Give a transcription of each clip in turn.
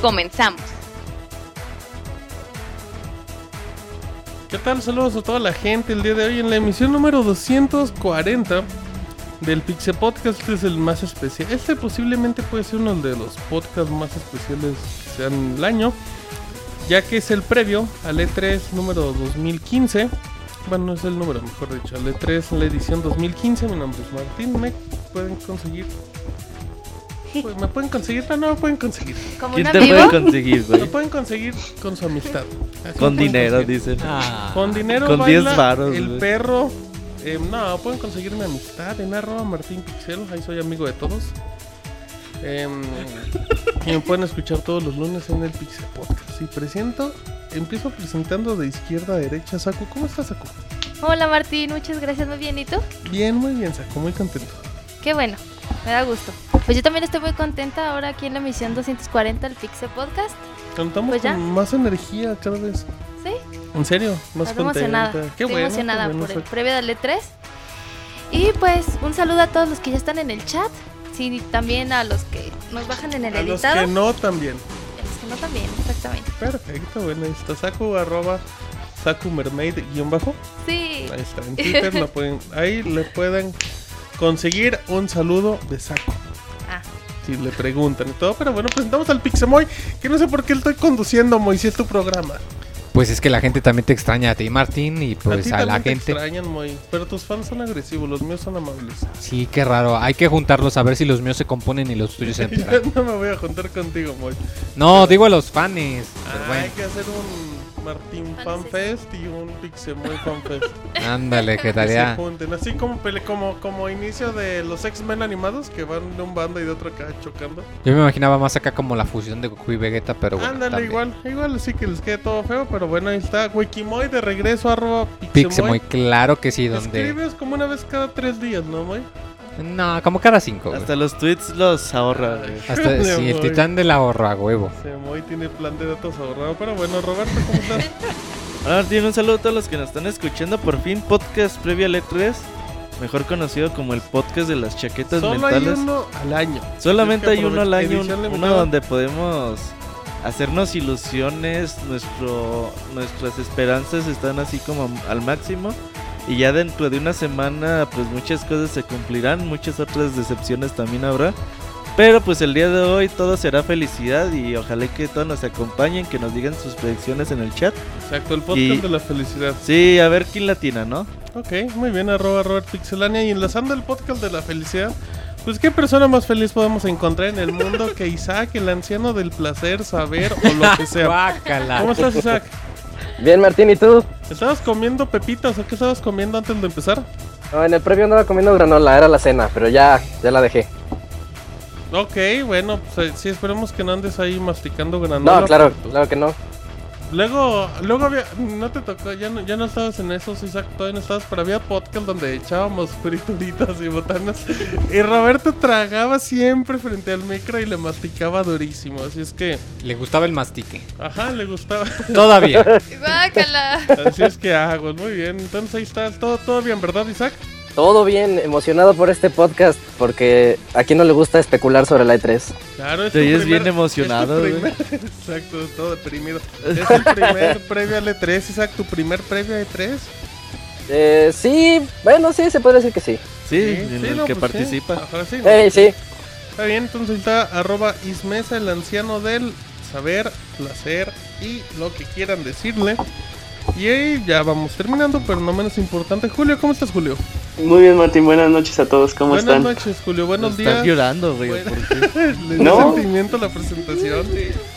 Comenzamos. ¿Qué tal? Saludos a toda la gente el día de hoy en la emisión número 240 del Pixel Podcast. Este es el más especial. Este posiblemente puede ser uno de los podcasts más especiales que sean el año, ya que es el previo al E3 número 2015. Bueno, no es el número, mejor dicho, al E3, la edición 2015. Mi nombre es Martín. Me pueden conseguir. Pues, ¿Me pueden conseguir? No, no me pueden conseguir. Como ¿Quién un te puede amigo. conseguir, Lo güey? pueden conseguir con su amistad. Así Con pueden dinero, conseguir. Ah. dicen. Con dinero Con baila 10 varos, el güey. perro. Eh, no, pueden conseguir mi amistad en arroba Martín Pixel. Ahí soy amigo de todos. Em, y me pueden escuchar todos los lunes en el Pixel Podcast. Y presento, empiezo presentando de izquierda a derecha, Saku. ¿Cómo estás, Saku? Hola Martín, muchas gracias, muy bien. ¿Y tú? Bien, muy bien, Saku, muy contento. Qué bueno, me da gusto. Pues yo también estoy muy contenta ahora aquí en la emisión 240 del Pixel Podcast. Contamos Pues ya. con más energía cada vez. Sí, ¿En serio? Más estoy contenta. emocionada. Qué estoy bueno, qué emocionada bueno, por el Saku. previo del E3. Y pues un saludo a todos los que ya están en el chat. Sí, y también a los que nos bajan en el A los editado. que no también. A los que no también, exactamente. Perfecto, bueno, ahí está Saku arroba Saku Mermaid guión bajo. Sí, Ahí está, en Twitter la pueden, ahí le pueden conseguir un saludo de saco. Ah. Si le preguntan y todo, pero bueno, presentamos al Pixemoy, que no sé por qué estoy conduciendo, Moy, si es tu programa. Pues es que la gente también te extraña a ti, Martín, y pues ti a, la también te gente. extrañan, Moy, pero tus fans son agresivos, los míos son amables. Sí, qué raro. Hay que juntarlos a ver si los míos se componen y los tuyos se empeoran. Yo no me voy a juntar contigo, Moy. No, digo a los fans. Pero Ah, Hay bueno, que hacer un Martín Fans Fanfest y un Pixemoy Fanfest. ándale, qué Que se tarea. junten, así como, pele- como, como inicio de los X-Men animados que van de un bando y de otro acá chocando. Yo me imaginaba más acá como la fusión de Goku y Vegeta, pero bueno. Ándale, también. igual, igual sí que les quede todo feo, pero bueno, ahí está. Wikimoy de regreso, arroba Pixemoy, Pixemoy. claro que sí, donde. Escribes como una vez cada tres días, ¿no, Moy? No, como cada cinco. güey. Hasta los tweets los ahorra, güey. Hasta, Híjole, sí, el güey. titán de la ahorra, huevo. Sí, Moy tiene plan de datos ahorrado, pero bueno, Roberto, ¿cómo estás? Hola Martín, un saludo a todos los que nos están escuchando. Por fin, podcast previo al E3. Mejor conocido como el podcast de las chaquetas Solo hay mentales. uno al año. Solamente Tienes hay que uno al año, aprovechar, edición uno limitada. donde podemos hacernos ilusiones, nuestro, nuestras esperanzas están así como al máximo. Y ya dentro de una semana, pues muchas cosas se cumplirán, muchas otras decepciones también habrá. Pero pues el día de hoy todo será felicidad y ojalá que todos nos acompañen, que nos digan sus predicciones en el chat. Exacto, el podcast Y- de la felicidad. Sí, a ver quién latina, ¿no? Ok, muy bien, arroba Robert Pixelania. Y enlazando el podcast de la felicidad, pues qué persona más feliz podemos encontrar en el mundo que Isaac, el anciano del placer, saber o lo que sea. ¿Cómo Guácala. estás, Isaac? Bien, Martín, ¿y tú? ¿Estabas comiendo pepitas o qué estabas comiendo antes de empezar? No, en el previo andaba comiendo granola, era la cena, pero ya, ya la dejé. Ok, bueno, pues eh, sí, esperemos que no andes ahí masticando granola. No, claro, porque- claro que no. Luego, luego había, no te tocó, ya no, ya no estabas en eso, Isaac, todavía no estabas, pero había podcast donde echábamos frituritas y botanas. Y Roberto tragaba siempre frente al micro y le masticaba durísimo, así es que, Le gustaba el mastique. ajá, le gustaba. Todavía. guácala. ah, pues, Así es que hago, muy bien. Entonces ahí está, todo, todo bien, ¿verdad, Isaac? Todo bien, emocionado por este podcast, porque aquí no le gusta especular sobre la E E3. Claro, Te tu oyes bien primer- emocionado, es tu güey. primer- exacto, todo deprimido. Es el primer previo al E3, Isaac, tu primer previo a E E3. Eh, sí, bueno, sí, se puede decir que sí. Sí, en el no, que pues sí. participa. Ajá, sí, no. Ey, sí, Está bien, entonces está arroba Ismesa, el anciano del saber, placer y lo que quieran decirle. Y ahí ya vamos terminando, pero no menos importante. Julio, ¿cómo estás, Julio? Muy bien, Martín. Buenas noches a todos. ¿Cómo Buenas están? noches, Julio. Buenos Están días. llorando, güey. Bueno. ¿por qué? Le dio No. sentimiento a la presentación.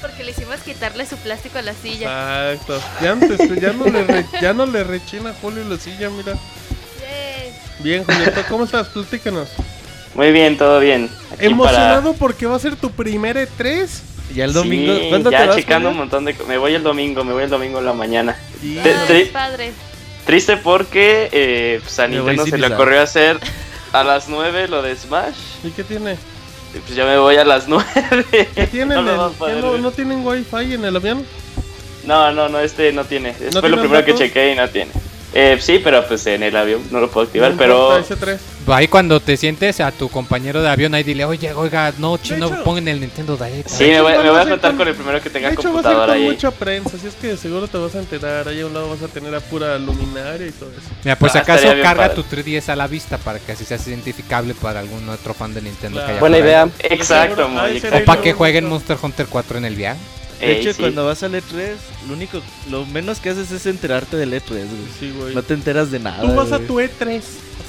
Porque le hicimos quitarle su plástico a la silla. Exacto. Ya, antes, pues, ya, no le re- ya no le rechina a Julio la silla, mira. Yay. Bien, Julio, ¿cómo estás? Platícanos. Muy bien, todo bien. Aquí ¿Emocionado porque va a ser tu primer E E3? Ya para- el domingo. Sí, ¿Cuándo ya te vas? checando un Julio? montón de. co- Me voy el domingo, me voy el domingo en la mañana. Y- Te- Ah, te- padre. Triste porque eh, pues a Me voy Nintendo sin se le Isaac. ocurrió hacer a las 9 lo de Smash. ¿Y qué tiene? Y pues ya me voy a las 9. ¿Qué tienen? no, lo el- vas a qué poder no, ver. ¿No tienen wifi en el avión? no, no, no, este no tiene. Este ¿No fue lo tiene primero que datos? chequeé y no tiene. Eh, sí, pero pues en el avión no lo puedo activar, No pero... importa, ese 3. Ahí cuando te sientes a tu compañero de avión, ahí dile, oye, oiga, no, chino, hecho- pongan el Nintendo Direct. Sí, De me hecho, voy, me vamos voy a a ir juntar con- con el primero que tenga De hecho, vas a ir con computadora ahí. mucha prensa, así es que de seguro te vas a enterar. Ahí a un lado vas a tener a pura luminaria y todo eso. Mira, pues Ah, acaso estaría bien carga padre. tu 3DS a la vista para que así seas identificable para algún otro fan de Nintendo Claro. que haya buena por ahí. idea. Exacto, Seguro, muy ahí se exacto. ve Para que Pero- jueguen Monster Hunter 4 en el viaje. De Ey, hecho, Eh, sí. cuando vas al E3, lo único, lo menos que haces es enterarte del E3, güey. Sí, güey. No te enteras de nada. Tú vas a güey. tu E3.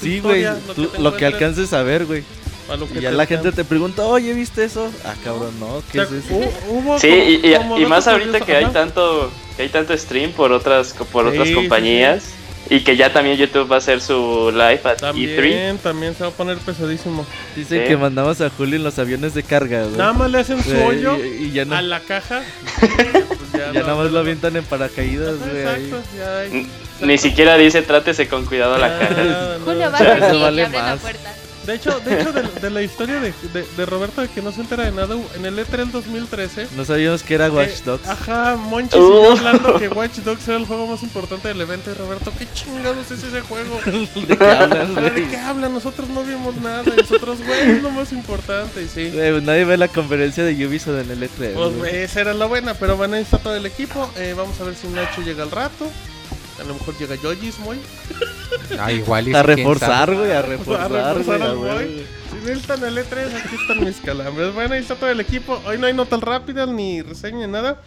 Sí, güey. historia, tú- te Lo que encuentres, alcances a ver, güey. a lo que Y ya te la gente alcances. te pregunta, oye, ¿viste eso? Ah, cabrón, no, ¿qué O es sea, eso? hu- hubo Sí, como- y, y- como y datos más ahorita curiosos, que hay ajá. tanto que hay tanto stream por otras por Sí, otras sí, compañías y que ya también YouTube va a hacer su live at E E3. También, también se va a poner pesadísimo. Dicen Sí. que mandamos a Julio en los aviones de carga, güey. Nada más le hacen su Güey, hoyo y, y ya, no- a la caja. Pues ya no- nada más lo avientan en paracaídas, Ajá, güey. ahí. Exacto, ya hay. N- Ni siquiera dice trátese con cuidado la Ya, cara. Ah, no. Julio va a Eso y vale le abre la más. puerta. De hecho, de, hecho de, de la historia de, de- de Roberto de que no se entera de nada, en el E E3 del 2013. No sabíamos que era Watch Dogs. eh, ajá, Monchi siguió Uh. hablando que Watch Dogs era el juego más importante del evento. Y Roberto, ¿qué chingados es ese juego? ¿De qué hablas, ¿Pero ¿De güey? qué habla? Nosotros no vimos nada. y Nosotros, güey, es lo más importante. Y sí. Güey, pues nadie ve la conferencia de Ubisoft en el Pues E3. güey. güey, esa era la buena, pero van a estar todo el equipo. Eh, vamos a ver si Nacho llega al rato. A lo mejor llega Yojis, muy. Ah, igual y a sí, quién sabe. reforzar, güey, a reforzar, A reforzar güey, al güey. boy. Si no están el E3, aquí están mis calambres. Bueno, ahí está todo el equipo. Hoy no hay notas rápidas ni reseña ni nada.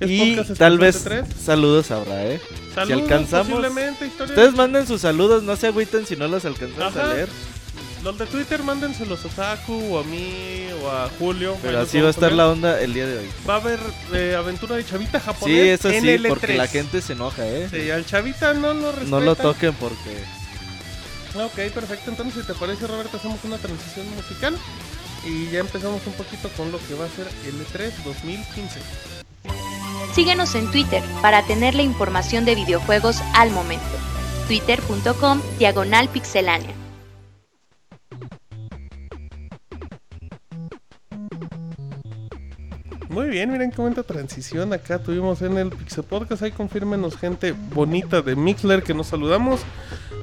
Es Y podcast tal vez especial de tres. saludos habrá, ¿eh? Saludos, alcanzamos- Posiblemente, historia. Ustedes manden sus saludos, no se agüiten si no los alcanzamos Ajá. Pues a leer. Los de Twitter mándenselos a Saku o a mí o a Julio. Ahí Pero los así va a vamos estar ver. la onda el día de hoy. Va a haber eh, aventura de Chavita japonés. Sí, eso en sí, el porque E3. la gente se enoja, ¿eh? Sí, al Chavita no lo respetan. No lo toquen porque... Ok, perfecto. Entonces, si te parece, Roberto, hacemos una transición musical y ya empezamos un poquito con lo que va a ser el E E3 2015. Síguenos en Twitter para tener la información de videojuegos al momento. Twitter.com diagonal pixelánea. Muy bien, miren qué buena transición acá tuvimos en el Pixel Podcast. Ahí confirmenos gente bonita de Mixler que nos saludamos.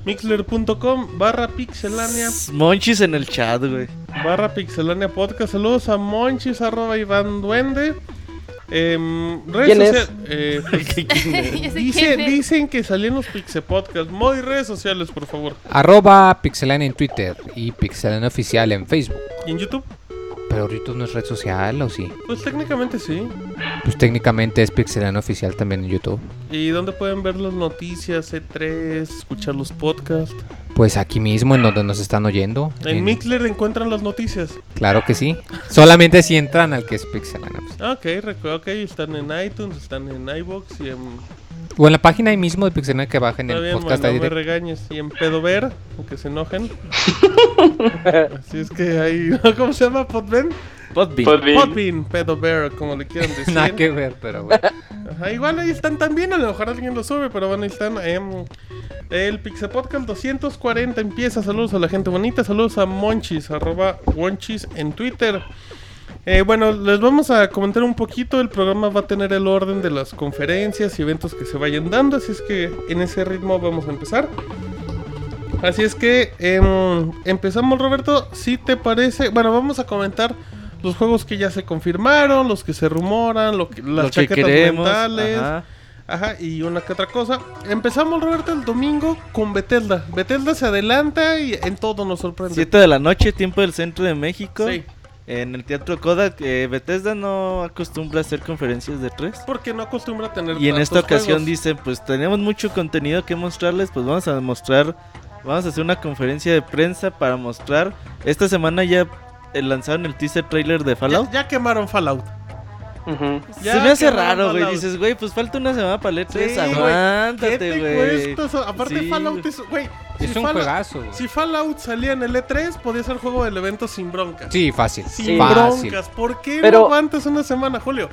Mixler.com barra pixelánea Monchis en el chat, güey. barra pixelánea podcast. Saludos a Monchis arroba Iván Duende. Em, redes ¿Quién es? socia- eh, pues, Ya sé dice- quién es. dicen que salían los Pixel Podcast. Muy redes sociales, por favor. Arroba Pixelania en Twitter y Pixelania Oficial en Facebook. ¿Y en YouTube? Pero YouTube no es red social, ¿o sí? Pues técnicamente sí. Pues técnicamente es Pixelania Oficial también en YouTube. ¿Y dónde pueden ver las noticias, E3, escuchar los podcasts? Pues aquí mismo, en donde nos están oyendo. En en- Mixler encuentran las noticias. Claro que sí. Solamente si entran al que es Pixelania. pues. Ah, Ok, recuerdo que están en iTunes, están en iBox y en... O en la página ahí mismo de Pixelania que bajen Está el bien, podcast man, ahí no me directo. regañes. Y en Pedover, aunque se enojen. Así es que ahí... ¿Cómo se llama? ¿Podben? Podbean. Podbean. Podbean, Pedover, como le quieran decir. Nada que ver, pero bueno. Ajá, igual ahí están también, a lo mejor alguien lo sube, pero bueno, ahí están. em, el Pixel Podcast 240 empieza. Saludos a la gente bonita, saludos a Monchis, arroba Wonchis en Twitter. Eh, bueno, les vamos a comentar un poquito. El programa va a tener el orden de las conferencias y eventos que se vayan dando, así es que en ese ritmo vamos a empezar. Así es que em, empezamos, Roberto. Si te parece, bueno, vamos a comentar los juegos que ya se confirmaron, los que se rumoran, lo que, las Lo que chaquetas queremos. mentales. ajá. Ajá, y una que otra cosa. Empezamos, Roberto, el domingo con Betelda. Betelda se adelanta y en todo nos sorprende. 7 de la noche, tiempo del centro de México. Sí, En el Teatro Kodak, eh, Bethesda no acostumbra a hacer conferencias de tres. porque no acostumbra tener. Y en esta tantos ocasión juegos. dicen, pues tenemos mucho contenido que mostrarles, pues vamos a mostrar, vamos a hacer una conferencia de prensa para mostrar. Esta semana ya eh, lanzaron el teaser trailer de Fallout. Ya, ya quemaron Fallout. Ujú. ya Se me hace quemaron raro, güey. Fallout. Dices, güey, pues falta una semana para leer Sí, tres, güey, ¿Qué aguántate, te güey. cuesta eso? Aparte, Sí. Fallout es. Güey, Es si un Fallout- juegazo. güey. Si Fallout salía en el E3, podía ser juego del evento sin broncas. Sí, fácil. Sin fácil. broncas. ¿Por qué Pero- no aguantas una semana, Julio?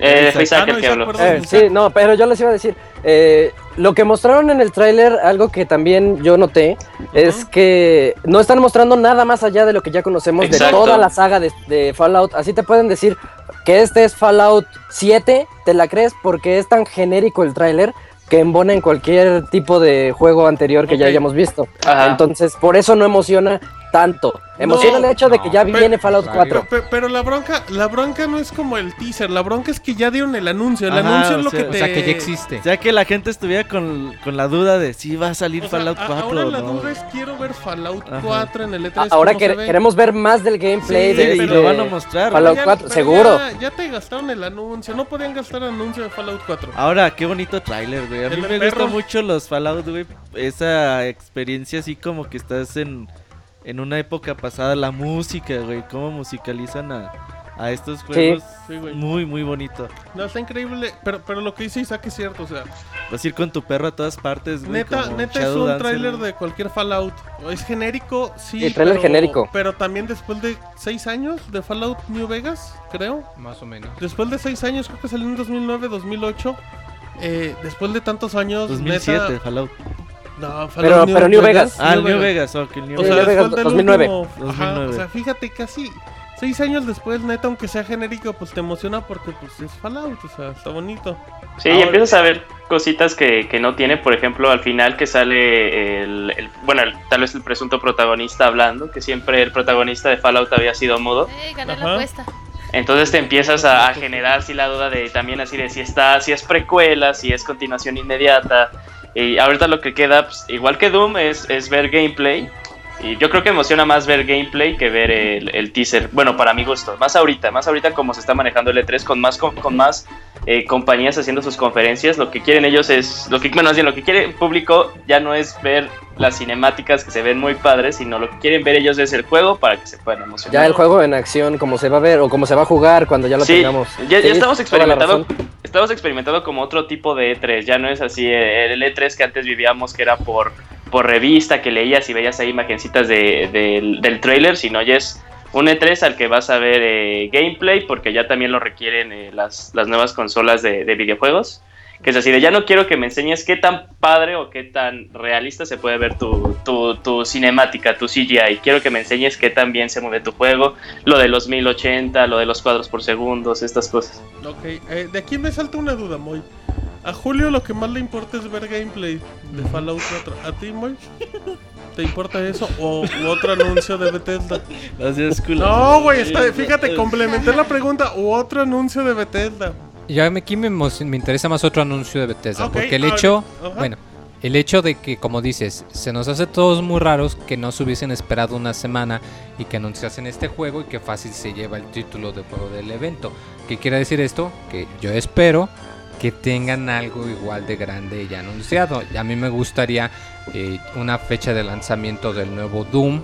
Eh, Isaac. fue Isaac Ah, no, el que Isaac, habló. perdón. Eh, sí, no, pero yo les iba a decir, eh, lo que mostraron en el tráiler, algo que también yo noté, es que no están mostrando nada más allá de lo que ya conocemos Exacto. de toda la saga de, de Fallout. Así te pueden decir que este es Fallout 7, te la crees porque es tan genérico el tráiler que embona en cualquier tipo de juego anterior que ya Ok. hayamos visto. Ajá. Entonces, por eso no emociona tanto. Emociona No, pues, el hecho de que no, ya pero- viene Fallout claro. 4. Pero, pero- pero la bronca, la bronca no es como el teaser, la bronca es que ya dieron el anuncio, el Ajá, anuncio o es lo sea- que O te... sea que ya existe. O sea que la gente estuviera con, con la duda de si va a O salir sea, Fallout a- 4 ahora o la no. duda es quiero ver Fallout Ajá. 4 en el A- E3. Ah, Ahora ¿cómo que- se ve? queremos ver más del gameplay Sí, Sí, de, y pero- lo de- van a mostrar. Pero Fallout- ya- 4, pero seguro. Ya, ya te gastaron el anuncio, no podían gastar anuncio de Fallout 4. Ahora, qué bonito tráiler, güey. A El mí de me perro. gustan mucho los Fallout, güey. Esa experiencia así como que estás en, en una época pasada. La música, güey. Cómo musicalizan a, a estos juegos. Sí, güey. Muy, muy bonito. No, está increíble, pero, pero lo que dice Isaac es cierto, o sea, Vas a ir con tu perro a todas partes, güey. neta, como neta es un Shadowdancer, tráiler güey. de cualquier Fallout. Es genérico, sí. Sí, tráiler pero- genérico. Pero también después de 6 años de Fallout New Vegas, creo. Más o menos. Después de 6 años, creo que salió en 2009, 2008. eh, después de tantos años, 2007, neta. Fallout. No, Fallout Pero- pero New Vegas. Ah, el New Vegas, ok, el New O Sí, sea, Vegas. New Vegas después del 2009. último- ajá, 2009. o sea, fíjate, casi 6 años después, neta, aunque sea genérico, pues te emociona porque pues es Fallout, o sea, está bonito. Sí, y Ahora- empiezas a ver cositas que, que no tiene, por ejemplo, al final que sale el, el- bueno, el- tal vez el presunto protagonista hablando, que siempre el protagonista de Fallout había sido mudo. Eh, gané Ajá. la apuesta. Entonces te empiezas a, a generar sí la duda de también así de si está, si es precuela, si es continuación inmediata. Y ahorita lo que queda, pues, igual que Doom, es, es ver gameplay. Y yo creo que emociona más ver gameplay que ver el, el teaser. Bueno, para mi gusto. Más ahorita, más ahorita como se está manejando el E3 con más, con, con más eh, compañías haciendo sus conferencias. Lo que quieren ellos es, lo que, bueno, más bien, lo que quiere el público ya no es ver las cinemáticas que se ven muy padres, sino lo que quieren ver ellos es el juego para que se puedan emocionar. Ya el juego en acción, como se va a ver o como se va a jugar cuando ya lo Sí, tengamos. ya, ya Sí, estamos toda la experimentando razón. estamos experimentando como otro tipo de E3, ya no es así eh, el E3 que antes vivíamos que era por, por revista, que leías y veías ahí imagencitas de, del- del trailer, sino ya es un E3 al que vas a ver eh, gameplay, porque ya también lo requieren eh, las, las nuevas consolas de, de videojuegos, que es así de ya no quiero que me enseñes qué tan padre o qué tan realista se puede ver tu, tu, tu cinemática, tu CGI, quiero que me enseñes qué tan bien se mueve tu juego, lo de los 1080, lo de los cuadros por segundos, estas cosas. Ok, eh, de aquí me salta una duda, Moy. A Julio lo que más le importa es ver gameplay de Fallout 4. ¿A ti, Moy? ¿Te importa eso o u otro anuncio de Bethesda? No seas culero. No, güey, está, fíjate, complementé la pregunta u otro anuncio de Bethesda. Y a mí aquí me, emo- me interesa más otro anuncio de Bethesda. Ok, porque el ahora- hecho. ajá. Bueno, el hecho de que, como dices, se nos hace todos muy raros que no se hubiesen esperado una semana y que anunciasen este juego y que fácil se lleva el título de juego del evento. ¿Qué quiere decir esto? Que yo espero que tengan algo igual de grande ya anunciado. Y A mí me gustaría eh, una fecha de lanzamiento del nuevo Doom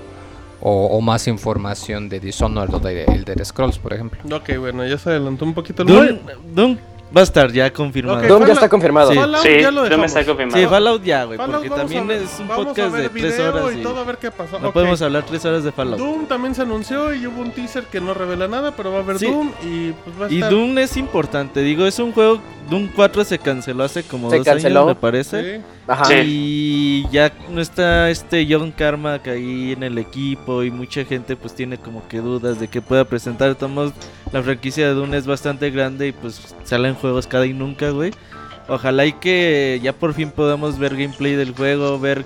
o, o más información de Dishonored o de Elder Scrolls, por ejemplo. Ok, bueno, ya se adelantó un poquito el Doom, Moy. Doom va a estar ya confirmado. Ok, Doom ya Fallout- está confirmado. Sí. Fallout Sí, ya lo yo me dejamos. está confirmado. Sí, Fallout ya, güey. Fallout Porque vamos a también ver- es un vamos a podcast ver de tres video horas. Y y todo a ver qué pasó. No Ok. podemos hablar tres horas de Fallout. Doom también se anunció y hubo un teaser que no revela nada, pero va a haber Sí. Doom y pues va a Y estar. Doom es importante, digo, es un juego. Doom 4 se canceló hace como Se dos canceló. años, me parece. Sí. Ajá. Sí. Y ya no está este John Carmack ahí en el equipo. Y mucha gente, pues, tiene como que dudas de que pueda presentar. Tomos, la franquicia de Doom es bastante grande y pues salen juegos cada y nunca, güey. Ojalá y que ya por fin podamos ver gameplay del juego, ver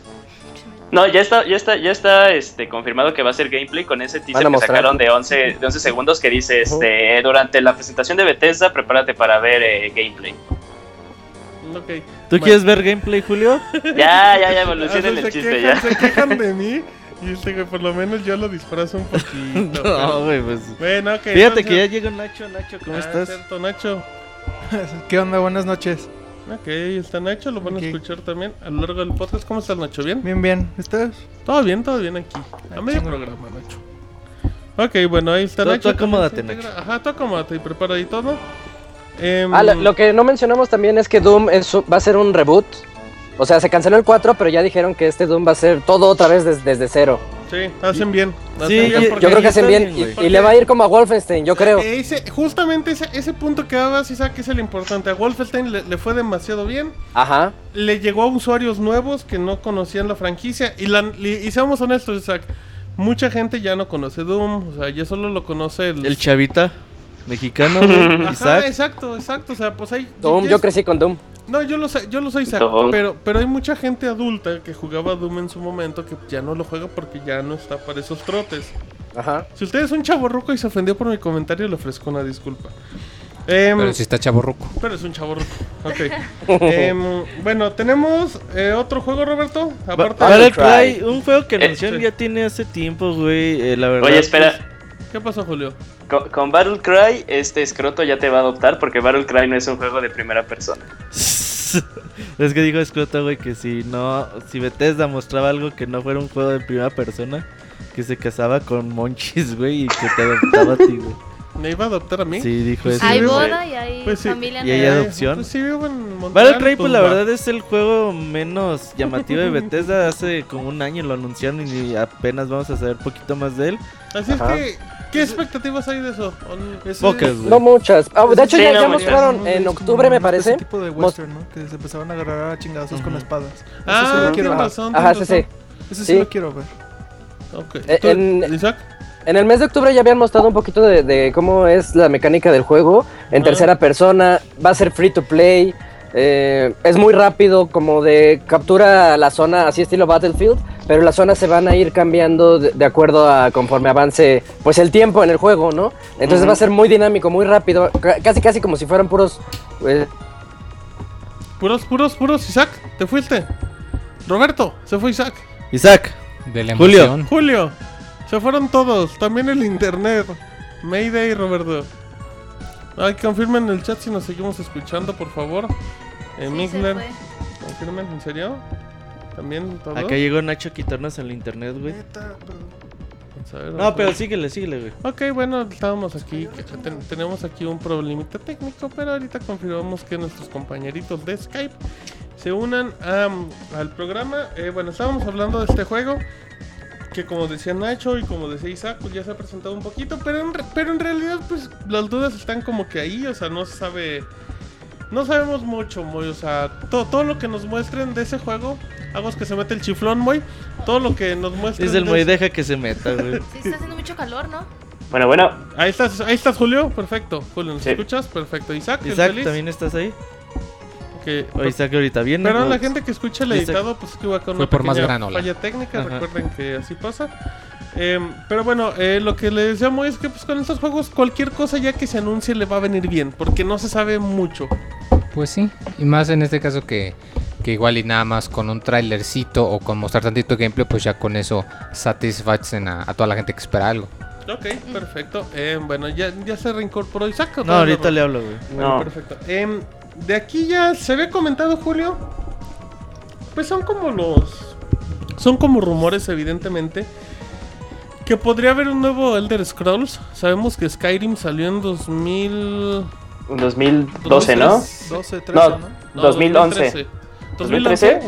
No, ya está, ya está, ya está este, confirmado que va a ser gameplay con ese teaser Van a que mostrar. sacaron de 11, de 11 segundos que dice este, durante la presentación de Bethesda, prepárate para ver eh, gameplay. Ok. ¿Tú Bueno. quieres ver gameplay, Julio? Ya, ya, ya O sea, evolucionen el se chiste quejan- ya. Se quejan de mí y este güey, por lo menos yo lo disfrazo un poquito. No, güey, pues. Bueno, ok. Fíjate entonces- que ya llega un Nacho, Nacho, ¿cómo Ah, estás? cierto, Nacho. ¿Qué onda? Buenas noches. Ok, ahí está Nacho, lo van Ok. a escuchar también a lo largo del podcast. ¿Cómo estás, Nacho? ¿Bien? Bien, bien. ¿Estás? Todo bien, todo bien aquí. A medio chingo. programa, Nacho. Ok, bueno, ahí está Ah, Tú- Nacho. tú acomódate, también se integra. Ajá, tú acomódate y prepara ahí todo. Em, Ah, lo, lo que no mencionamos también es que Doom es su- va a ser un reboot. O sea, se canceló el 4, pero ya dijeron que este Doom va a ser todo otra vez des- desde cero. Sí, hacen bien. hacen Sí, bien yo- porque- Yo creo ya que hacen está bien bien, y, güey. y le va a ir como a Wolfenstein, yo creo. Eh, Ese, justamente ese, ese punto que dabas, Isaac, es el importante. A Wolfenstein le, le fue demasiado bien. Ajá. Le llegó a usuarios nuevos que no conocían la franquicia. Y, la- y- y seamos honestos, Isaac. Mucha gente ya no conoce Doom. O sea, ya solo lo conoce el. El chavita mexicano, güey, Ajá, Isaac. exacto, exacto. O sea, pues hay. Doom, ya yo es- crecí con Doom. No, yo lo sé, yo lo sé, Isaac. Doom. Pero, pero hay mucha gente adulta que jugaba Doom en su momento que ya no lo juega porque ya no está para esos trotes. Ajá. Si usted es un chaborruco y se ofendió por mi comentario, le ofrezco una disculpa. Em, Pero si está chaborruco. pero es un chaborruco. Ok. Em, bueno, tenemos eh, otro juego, Roberto. Aparte va- de- Para el Cry, un juego que Eh, anunció sí. ya tiene hace tiempo, güey. eh, la verdad. Oye, espera, ¿Qué pasó, Julio? Con, con Battle Cry, este escroto ya te va a adoptar porque Battle Cry no es un juego de primera persona. pues, es que dijo Escroto, güey, que si no. Si Bethesda mostraba algo que no fuera un juego de primera persona, que se casaba con Monchis, güey, y que te adoptaba a ti, güey. ¿Me iba a adoptar a mí? Pues Sí, dijo eso. Hay sí, güey. boda y hay Pues sí. familia Y hay Eh, nueva. adopción. Pues sí, vivo en Montreal, Battle Cry, pues la va. verdad es el juego menos llamativo de Bethesda. Hace como un año lo anunciaron y apenas vamos a saber poquito más de él. Así es Ajá. que, ¿qué expectativas hay de eso? ¿O no? Ese- Pocas, güey. No muchas. Ah, de hecho, Sí, ya, no, ya ya. mostraron en octubre, me parece. Ese este tipo de Mos- western, ¿no? Que se empezaron a agarrar a chingazos con espadas. Eso sí Ah, lo quiero tienes ver. razón. Ajá, sí, tienes sí. Eso sí sí. lo quiero ver. razón. Ok. Eh, ¿Tú, en- Isaac? En el mes de octubre ya habían mostrado un poquito de, de cómo es la mecánica del juego en Ah. tercera persona. Va a ser free to play. eh, es muy rápido, como de captura la zona, así estilo Battlefield. Pero las zonas se van a ir cambiando de, de acuerdo a conforme avance, pues el tiempo en el juego, ¿no? Entonces va a ser muy dinámico, muy rápido, ca- casi casi como si fueran puros. eh, Puros, puros, puros, Isaac, te fuiste. Roberto, se fue Isaac. Isaac, De la Julio. emoción. Julio, se fueron todos, también el internet. Mayday, Roberto. Ay, confirmen en el chat si nos seguimos escuchando, por favor. Eh, Sí, se Migler, fue. confirmen, ¿en serio? ¿También todos? acá llegó Nacho a quitarnos el internet, Pues, güey. Neta, perdón. Vamos Eh, pues, a ver, vamos No, a pero ver. síguele, síguele, güey. Ok, bueno, estábamos aquí, que ten- tenemos aquí un problemita técnico, pero ahorita confirmamos que nuestros compañeritos de Skype se unan a, mm, al programa. Eh, bueno, estábamos hablando de este juego, que como decía Nacho y como decía Isaac, pues ya se ha presentado un poquito, pero en, re- pero en realidad pues las dudas están como que ahí, o sea, no se sabe... No sabemos mucho, Moy. O sea, to- todo lo que nos muestren de ese juego, hagos que se mete el chiflón, Moy. Todo lo que nos muestren. Dice el de Moy, ese- deja que se meta, güey. Sí, está haciendo mucho calor, ¿no? Bueno, bueno, Ahí estás, ahí estás Julio, perfecto. Julio, ¿nos Sí. escuchas? Perfecto. Isaac, ¿el Isaac, feliz? ¿también estás ahí? Que- O Isaac ahorita viene. pero o- la gente que escucha el Isaac. editado, pues que va con Fue una por más pequeña granola. falla técnica, Ajá. recuerden que así pasa. Em, pero bueno, eh, lo que le decíamos es que pues con estos juegos cualquier cosa ya que se anuncie le va a venir bien, porque no se sabe mucho. Pues sí. Y más en este caso que, que igual y nada más con un trailercito o con mostrar tantito gameplay, pues ya con eso satisfacen a, a toda la gente que espera algo. Ok, perfecto. Em, bueno, ya, ya se reincorporó Isaac. ¿o Mm. No, todavía ahorita le hablo, güey. Bueno, No. perfecto. Em, de aquí ya se había comentado, Julio. Pues son como los. Son como rumores, evidentemente. Que podría haber un nuevo Elder Scrolls. Sabemos que Skyrim salió en 2000. en 2012, ¿no? 12, 13, No, ¿no? 2011. 2011. 2013.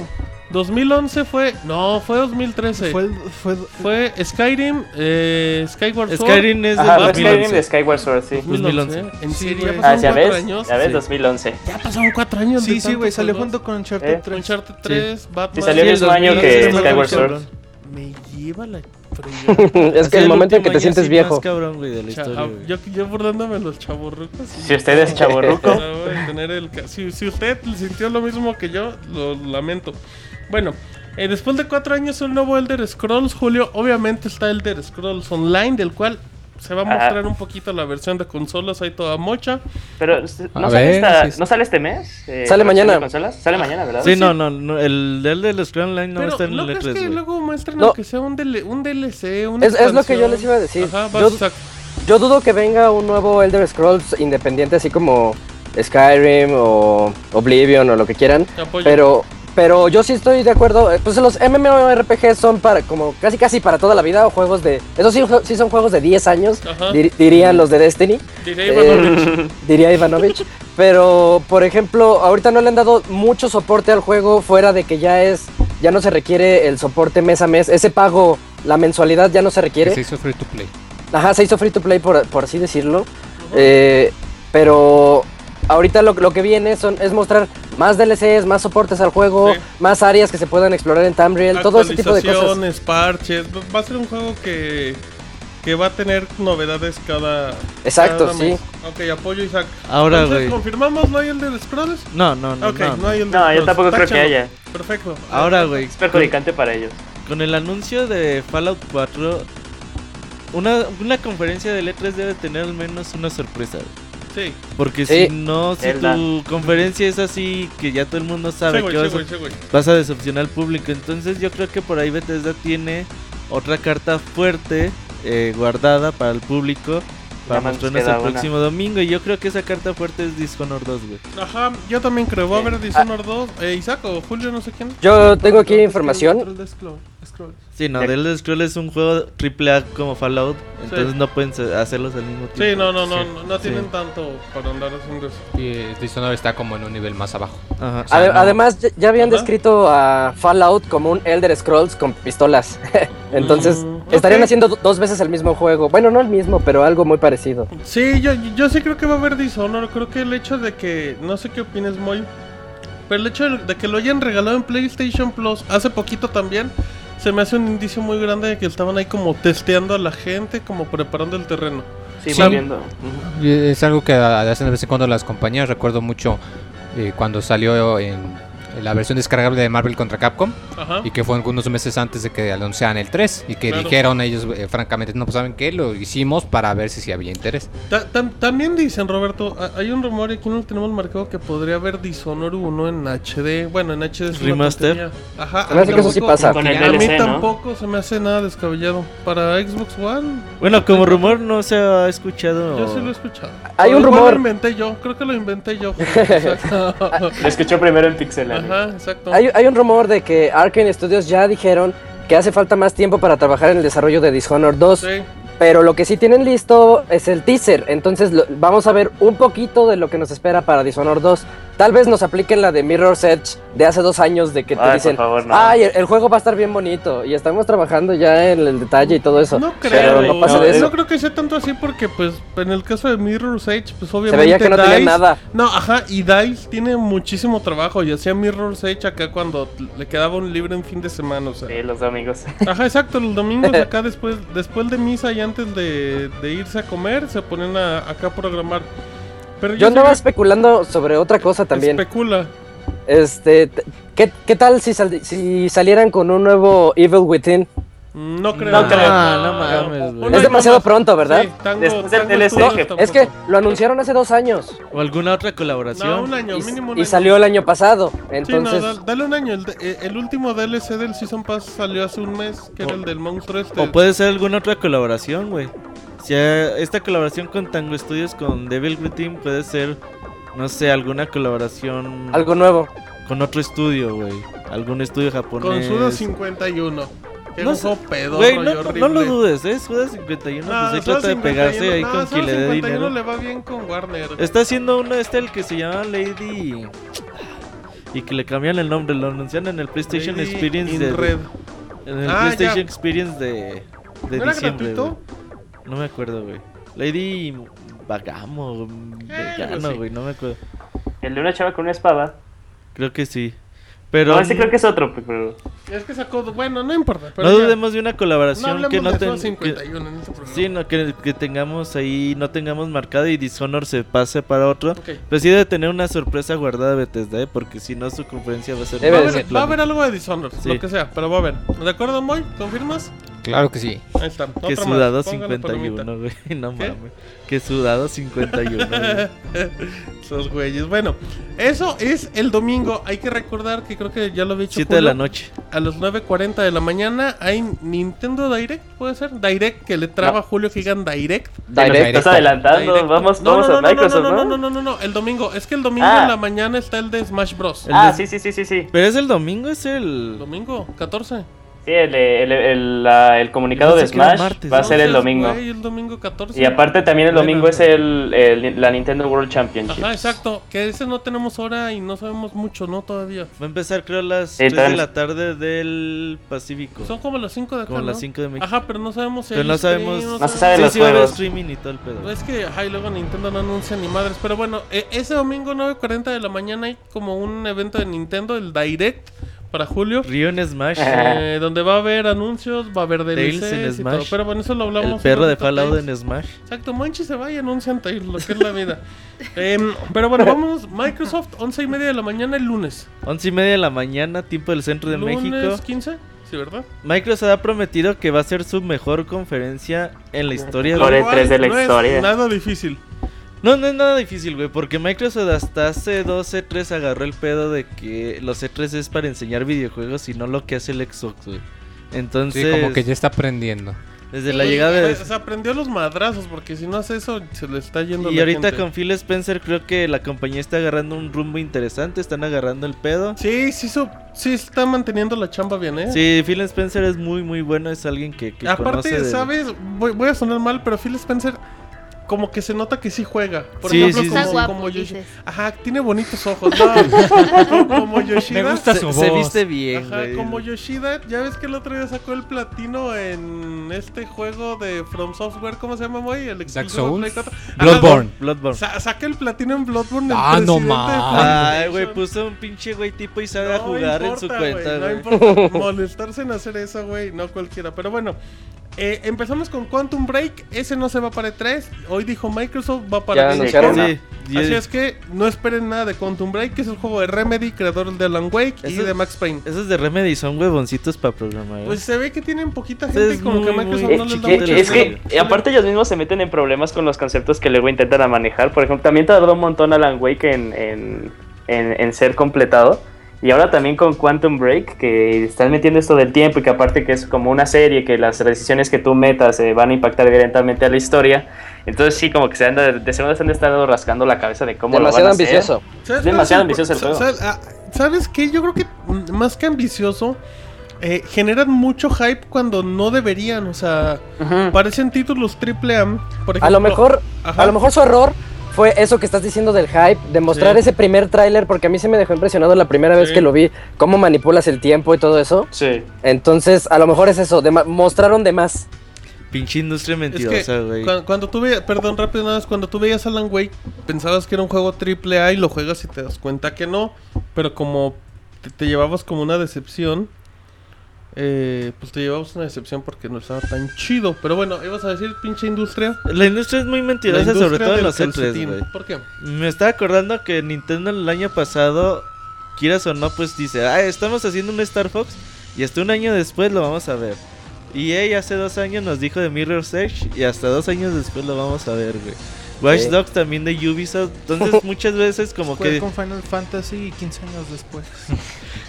2011 fue. No, fue 2013. Fue, Fue, el- fue, Skyrim, eh, Skyward Sword. Skyrim es del Ajá, fue Skyrim 2011. de Skyward Sword, sí. 2011. 2011. En Sí, serio, güey. ya Ah, pasaron ¿ya 4 ves? años. Ya ves, Sí. 2011. Ya pasaron 4 años. de Sí, sí, tantos güey, salió juegos. junto con Uncharted Eh, 3. Uncharted 3, Batman. Sí, salió Sí, el el mismo año 2011, que ¿no? Skyward Cabrón. Sword. Me lleva la fregada. es que Así el momento en que te último año sientes sí viejo. Más cabrón, güey, de la Cha- historia, ah, güey. yo, yo burlándome de los chavorrucos. Si usted es chaborruco, Acabo de tener el ca- si, si usted sintió lo mismo que yo, lo lamento. Bueno, Eh, después de cuatro años, un nuevo Elder Scrolls, Julio. Obviamente está Elder Scrolls Online, del cual se va a Ajá. mostrar un poquito la versión de consolas ahí toda mocha. Pero s- A ¿no, sale, ver, esta- sí, sí. ¿no sale este mes? Eh, Sale la versión mañana. de consolas? Sale mañana, ¿verdad? Sí, no, no, no, el, el del Scroll Online no Pero, está en ¿no el crees E3, que güey. luego muestran No. aunque sea un, DL un DLC? Una Es- es lo que yo expansión? les iba a decir. Ajá, Yo- vas a- Yo dudo que venga un nuevo Elder Scrolls independiente, así como Skyrim o Oblivion o lo que quieran. te apoyo. Pero, pero yo sí estoy de acuerdo. eh, Pues los MMORPG son para como casi casi para toda la vida o juegos de. Esos sí, jue- sí son juegos de 10 años, Ajá. dir- dirían los de Destiny, Diría Ivanovich. Eh, diría Ivanovich. pero, por ejemplo, ahorita no le han dado mucho soporte al juego fuera de que ya es. Ya no se requiere el soporte mes a mes. Ese pago, la mensualidad ya no se Que requiere. se hizo free to play. Ajá, se hizo free to play por, por así decirlo. Eh, pero ahorita lo, lo que viene son, es mostrar más DLCs, más soportes al juego, Sí. más áreas que se puedan explorar en Tamriel, todo ese tipo de cosas. Actualizaciones, parches. Va- Va a ser un juego que, que va a tener novedades cada. Exacto, cada sí. mes. Ok, apoyo Isaac. Ahora, Entonces, güey. ¿confirmamos no hay el de Scrolls? No, no, no. Ok, no. no, hay el de No, yo Scrolls. tampoco creo que Táchalo. haya. Perfecto. Ahora, güey. Es perjudicante para ellos. Con el anuncio de Fallout 4, una, una conferencia del E3 debe tener al menos una sorpresa. güey. Sí, Porque Sí. si no, si Eh, Zelda. tu conferencia es así, que ya todo el mundo sabe sí, que güey, sí, vas, a- güey, sí, güey. vas a decepcionar al público. Entonces yo creo que por ahí Bethesda tiene otra carta fuerte eh, guardada para el público. Para Ya nos mostrarnos el queda una. próximo domingo. Y yo creo que esa carta fuerte es Dishonored 2, güey. Eh, Ajá, yo también creo. Va a haber Dishonored 2. Eh, Isaac o Julio, no sé quién. Yo tengo aquí Scroll, información. scroll, scroll, scroll. Sí, no, Sí. The Elder Scrolls es un juego triple A como Fallout, entonces no pueden se- hacerlos al mismo tiempo. Sí, no, no, no, Sí. no, no tienen Sí. tanto para andar haciendo eso. Y eh, Dishonored está como en un nivel más abajo. Ajá. sea, Ade- no. Además, ya- ya habían Ajá. descrito a Fallout como un Elder Scrolls con pistolas. Entonces, Mm, estarían ok. haciendo do- dos veces el mismo juego. Bueno, no el mismo, pero algo muy parecido. Sí, yo, yo sí creo que va a haber Dishonor. Creo que el hecho de que. No sé qué opines, Moy. Pero el hecho de de que lo hayan regalado en PlayStation Plus hace poquito también. Se me hace un indicio muy grande de que estaban ahí como testeando a la gente, como preparando el terreno. Sí, Sí. volviendo. Y Es algo que a- hacen de vez en cuando las compañías. Recuerdo mucho eh, cuando salió en en la versión descargable de Marvel contra Capcom. Ajá. Y que fue algunos meses antes de que anunciaran el 3 y que Claro. dijeron ellos, eh, francamente, no, pues saben qué, lo hicimos para ver si, sí había interés. Ta- tam- también dicen, Roberto, a- hay un rumor y aquí no lo tenemos marcado que podría haber Dishonor 1 en HD. Bueno, en HD es una Remaster. tontería. Ajá. Se me hace que eso sí tampoco- pasa. Con el A mí DLC, ¿no? tampoco se me hace nada descabellado. Para Xbox One, Bueno, como rumor no se ha escuchado. Yo sí lo he escuchado. Hay Pero un igual rumor. Lo inventé yo, creo que lo inventé yo. Exacto. Lo escuchó primero en Pixel. Ajá, exacto. Hay, hay un rumor de que Arkane Studios ya dijeron que hace falta más tiempo para trabajar en el desarrollo de Dishonored 2, Sí. pero lo que sí tienen listo es el teaser, entonces lo- vamos a ver un poquito de lo que nos espera para Dishonored 2. Tal vez nos apliquen la de Mirror's Edge de hace dos años de que te Ay, por dicen, favor, no. ay, el, el juego va a estar bien bonito y estamos trabajando ya en el detalle y todo eso. No creo, pero güey, no no, eh, pasa de no eso. creo que sea tanto así porque pues en el caso de Mirror's Edge pues Se obviamente veía que no tenía DICE- nada. No, ajá, y DICE tiene muchísimo trabajo y hacía Mirror's Edge acá cuando le quedaba un libre en fin de semana, o sea. Sí, los amigos. Ajá, exacto, los domingos acá después, después de misa y antes de, de irse a comer se ponen a, acá a programar. Pero Yo sí creo andaba especulando sobre otra cosa que también. especula. Este, t- ¿qué, qué tal si, sal- si salieran con un nuevo Evil Within? No creo. No creo. No, no mames, güey. Una es y demasiado otra. pronto, ¿verdad? Sí, tango- Después del tango DLC, estudios que- tampoco. Es que lo anunciaron hace dos años O alguna otra No, colaboración. un año, y, mínimo un y año. salió el año pasado. Sí, no, Entonces, da- dale un año. El, de- eh, el último DLC del Season Pass salió hace un mes, que era el del monstruo este. O puede ser alguna otra colaboración, güey. Si eh, esta colaboración con Tango Studios con Devil Within puede ser, no sé, alguna colaboración algo nuevo. con otro estudio, güey. Algún estudio Con japonés. Suda 51. Que No no sé, pedo, Güey, no, no- horrible. Ah, no lo dudes, ¿eh? Suda 51 No, pues ahí Suda trata de pegarse 51, ahí no, con Suda quien le dé 51 dinero. le va bien con Warner. Está haciendo uno este el que se llama Lady y que le cambian el nombre, lo anuncian en el PlayStation Lady Experience in de Red. en el Ah, PlayStation ya. Experience de de ¿No era diciembre. gratuito? güey. No me acuerdo, güey. Lady Vagamo, Vegano, así. güey, no me acuerdo. El de una chava con una espada. Creo que sí. Pero No, ese creo que es otro, pero. Es que sacó. Bueno, no importa. pero no ya. dudemos de una No colaboración hablemos que no de Zona ten- que- 51 en este programa. Sí, no, que, que tengamos ahí, no tengamos marcado y Dishonor se pase para otro. Ok. Pero sí debe tener una sorpresa guardada Bethesda, ¿eh? porque si no su conferencia va a ser... Va a Debe de haber, va a haber algo de Dishonored, Sí. lo que sea, pero va a haber. ¿De acuerdo, Moy? ¿Confirmas? Claro que sí. Ahí está. Que otra más. sudado Pongan la palomita. 51, güey. No ¿Qué? mames. Que sudado 51. güey. Esos güeyes. Bueno, eso es el domingo. Hay que recordar que creo que ya lo había hecho. 7 de Julio. la noche. A las 9.40 de la mañana hay Nintendo Direct, ¿puede ser? Direct, que le traba a Julio que digan Direct. Direct. Estás adelantando, Direct. vamos, No, vamos no, no, a no, Microsoft, no, ¿no? no, no, no, no, no, el domingo. Es que el domingo Ah. en la mañana está el de Smash Bros. Ah, El sí, sí, sí, sí, sí. Pero es el domingo, es el... Domingo, 14. Sí, el, Eh, el, el- la- el comunicado Yo de pensé que era Smash martes, va a ¿no? ser el Entonces, domingo. güey, el domingo 14. Y aparte también el Bueno, domingo es el, el- la Nintendo World Championship. Ajá, exacto. Que ese no tenemos hora y no sabemos mucho, ¿no? Todavía. Va a empezar creo a las Sí, 3 de también. la tarde del Pacífico. Son como las 5 de acá, Como las ¿no? 5 de México. Ajá, pero no sabemos si Pero hay no stream, sabemos- No se sabe sí, los sí va a haber juegos. streaming y todo el pedo. Es que, ajá, y luego Nintendo no anuncia ni madres. Pero bueno, e- ese domingo 9.40 de la mañana hay como un evento de Nintendo, el Direct, para julio. Río en Smash. eh, donde va a haber anuncios, va a haber Tails DLCs en y todo. Smash. Pero bueno, eso lo hablamos. el perro un de ratito, Fallout Tails. en Smash. Exacto, Monchi se va y anuncian Tails, lo que es la vida. Em, pero bueno, vamos, Microsoft, 11 y media de la mañana el lunes. 11 y media de la mañana, tiempo del centro de lunes México. 15, sí, ¿verdad? Microsoft ha prometido que va a ser su mejor conferencia en la historia. Lo güey. de Igual tres de la no es historia. nada difícil. No, no es nada difícil, güey, porque Microsoft hasta hace dos E3 agarró el pedo de que los E3 es para enseñar videojuegos y no lo que hace el Xbox, güey. Sí, Entonces, como que ya está aprendiendo. desde la Sí, llegada de... Se aprendió los madrazos, porque si no hace eso, se le está yendo Y la ahorita gente. con Phil Spencer creo que la compañía está agarrando un rumbo interesante, están agarrando el pedo. Sí, sí, su- sí está manteniendo la chamba bien, ¿eh? Sí, Phil Spencer es muy muy bueno, es alguien que, que Aparte, conoce de- ¿sabes? Voy, voy a sonar mal, pero Phil Spencer como que se nota que sí juega. Por Sí, ejemplo, sí, sí, como, Está guapo, como Yoshi- dices. Ajá, tiene bonitos ojos. ¿no? como Yoshida. gusta Se, su se voz. viste bien, Ajá, güey. como Yoshida, ya ves que el otro día sacó el platino en este juego de From Software, ¿cómo se llama, Moy? El Dark exclusivo de Souls. Play 4. Ajá, Bloodborne. Bloodborne. Sa- saca el platino en Bloodborne. el Ah, no presidente de mames. Ay, güey, PlayStation. puso un pinche güey tipo y sabe No a jugar en su importa, cuenta, güey, güey. No importa molestarse en hacer eso, güey. No cualquiera. Pero bueno, eh, empezamos con Quantum Break. Ese no se va para E3. Hoy dijo Microsoft, va para Ya Xbox. anunciaron. Sí, importa. y- Así es que no esperen nada de Quantum Break, que es el juego de Remedy, creador de Alan Wake y Eso- de Max Payne. Esos de Remedy son huevoncitos para programar. güey. Pues se ve que tienen poquita gente Es como que muy, Microsoft muy no les da chiquito. mucha Eh, Es que lana. eh, aparte ellos mismos se meten en problemas con los conceptos que luego intentan a manejar. Por ejemplo, también tardó un montón Alan Wake en, en, en- en ser completado. Y ahora también con Quantum Break, que están metiendo esto del tiempo y que aparte que es como una serie, que las decisiones que tú metas eh, van a impactar directamente a la historia. Entonces sí, como que se anda, de seguro se han de estar rascando la cabeza de cómo Demasiado lo van a hacer. ambicioso. ¿Sabes Es demasiado cuál es ambicioso el juego. sa- sa- ah, ¿Sabes qué? Yo creo que mm, más que ambicioso, eh, generan mucho hype cuando no deberían. O sea, Ujú. parecen títulos triple A. Por ejemplo, A lo mejor, Ajá. a lo mejor su error fue eso que estás diciendo del hype, de mostrar Sí. ese primer tráiler, porque a mí se me dejó impresionado la primera vez Sí. que lo vi, cómo manipulas el tiempo y todo eso. Sí. Entonces, a lo mejor es eso, de ma- mostraron de más. Pinche industria Es que mentirosa, güey. cuan- cuando tú veías, perdón, rápido nada más, cuando tú veías Alan Wake, pensabas que era un juego triple A y lo juegas y te das cuenta que no, pero como te, te llevabas como una decepción, eh, pues te llevabas una decepción porque no estaba tan chido. Pero bueno, ibas a decir pinche industria. La industria es muy La mentirosa, industria sobre todo del en los E3, calcetín. güey. ¿Por qué? Me estaba acordando que Nintendo el año pasado, quieras o no, pues dice, ah, estamos haciendo un Star Fox y hasta un año después lo vamos a ver. Y ella hace dos años nos dijo de Mirror's Edge y hasta dos años después lo vamos a ver, güey. Watch Sí. Dogs también de Ubisoft. Entonces muchas veces como Fue que... con Final Fantasy 15 años después.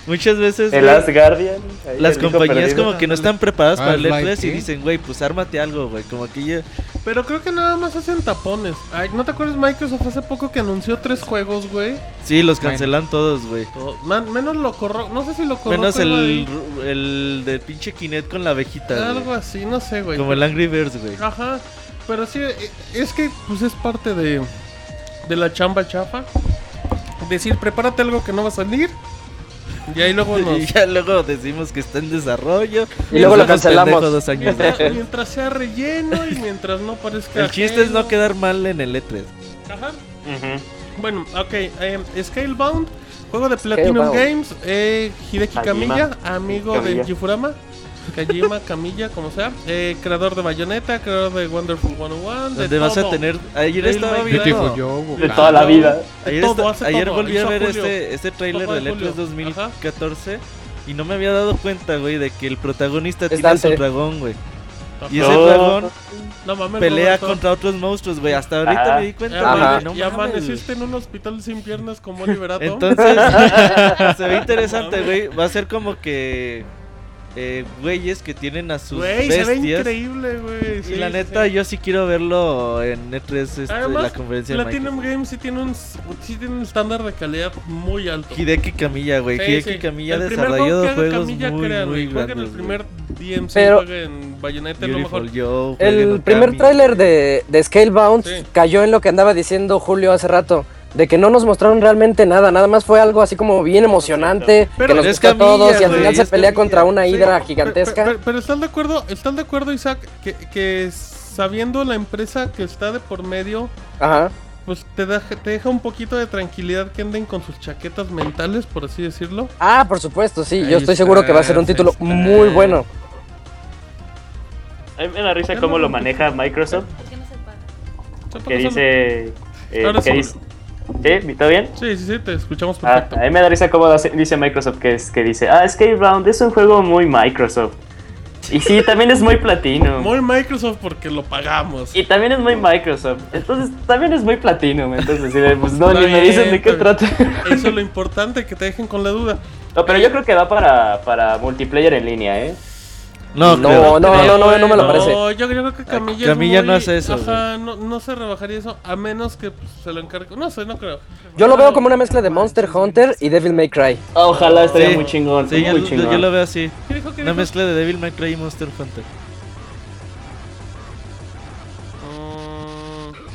Muchas veces... El güey, Last Guardian. ahí las el hijo compañías perdido. como que no están preparadas Ah, para el Half-Life, E3 y ¿qué? dicen, güey, pues ármate algo, güey. Como que ya... Pero creo que nada más hacen tapones. Ay, ¿no te acuerdas Microsoft hace poco que anunció tres juegos, güey? Sí, los Bueno. cancelan todos, güey. Todo- man- menos lo corro, no sé si lo corro. Menos el, el del pinche Kinect con la abejita. güey. algo así, no sé, güey. Como el Angry Birds, güey. Ajá, pero sí, e- es que pues es parte de, de la chamba chafa. Decir, prepárate algo que no va a salir. Ah, Y ahí luego Y nos... ya luego decimos que está en desarrollo. Y luego lo somos cancelamos. pendejos dos años mientras, después. mientras sea relleno y mientras no parezca... El E chiste es no ajeno. quedar mal en el E3. Ajá. Ujú. Bueno, ok. em, Scalebound, juego de Platinum Scalebound. Games. eh, Hideki Kajima. Kamiya, amigo de Kamiya. Yifurama. Kajima, Kamiya, como sea. eh, creador de Bayonetta, creador de Wonderful 101. De Donde vas a todo. tener. Ayer Del estaba Minecraft. viendo. Beautiful de toda la vida. Ayer, Todo, esta- hace ayer todo, volví a hizo ver Julio. este, este trailer Papá de del E3 Julio, ajá. 2014 y no me había dado cuenta, güey, de que el protagonista Es tiene su Dante. dragón, güey. Y No, ese No. dragón no mames, pelea Roberto. contra otros monstruos, güey. Hasta ahorita Ajá. me di cuenta, Ya güey. Ajá. de, No y mames, amaneciste en un hospital sin piernas como Liberato. Entonces, se ve interesante, güey. Va a ser como que eh, güeyes que tienen a sus Güey, se ve bestias. increíble, güey. y sí, la sí, neta, sí. yo sí quiero verlo en E3, este, Además, la conferencia de Platinum Microsoft. Games sí tiene un sí tiene un estándar de calidad muy alto. Hideki Camilla, güey. Sí, Hideki sí. Camilla El ha primer desarrollado juego que haga juegos Camilla muy, crea, muy güey. Juega en el grandes, güey. primer DMC, Pero- juega en Bayonetta, es lo Beautiful mejor. Joe, jueguen El Okami. primer tráiler de, de Scalebound Sí. cayó en lo que andaba diciendo Julio hace rato, de que no nos mostraron realmente nada, nada más fue algo así como bien emocionante, Pero que nos es gustó a Camilla, todos y al güey, final es se pelea Camilla. contra una Sí, hidra pero- gigantesca. Pero, pero- pero están de acuerdo, están de acuerdo, Isaac, que, que sabiendo la empresa que está de por medio, Ajá. pues te, da- te deja un poquito de tranquilidad que anden con sus chaquetas mentales, por así decirlo. Ah, por supuesto, sí, Ahí yo estoy está, seguro que va a ser un ahí título está. muy bueno. A mí me da risa cómo lo maneja Microsoft. ¿Por qué no se paga? Sepa Que que son- dice. eh, Ahora que sí. dice ¿Sí? ¿Todo bien? Sí, sí, sí, te escuchamos Ah, perfecto. a mí me da risa cómo hace- dice Microsoft que, es, que dice: Ah, Scalebound es un juego muy Microsoft. Y sí, también es muy platino. Muy Microsoft porque lo pagamos. Y también es muy Microsoft. Entonces, también es muy Platinum. Entonces, sí, pues no, Está ni me bien, dicen de qué está trata. Eso es lo importante, que te dejen con la duda. No, pero yo creo que va para, para multiplayer en línea, ¿eh? No, No, no, no, creo. no, no me lo No. parece. No, yo creo que Camilla, es Camilla muy- no hace eso, Ajá, no, no se rebajaría eso a menos que pues, se lo encargue. No sé, no creo. Yo lo veo como una mezcla de Monster Hunter y Devil May Cry. Ah, Ojalá estaría Sí, muy chingón. Sí, yo, muy yo- chingón. yo lo veo así. ¿Qué dijo que Una dijo? mezcla de Devil May Cry y Monster Hunter. Mm,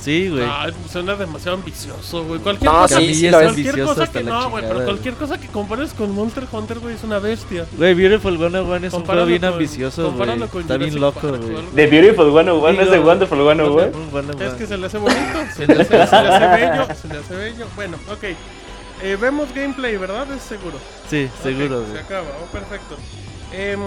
Sí, güey. ay, pues, suena demasiado ambicioso, güey. Cualquier No, cosa, sí, que- sí, lo es. cualquier Ambicioso cosa hasta que la no, güey, pero chingada, cualquier cosa que compares con Monster Hunter, güey, es una bestia. Güey, Beautiful 101 es un juego Compáralo bien con- ambicioso, güey. compáralo con Está bien Jurassic loco, Park o güey. algo. The Beautiful 101 es de Digo, Wonderful 101. Wonderful 101. Es que se le hace bonito, se le hace, se le hace bello, se le hace bello. Bueno, ok. Eh, vemos gameplay, ¿verdad? Es seguro. Sí, Ok, seguro, Se güey. acaba, oh, perfecto. Em,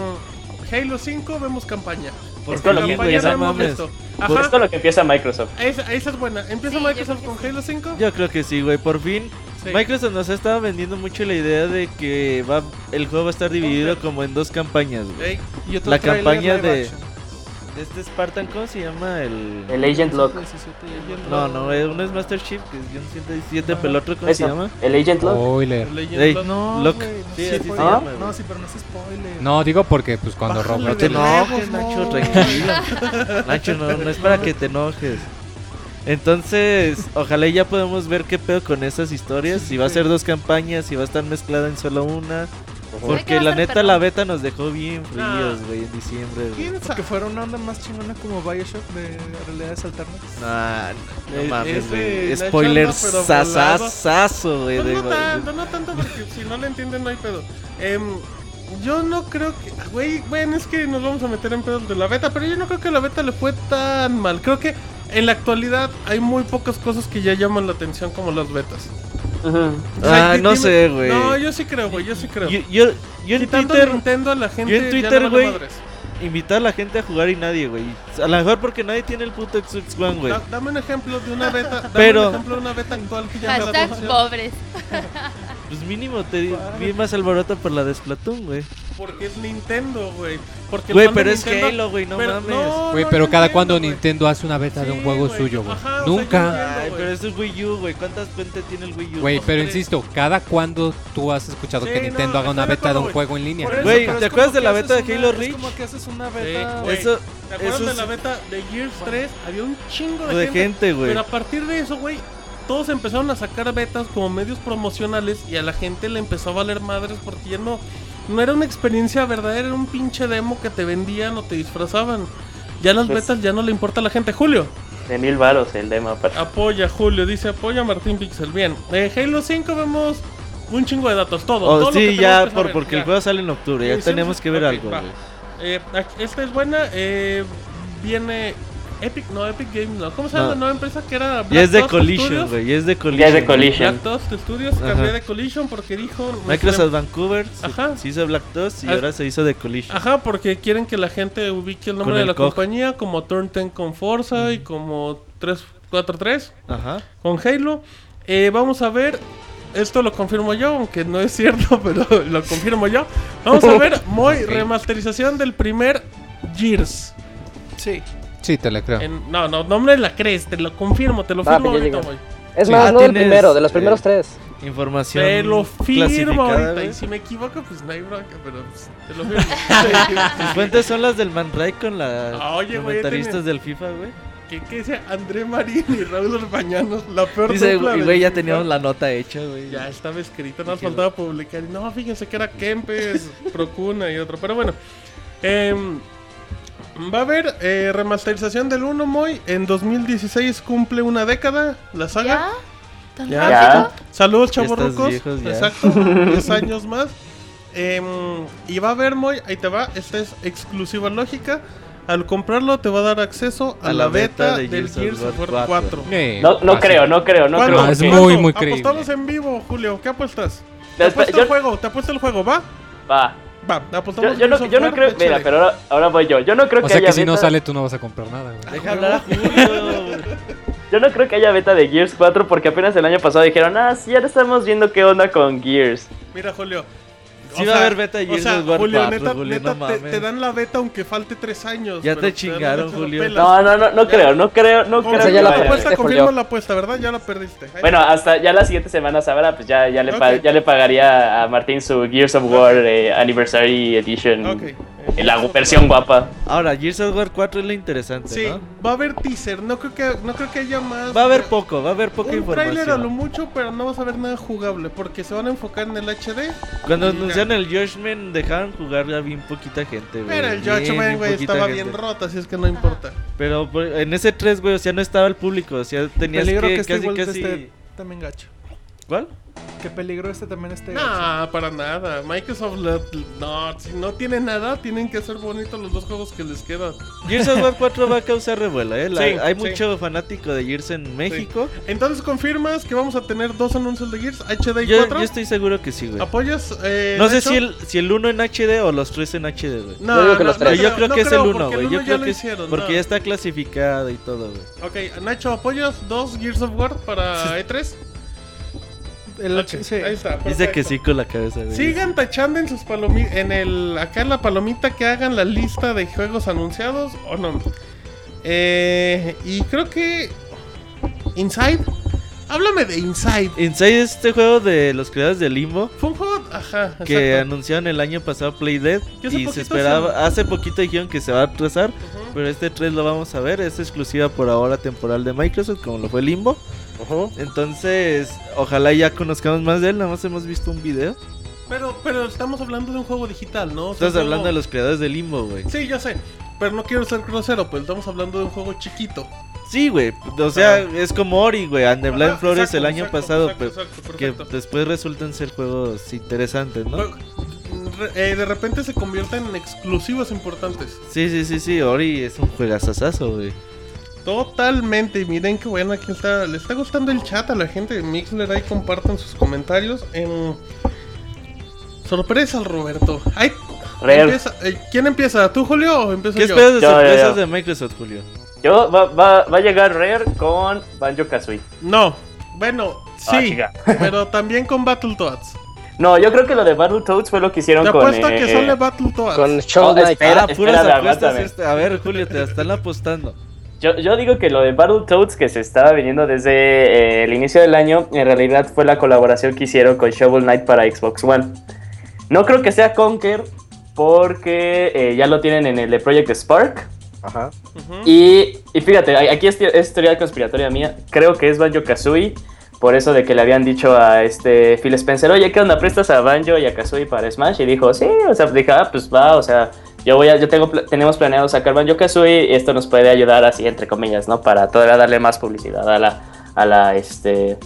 Halo 5, vemos campaña. Por Esto lo fin, que- güey, campaña no no hemos mames. visto. Esto Ajá, es lo que empieza Microsoft. esa, esa es buena. Empieza Sí, yo Microsoft creo con que Halo 5. Yo creo que sí, güey. Por fin. Sí. Microsoft nos ha estado vendiendo mucho la idea de que va el juego va a estar dividido como en dos campañas, güey. Ey, Y otro La tráiler campaña live de- action. Este Spartan, ¿cómo se llama? El... El Agent Lock. 17 y el- No, no, eh, uno es Master Chief, que es John 117, pero el otro, ¿cómo Eso, se llama? El Agent Lock. Spoiler. Legend Ey, Lock. No, Lock. güey, no, Sí, se así se puede. llama, güey. No, sí, pero no es spoiler. No, digo porque pues cuando Bájale Roblox... te de huevos, enojes, pues, Nacho, Pues no. tranquilo. Nacho, no, no es para que te enojes. Entonces, ojalá y ya podemos ver qué pedo con esas historias. Si va a ser dos campañas, si va a estar mezclada en solo una. Ay, que va Porque a la estar neta, perrón. la beta nos dejó bien Nah. fríos, güey, en diciembre. güey. ¿Quién Que sabe? fuera una onda más chingona como Bioshock de realidades alternas. Nah, no Eh, mames, ese güey. Nacho Spoiler anda, pero volado. sasasazo, güey. Pues de- no tanto, no tanto, porque si no le entienden no hay pedo. Em, yo no creo que... Güey, bueno, es que nos vamos a meter en pedos de la beta, pero yo no creo que la beta le fue tan mal. Creo que en la actualidad hay muy pocas cosas que ya llaman la atención como las betas. Ujú. O sea, Ah, di- no dime- sé, güey. No, yo sí creo, güey, yo sí creo. Yo, yo, yo en Quitando Twitter Nintendo a la gente yo en ya le Twitter, vale güey, madres. invité a la gente a jugar y nadie, güey. A lo mejor porque nadie tiene el puto Xbox One, güey. Da- dame un ejemplo de una beta, dame Pero- un ejemplo de una beta actual que llame la Hashtag atención. pobres. Pues mínimo te di vi más alboroto por la de Splatoon, güey. Porque es Nintendo, güey. Porque el Güey, fan de pero es Nintendo- Halo, güey, no pero- mames. no, Güey, no, pero yo cada entiendo, cuando güey. Nintendo hace una beta de Sí, un juego güey. suyo, güey. Ajá, o sea, yo Nunca. entiendo. Ay, güey. pero es un Wii U, güey. ¿Cuántas cuentas tiene el Wii U? Güey, pero Sí. insisto, cada cuando tú has escuchado Sí, que no, Nintendo haga una estoy de beta de acuerdo, un güey. juego en línea. Por eso, Güey, pero es ¿te acuerdas como de la que beta haces de una- Halo Es Reach? como que haces una Sí, beta. güey. Eso, ¿Te acuerdas eso de es la beta de Gears 3? Había un chingo de, de gente, güey. Pero a partir de eso, güey, todos empezaron a sacar betas como medios promocionales y a la gente le empezó a valer madres porque ya no, no era una experiencia verdadera, era un pinche demo que te vendían o te disfrazaban. Ya las Pues- betas ya no le importa a la gente. Julio, De mil varos el demo. aparte. apoya, Julio, dice apoya a Martín Pixel. Bien, de Halo 5 vemos un chingo de datos, todo. Oh, todo lo que sí, tenemos ya, que por- saber, porque ya. Eh, el juego sale en octubre. Ya Sí, sí, tenemos sí. que ver Ok, algo, va. güey. Eh, aquí- esta es buena. eh, viene Epic, no, Epic Games no. ¿Cómo se llama No. la nueva empresa que era Black Ya es de Dust Collision, Studios? güey. Ya es de Collision. Ya es de güey. Collision. Black Dust Studios Ajá. cambió de Collision porque dijo... Microsoft Vancouver se, Pues Ajá. se hizo Black Dust y Ah. ahora se hizo de Collision. Ajá, porque quieren que la gente ubique el nombre Con de el la Cog. compañía como Turn 10 con Forza y como 343 Ajá. con Halo. Eh, vamos a ver, esto lo confirmo yo, aunque no es cierto, pero lo confirmo yo. Vamos a ver, muy Ok. remasterización del primer Gears. Sí. Sí, te la creo. En- no, no, no me la crees, te lo confirmo, te lo Ah, firmo pues ya ahorita, llegó. Moy. Es Sí. más, Ah, no del tienes, primero, de los primeros eh, tres. Información. Te lo firmo clasificada, ¿eh? ahorita, güey. y si me equivoco, pues no hay bronca, pero pues, te lo firmo. Mis fuentes son las del Man Ray con la Ah, oye, güey, comentaristas del FIFA, güey. ¿Qué, qué dice André Marín y Raúl Orbañanos? La peor Dice, dupla y del güey, ya FIFA. teníamos la nota hecha, güey. Ya estaba escrita, nada más Dije, faltaba publicar. Y No, fíjense que era Kempes, Procuna y otro. Pero bueno, em, va a haber eh, remasterización del 1 Moy. En 2016 cumple una década la saga. ¿Ya? ¿Tan Ya. rápido? Saludos, chavos Estás rucos. viejos ya. Exacto, 10 años más. Em, y va a haber Moy, ahí te va. Esta es exclusiva lógica. Al comprarlo te va a dar acceso a, la, beta, de del Gears of Gears of War War 4. 4. Eh, No, no fácil. creo, no creo, no ¿Cuándo? Ah, pues creo. No, es porque- muy- muy creíble. Apostamos en vivo, Julio. ¿Qué apuestas? Te Después- apuesto yo- el juego, te apuesto el juego, ¿va? Va. Va, Yo, apostamos yo no, Gears of yo no War, creo. échale. Mira, pero ahora, ahora voy yo. Yo no creo O que sea haya que si beta- no sale, tú no vas a comprar nada, güey. Deja hablar a Julio. Yo no creo que haya beta de Gears 4 porque apenas el año pasado dijeron, ah, sí, ahora estamos viendo qué onda con Gears. Mira, Julio. Sí va a haber beta de Gears of War Julio, 4, neta, Julio, neta, no te, mames. te dan la beta aunque falte tres años. Ya pero te dan la chingaron, beta, Julio. pelas. No, no, no, no creo, no creo, no Confirma creo. sea, que ya la vaya este a haber. apuesta, perdiste, Julio. confirma la apuesta, ¿verdad? Ya la perdiste. Ahí Bueno, va. hasta ya la siguiente semana sabrá, pues ya, ya, le, pa- Ok. ya le pagaría a Martín su Gears of War eh, Anniversary Edition. Ok. Eh, La versión guapa. Ahora, Gears of War 4 es lo interesante, Sí, ¿no? va a haber teaser, no creo que, no creo que haya más. Va a haber poco, va a haber poca Un tráiler a lo información. mucho, pero no vas a ver nada jugable porque se van a enfocar en el HD. Cuando Ya. anunciaron el Judgment, dejaron jugar a bien poquita gente, güey. Pero el Bien, Judgment, bien güey, poquita estaba gente. bien roto, así es que no importa. Pero por- en ese 3, güey, o sea, no estaba el público, o sea, tenías que, Peligro que, este casi, igual casi... este también gacho. ¿Cuál? Que peligro este también este gacho. No, para nada. Microsoft, la- no, si no tiene nada, tienen que hacer bonitos los dos juegos que les quedan. Gears of War 4 va a causar revuelo, ¿eh? La- Sí, hay sí. mucho fanático de Gears en México. Entonces, ¿confirmas que vamos a tener dos anuncios de Gears HD y Yo, 4? yo estoy seguro que sí, güey. ¿Apoyas? eh, No sé Nacho? si el, si el 1 en HD o los 3 en HD, güey. No, Yo digo que los Pero tres. yo creo no que es el 1, porque güey. Yo ya creo lo que es- hicieron, porque no. ya está clasificado y todo, güey. Ok, Nacho, ¿apoyas dos Gears of War para E3? El Ok, ocho- sí. Ahí está. Dice que perfecto. sí con la cabeza, güey. Sigan tachando en sus palomitas, en el, acá en la palomita que hagan la lista de juegos anunciados o no. Eh, y creo que Inside, háblame de Inside. Inside es este juego de los creadores de Limbo. Fue un juego, ajá, Que exacto. anunciaron el año pasado Play Dead Que hace y poquito se esperaba, hace poquito dijeron que se va a atrasar, Ujú. pero este 3 lo vamos a ver, es exclusiva por ahora temporal de Microsoft como lo fue Limbo. Entonces, ojalá ya conozcamos más de él, nada más hemos visto un video. Pero, pero estamos hablando de un juego digital, ¿no? O sea, Estás un hablando de juego- los creadores de Limbo, güey. Sí, ya sé. Pero no quiero ser grosero, pues estamos hablando de un juego chiquito. Sí, güey, o sea, es como Ori, güey, and the Blind Ajá, Flores exacto, el año exacto, pasado, exacto, exacto, pero perfecto. que después resultan ser juegos interesantes, ¿no? Pero, re- eh, de repente se convierten en exclusivos importantes. Sí, sí, sí, sí, Ori es un juegazazazo, güey. Totalmente, y miren qué bueno aquí está. Le está gustando el chat a la gente de Mixler, ahí compartan sus comentarios. Em, Sorpresa al Roberto. Ay, Real. empieza- eh, ¿Quién empieza? ¿Tú, Julio? ¿O empiezo ¿Qué yo? esperas de Yo, yo, sorpresas yo. de Microsoft, Julio? Yo, va, va, va a llegar Rare con Banjo Kazooie. No. Bueno, sí, Ah, chica. pero también con Battletoads. No, yo creo que lo de Battletoads fue lo que hicieron Te con. apuesto a que eh, son de Battletoads. Con Shovel Oh, Knight. espera. Ah, puras espérame, apuestas. aguántame. este- A ver, Julio, te la están apostando. Yo, yo digo que lo de Battletoads que se estaba viniendo desde eh, el inicio del año, en realidad fue la colaboración que hicieron con Shovel Knight para Xbox One. No creo que sea Conker, porque eh, ya lo tienen en el de Project Spark. Ajá. Ujú. Y, y fíjate, a- aquí es, te- es teoría conspiratoria mía. Creo que es Banjo Kazooie. Por eso de que le habían dicho a este Phil Spencer, oye, ¿qué onda? ¿Prestas a Banjo y a Kazooie para Smash? Y dijo, sí, o sea, dije, ah, pues va, o sea, yo voy a, yo tengo, pla- tenemos planeado sacar Banjo Kazooie y esto nos puede ayudar así, entre comillas, ¿no? Para todavía darle más publicidad a la, a la, este,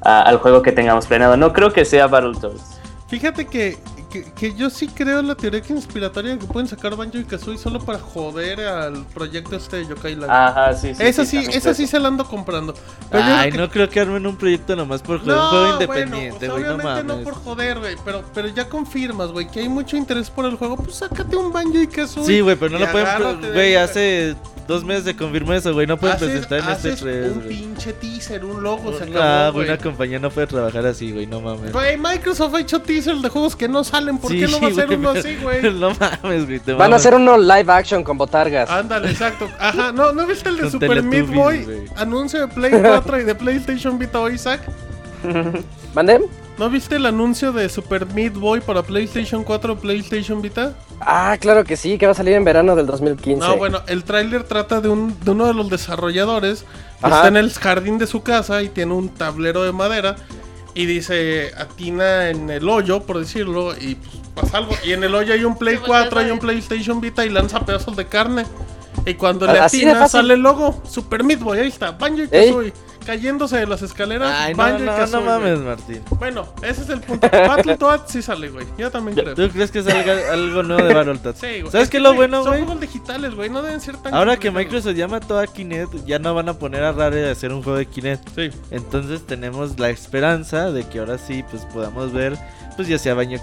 a- al juego que tengamos planeado. No creo que sea Battletoads. Fíjate que, que, que yo sí creo la teoría que inspiratoria de que pueden sacar Banjo y Kazooie solo para joder al proyecto este de Yokai Land. Ajá, sí, sí. esa sí, también esa eso. sí se la ando comprando. Pero yo creo Ay, que- no creo que armen un proyecto nomás por jugar un juego bueno, independiente, güey. pues, no obviamente mames. no, por joder, güey. Pero, pero ya confirmas, güey, que hay mucho interés por el juego. Pues sácate un Banjo y Kazooie. Sí, güey, pero no y lo pueden. agárrate pre- de Güey, ahí, hace dos meses se confirmó eso, güey. No pueden Haces- presentar en este haces 3, Un güey. pinche teaser, un logo, se Ah, acabó, güey, güey. una compañía no puede trabajar así, güey. No mames. Güey, Microsoft ha hecho teaser de juegos que no salen. ¿Por qué no va a sí, ser güey, uno pero- así, güey? No mames, güey. te Van a mamas. hacer uno live action con botargas. Ándale, exacto. Ajá, no, ¿no viste el de Con Super Meat Teletubbies, Boy? güey. Anuncio de Play 4 y de PlayStation Vita hoy, Isaac. ¿Mandem? ¿No viste el anuncio de Super Meat Boy para PlayStation 4 o PlayStation Vita? Ah, claro que sí, que va a salir en verano del 2015. No, bueno, el tráiler trata de, un, de uno de los desarrolladores que Ajá. está en el jardín de su casa y tiene un tablero de madera y dice atina en el hoyo, por decirlo, y pues, pasa algo. Y en el hoyo hay un Play Te volteas 4, a hay un ver. PlayStation Vita y lanza pedazos de carne. Y cuando le Así de atina fácil. sale el logo, Super Meat Boy, ahí está, Banjo y Ey. Kazooie. Cayéndose de las escaleras, Ay, no, Banjo y no, no Kazooie, güey. mames, Martín. Bueno, ese es el punto. Battletoads sí sale, güey. Yo también creo. ¿Tú crees que salga algo nuevo de Battletoads? Sí, güey. ¿Sabes Es qué que, es lo güey, bueno, Son güey? juegos digitales, güey. No deben ser tan. Ahora que complicados. Microsoft llama a toda Kinect, ya no van a poner a Rare a hacer un juego de Kinect. Sí. Entonces tenemos la esperanza de que ahora sí pues podamos ver pues ya sea Baño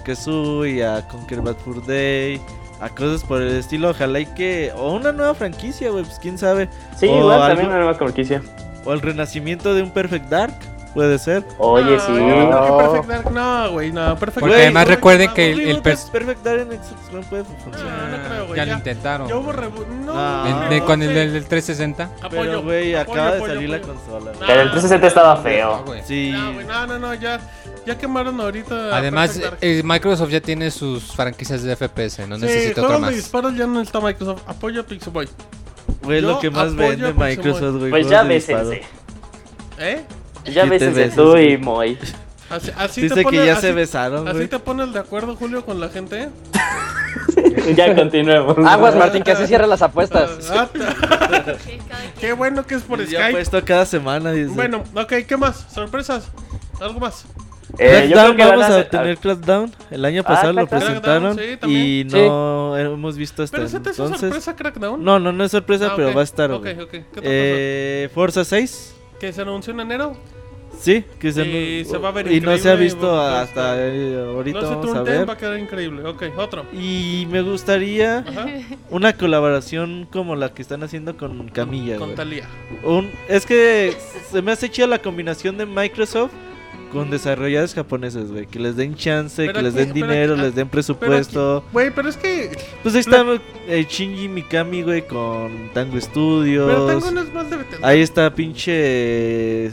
y a Conquer Bad Fur Day, a cosas por el estilo. Ojalá y que o una nueva franquicia, güey, pues quién sabe, Sí, O igual también algo- una nueva franquicia. o el renacimiento de un Perfect Dark, puede ser. Oye, No, sí. yo no creo que No. Perfect Dark- No, güey, no. Perfect Porque Dark- además güey, recuerden no, que güey, el- el Digo, pers- Perfect Dark en Xbox One puede funcionar. no creo, güey, ya, ya. lo intentaron. Ya hubo rebu- No. Ah. En- güey, de- no con el sé. del del 360. Apoyo, Pero güey, apoyo, acaba de apoyo, salir la apoyo. consola. güey. Pero el 360 estaba Ah, feo. güey. Sí. No, güey, no, no, no, ya. Ya quemaron ahorita. Además, Perfect Dark. eh, Microsoft ya tiene sus franquicias de FPS, no Sí, necesita juegos otra de más. disparos ya no está Microsoft. Apoyo a Pixelboy. Güey, es Yo lo que más apoyo a vende Pixemoy. Microsoft, güey. Pues juegos ya de disparo. bésense. ¿Eh? Ya Sí te bésense beses, tú y güey. Moy. Así, así te Dice pone, que ya así, se besaron, así güey. te pones de acuerdo, Julio, con la gente. ya continuemos. Aguas, Martín, que así cierran las apuestas. Ah, ah, Qué bueno que es por Ya Skype. puesto cada semana, dice. Bueno, ok, ¿qué más? ¿Sorpresas? ¿Algo más? Eh, yo creo Crackdown, que van vamos a a, hacer- tener Crackdown. El año Ah, pasado lo Crackdown. presentaron Crackdown, sí, y también. no hemos visto hasta ¿Pero se te hizo entonces. sorpresa Crackdown? No, no, no es sorpresa, Ah, pero ok, va a estar. Ok, güey. ok. ¿Qué otra Eh, Forza 6. cosa? ¿Que se anunció en enero? Sí, que se, Y no- se va a ver y no se ha increíble, visto va- va a hasta estar- eh, ahorita no vamos turn a 10 ver. va a quedar increíble. Ok, otro. Y me gustaría Ajá. una colaboración como la que están haciendo con Camilla. Con güey. Talía. Un- es que se me hace chida la combinación de Microsoft con desarrolladores japoneses, güey. Que les den chance, Pero que les aquí- ah, den pero dinero, aquí- les den Pero aquí- presupuesto. Güey, pero es que. Pues ahí está eh, Shinji Mikami, güey, con Tango Studios. Pero tengo no es más de Bethesda. Ahí está pinche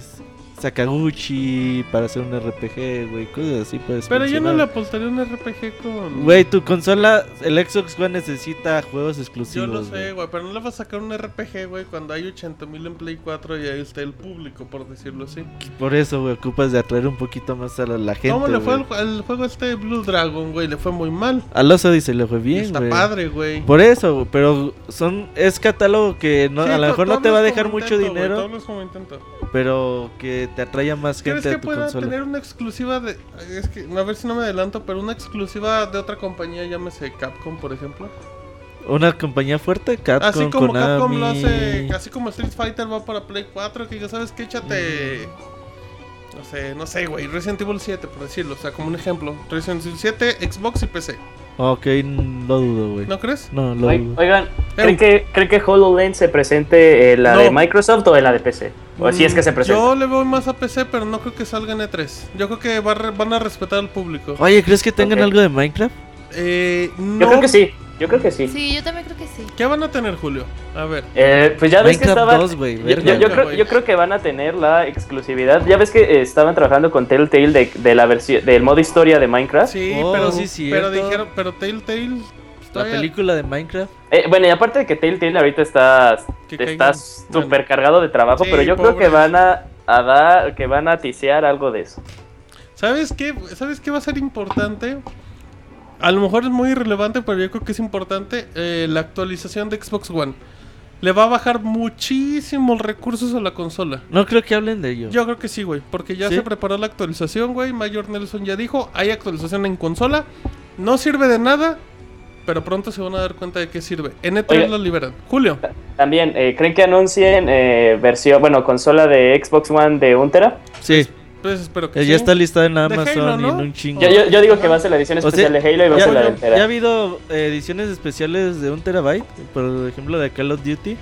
Sakaguchi para hacer un RPG, güey, cosas así. Pues, Pero yo no le mencionar. apostaría un RPG con. Güey, tu consola, el Xbox One necesita juegos Yo exclusivos. lo sé, güey. güey, pero no le vas a sacar un RPG, güey, cuando hay 80.000 en Play 4 y ahí está el público, por decirlo así. Por eso, güey, ocupas de atraer un poquito más a la, la gente. ¿Cómo le fue al, güey. al juego este de Blue Dragon, güey? Le fue muy mal. Al oso dice, le fue Y bien, está güey. padre, güey. Por eso, güey, pero son es catálogo que no, Sí, a to- lo mejor no todos te va a los dejar como mucho intento, güey, dinero, todos los como intento. pero que te atraiga más ¿Crees gente que a tu pueda consola. tener una exclusiva de... Es que, a ver si no me adelanto, pero una exclusiva de otra compañía, llámese Capcom, por ejemplo. Una compañía fuerte, Capcom, así como Konami. Capcom lo hace, así como Street Fighter va para Play 4, que ya sabes que échate... No sé, no sé, güey, Resident Evil 7, por decirlo, o sea, como un ejemplo. Resident Evil 7, Xbox y PC. Ok, n- lo dudo, güey. ¿No crees? No, lo Oigan, dudo. oigan, Ah. ¿creen que, ¿creen que HoloLens se presente en la No. de Microsoft o en la de PC? O si es que se Mm, presenta. Yo le voy más a PC, pero no creo que salga en E3. Yo creo que va a re- van a respetar al público. Oye, ¿crees que tengan Ok. algo de Minecraft? Eh, no... Yo creo que sí, yo creo que sí. Sí, yo también creo que sí. ¿Qué van a tener, Julio? A ver. Eh, pues ya ves que Minecraft estaban... 2, güey. Yo, verga, yo- yo güey. creo, yo creo que van a tener la exclusividad. Ya ves que eh, estaban trabajando con Telltale de, de la versión del modo historia de Minecraft. Sí, Oh, pero, sí, cierto. pero dijeron, pero Telltale. pues, La todavía- película de Minecraft. Eh, bueno, y aparte de que Telltale ahorita está Que está caigan. Bueno. súper cargado de trabajo, Sí, pero yo creo que pobres. van a, a dar que van a tisear algo de eso. ¿Sabes qué? ¿Sabes qué va a ser importante? A lo mejor es muy irrelevante, pero yo creo que es importante eh, la actualización de Xbox One. Le va a bajar muchísimos recursos a la consola. No creo que hablen de ello. Yo creo que sí, güey, porque ya ¿Sí? se preparó la actualización, güey. Mayor Nelson ya dijo, hay actualización en consola. No sirve de nada, pero pronto se van a dar cuenta de que sirve. En E3 Oiga. lo liberan. Julio, También, eh, ¿creen que anuncien eh, versión, bueno, consola de Xbox One de 1 tera? Sí, pues espero que Eh, ya sí. está lista en Halo, Amazon y en ¿no? un chingo. Yo, yo- yo digo que va a ser la edición O sea, especial de Halo y va a ya, ser la de ya- 1 tera. ya ha habido eh, ediciones especiales de un terabyte, por ejemplo de Call of Duty,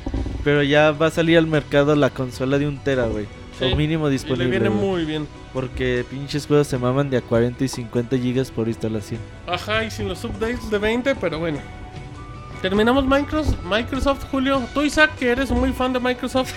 pero ya va a salir al mercado la consola de un tera, güey. Sí, O mínimo Y disponible. le viene güey, muy bien. Porque pinches juegos se maman de a 40 y 50 gigas por instalación. Ajá, y sin los updates de 20, pero bueno. Terminamos Microsoft, Microsoft, Julio. Tú, Isaac, que eres muy fan de Microsoft.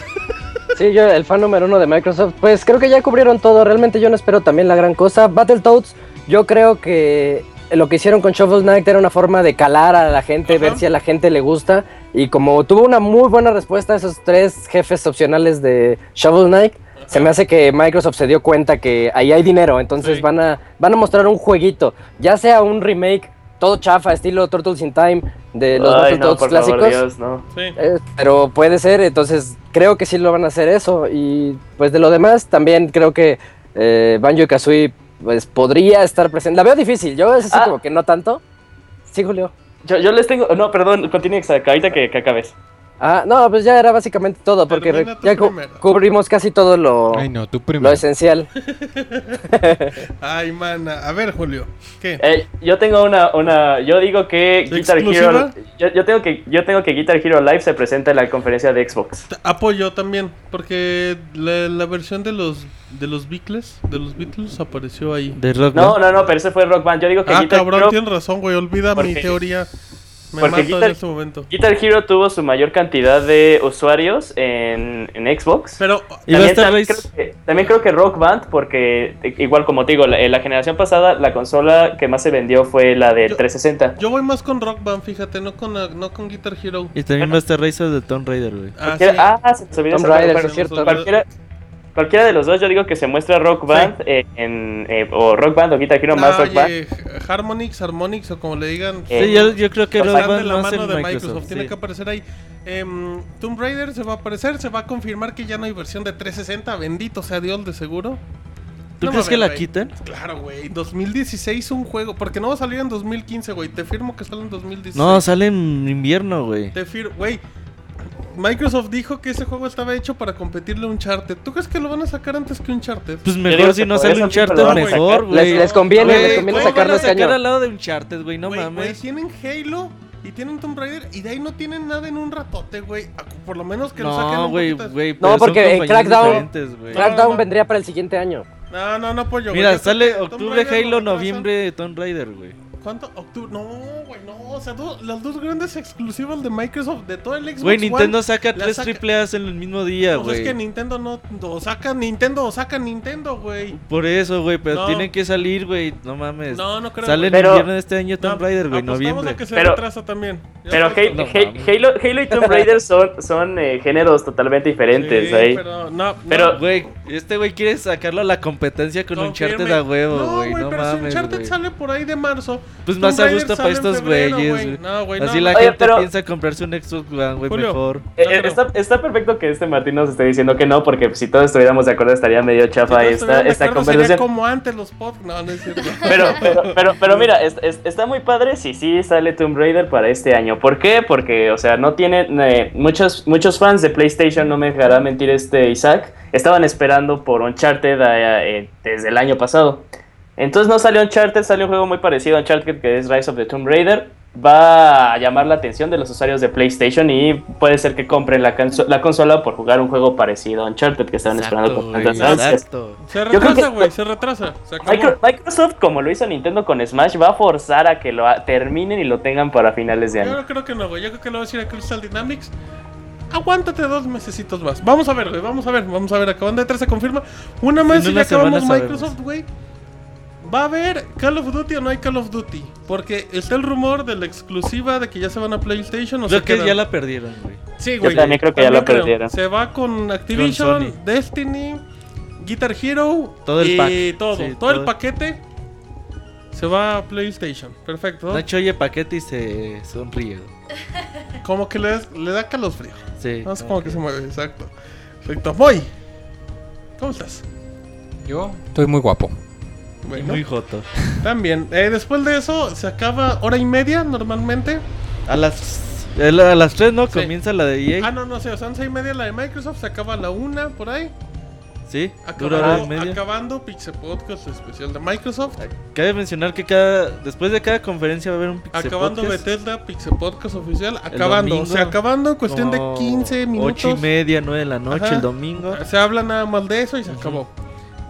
Sí, yo, el fan número uno de Microsoft. Pues creo que ya cubrieron todo. Realmente yo no espero también la gran cosa. Battletoads, yo creo que lo que hicieron con Shovel Knight era una forma de calar a la gente, Ajá. ver si a la gente le gusta. Y como tuvo una muy buena respuesta a esos tres jefes opcionales de Shovel Knight, se me hace que Microsoft se dio cuenta que ahí hay dinero. Entonces Sí. van, a, van a mostrar un jueguito, ya sea un remake. Todo chafa, estilo Turtles in Time de los Ay, no, Battletoads por clásicos. favor, Dios, no. Sí. Eh, pero puede ser, entonces creo que sí lo van a hacer eso. Y pues de lo demás, también creo que eh, Banjo y Kazooie pues, podría estar presente. La veo difícil, yo es así Ah. como que no tanto. Sí, Julio. Yo, yo les tengo, no, perdón, continúe, Isaac, ahorita que, que acabes. Ah, no, pues ya era básicamente todo, porque re- Termina tú ya cu- primero. cubrimos casi todo lo, Ay, no, tú lo primero. esencial. Ay, mana. A ver, Julio. ¿Qué? Eh, yo tengo una, una, yo digo que Guitar ¿Exclusiva? Hero, yo, yo tengo que, yo tengo que Guitar Hero Live se presenta en la conferencia de Xbox. Te Apoyo también, porque la, la versión de los de los Beatles, de los Beatles apareció ahí. De Rock No, Band. no, no, pero ese fue Rock Band. Yo digo que Ah, Guitar cabrón, Hero tienes razón, güey. Olvida mi Porque- teoría. Me mato porque en Guitar- este momento. Guitar Hero tuvo su mayor cantidad de usuarios en, en Xbox. Pero Y va también, a estar también Race- creo que, también creo que Rock Band, porque eh, igual como te digo, la, eh, la generación pasada la consola que más se vendió fue la del Yo- 360. yo voy más con Rock Band, fíjate, no con, no con Guitar Hero. Y también va a estar Racer de Tomb Raider, güey. Ah, Cualquiera- Ah, se nos olvidó Tomb esa- Raider, pero- sí, cierto. cualquiera, cualquiera de los dos, yo digo que se muestra Rock Band eh, en, eh, o Rock Band o Guitar Hero No, más Rock Ah, oye, Band. H- Harmonix, Harmonix o como le digan. Eh, Sí, yo, yo creo que o sea, Rock están de Band la lo hace mano en de Microsoft. Microsoft, tiene sí. que aparecer ahí. Em, Tomb Raider se va a aparecer, se va a confirmar que ya no hay versión de 360, bendito sea Dios de seguro. ¿Tú No crees que mames, la güey. quiten? Claro, güey, 2016 un juego, porque no va a salir en 2015, güey, te firmo que sale en 2016. No, sale en invierno, güey. Te firmo, güey. Microsoft dijo que ese juego estaba hecho para competirle a Uncharted. ¿tú crees que lo van a sacar antes que Uncharted? Pues digo mejor que si no por sale eso un sí me lo charter, van a mejor, sacar. Les, güey. les conviene, les Güey, conviene ¿cómo van a sacarlo sacar este año. al lado de un charter, güey, no Güey, güey, mames. tienen Halo y tienen Tomb Raider y de ahí no tienen nada en un ratote, güey. A- Por lo menos que lo saquen No, un güey, poquito- güey. No, pero son porque en compañías Crackdown- diferentes, güey. Crack- Crackdown no. vendría para el siguiente año. No, no, no apoyo. güey. Mira, Yo creo que sale Tomb octubre Raider lo Halo, retrasan. noviembre Tomb Raider, güey. ¿Cuánto? Octubre. No, güey, no. O sea, do- las dos grandes exclusivas de Microsoft de todo el Xbox. Güey, One, Nintendo saca la tres saca- triple A's en el mismo día, Pues es güey. que Nintendo no. O saca Nintendo o saca Nintendo, güey. Por eso, güey, pero No. tienen que salir, güey. No mames. No, no creo. Sale en güey. Pero- invierno de este año Tomb pues No, Raider, güey, apostamos noviembre. a que se Pero- retrasa también. Ya Pero está. Halo, no Halo- mames. Halo, Halo y Tomb Raider son, son eh, géneros totalmente diferentes. Sí, ahí. Pero, no, no, Pero- Güey, este güey quiere sacarlo a la competencia con un charter a huevo, güey. No, pero si mames, Uncharted güey. sale por ahí de marzo. Pues Tomb más a Raider gusto para sale en estos febrero, güeyes, güey. güey. No, güey, Así no, la no. Oye, gente pero- piensa comprarse un Xbox One, güey, Julio. mejor. Eh, creo. eh, está, está perfecto que este Martín nos esté diciendo que no, porque si todos estuviéramos de acuerdo estaría medio Si todos chafa esta, estuvieran de esta acuerdo, sería conversación. como antes los pop. No, no es cierto. Pero, pero, pero, pero mira, es- es- está muy padre si sí sale Tomb Raider para este año. ¿Por qué? Porque, o sea, no tienen. eh, muchos, muchos fans de PlayStation, no me dejará mentir este Isaac, estaban esperando por Uncharted eh, eh, desde el año pasado. Entonces no salió Uncharted, salió un juego muy parecido a Uncharted que es Rise of the Tomb Raider. Va a llamar la atención de los usuarios de PlayStation y puede ser que compren la, canso- la consola por jugar un juego parecido a Uncharted que estaban esperando con güey, tantas ansias. exacto. Se creo retrasa, que- güey, se retrasa. Se acabó. Micro- Microsoft, como lo hizo Nintendo con Smash, va a forzar a que lo a- terminen y lo tengan para finales de Yo año. no creo que no, güey. Yo creo que le voy a decir a Crystal Dynamics. Aguántate dos mesecitos más. Vamos a ver, güey. Vamos a ver, vamos a ver. Acabando de entrar se confirma. Una más y En ya una semana acabamos sabemos. Microsoft, güey. ¿Va a haber Call of Duty o no hay Call of Duty? Porque está el rumor de la exclusiva de que ya se van a PlayStation o Creo se que quedan. ya la perdieron, güey. Sí, Yo también creo que ya la perdieron. Se va con Activision, Con Sony. Destiny, Guitar Hero Todo el y pack. todo. Sí, todo, todo. el paquete se va a PlayStation. Perfecto. Nacho oye paquete y se sonríe. güey. Como que le, le da calosfrío. Sí. No sé cómo que se mueve, exacto. Perfecto. Voy. ¿Cómo estás? Yo estoy muy guapo. Y Bueno, muy joto. también. Eh, después de eso, se acaba hora y media normalmente. A las, a la- a las 3, ¿no? Sí. Comienza la de E EA. Ah, no, no sé, o sea, once y media la de Microsoft, se acaba a la una por ahí. Sí, dura hora y Acabando, media. acabando Pixel Podcast especial de Microsoft. Cabe mencionar que cada después de cada conferencia va a haber un pixel Acabando podcast, Bethesda, Pixel Podcast oficial. Acabando, o sea, domingo, acabando en cuestión como de 15 minutos. ocho y media, 9 de la noche, Ajá. el domingo. Se habla nada más de eso y se acabó.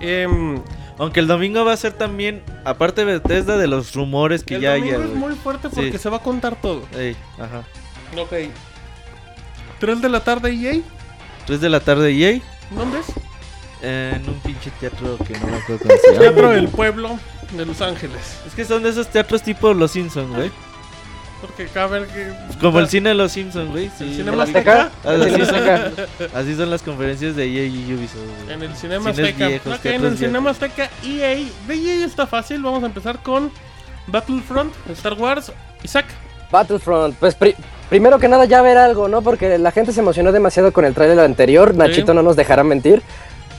Em, Aunque el domingo va a ser también, aparte de Bethesda, de los rumores que el ya hay. domingo güey. es muy fuerte porque Sí. se va a contar todo. Ey, ajá. Ok. 3 de la tarde EA. 3 de la tarde EA, ¿Dónde es? en un pinche teatro que no me acuerdo cómo se llama. Teatro del Pueblo de Los Ángeles. Es que son de esos teatros tipo Los Simpsons, güey. Porque cabe que. Como el cine de Los Simpsons, güey. sí. El ¿El Cinema Azteca? Azteca. Ah, ¿El sí, Azteca? Así son las conferencias de EA y Ubisoft. güey. En el Cinema Cines Azteca. viejos, Ok, en el teatros Cinema Azteca EA. De EA está fácil. Vamos a empezar con Battlefront, Star Wars, Isaac. Battlefront, pues pri- primero que nada ya ver algo, ¿no? Porque la gente se emocionó demasiado con el tráiler anterior, Nachito no nos dejará mentir,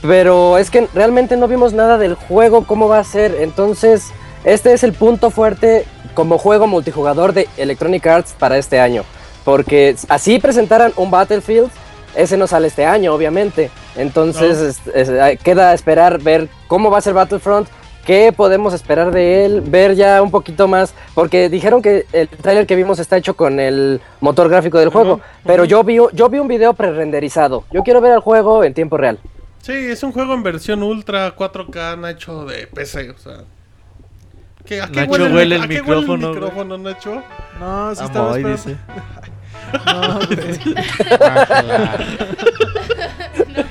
pero es que realmente no vimos nada del juego, cómo va a ser, entonces este es el punto fuerte como juego multijugador de Electronic Arts para este año, porque así presentaran un Battlefield, ese no sale este año, obviamente, entonces es- es- queda esperar ver cómo va a ser Battlefront, ¿Qué podemos esperar de él? Ver ya un poquito más, porque dijeron que el tráiler que vimos está hecho con el motor gráfico del juego, pero yo vi, yo vi un video prerenderizado. Yo quiero ver el juego en tiempo real. Sí, es un juego en versión ultra 4K, Nacho, de PC. O sea. ¿Qué- ¿A qué, Nacho huele, el, huele mic- el a qué huele el micrófono, güey. micrófono, Nacho? No, sí Ah, estaba Moy, esperando. dice. No, güey.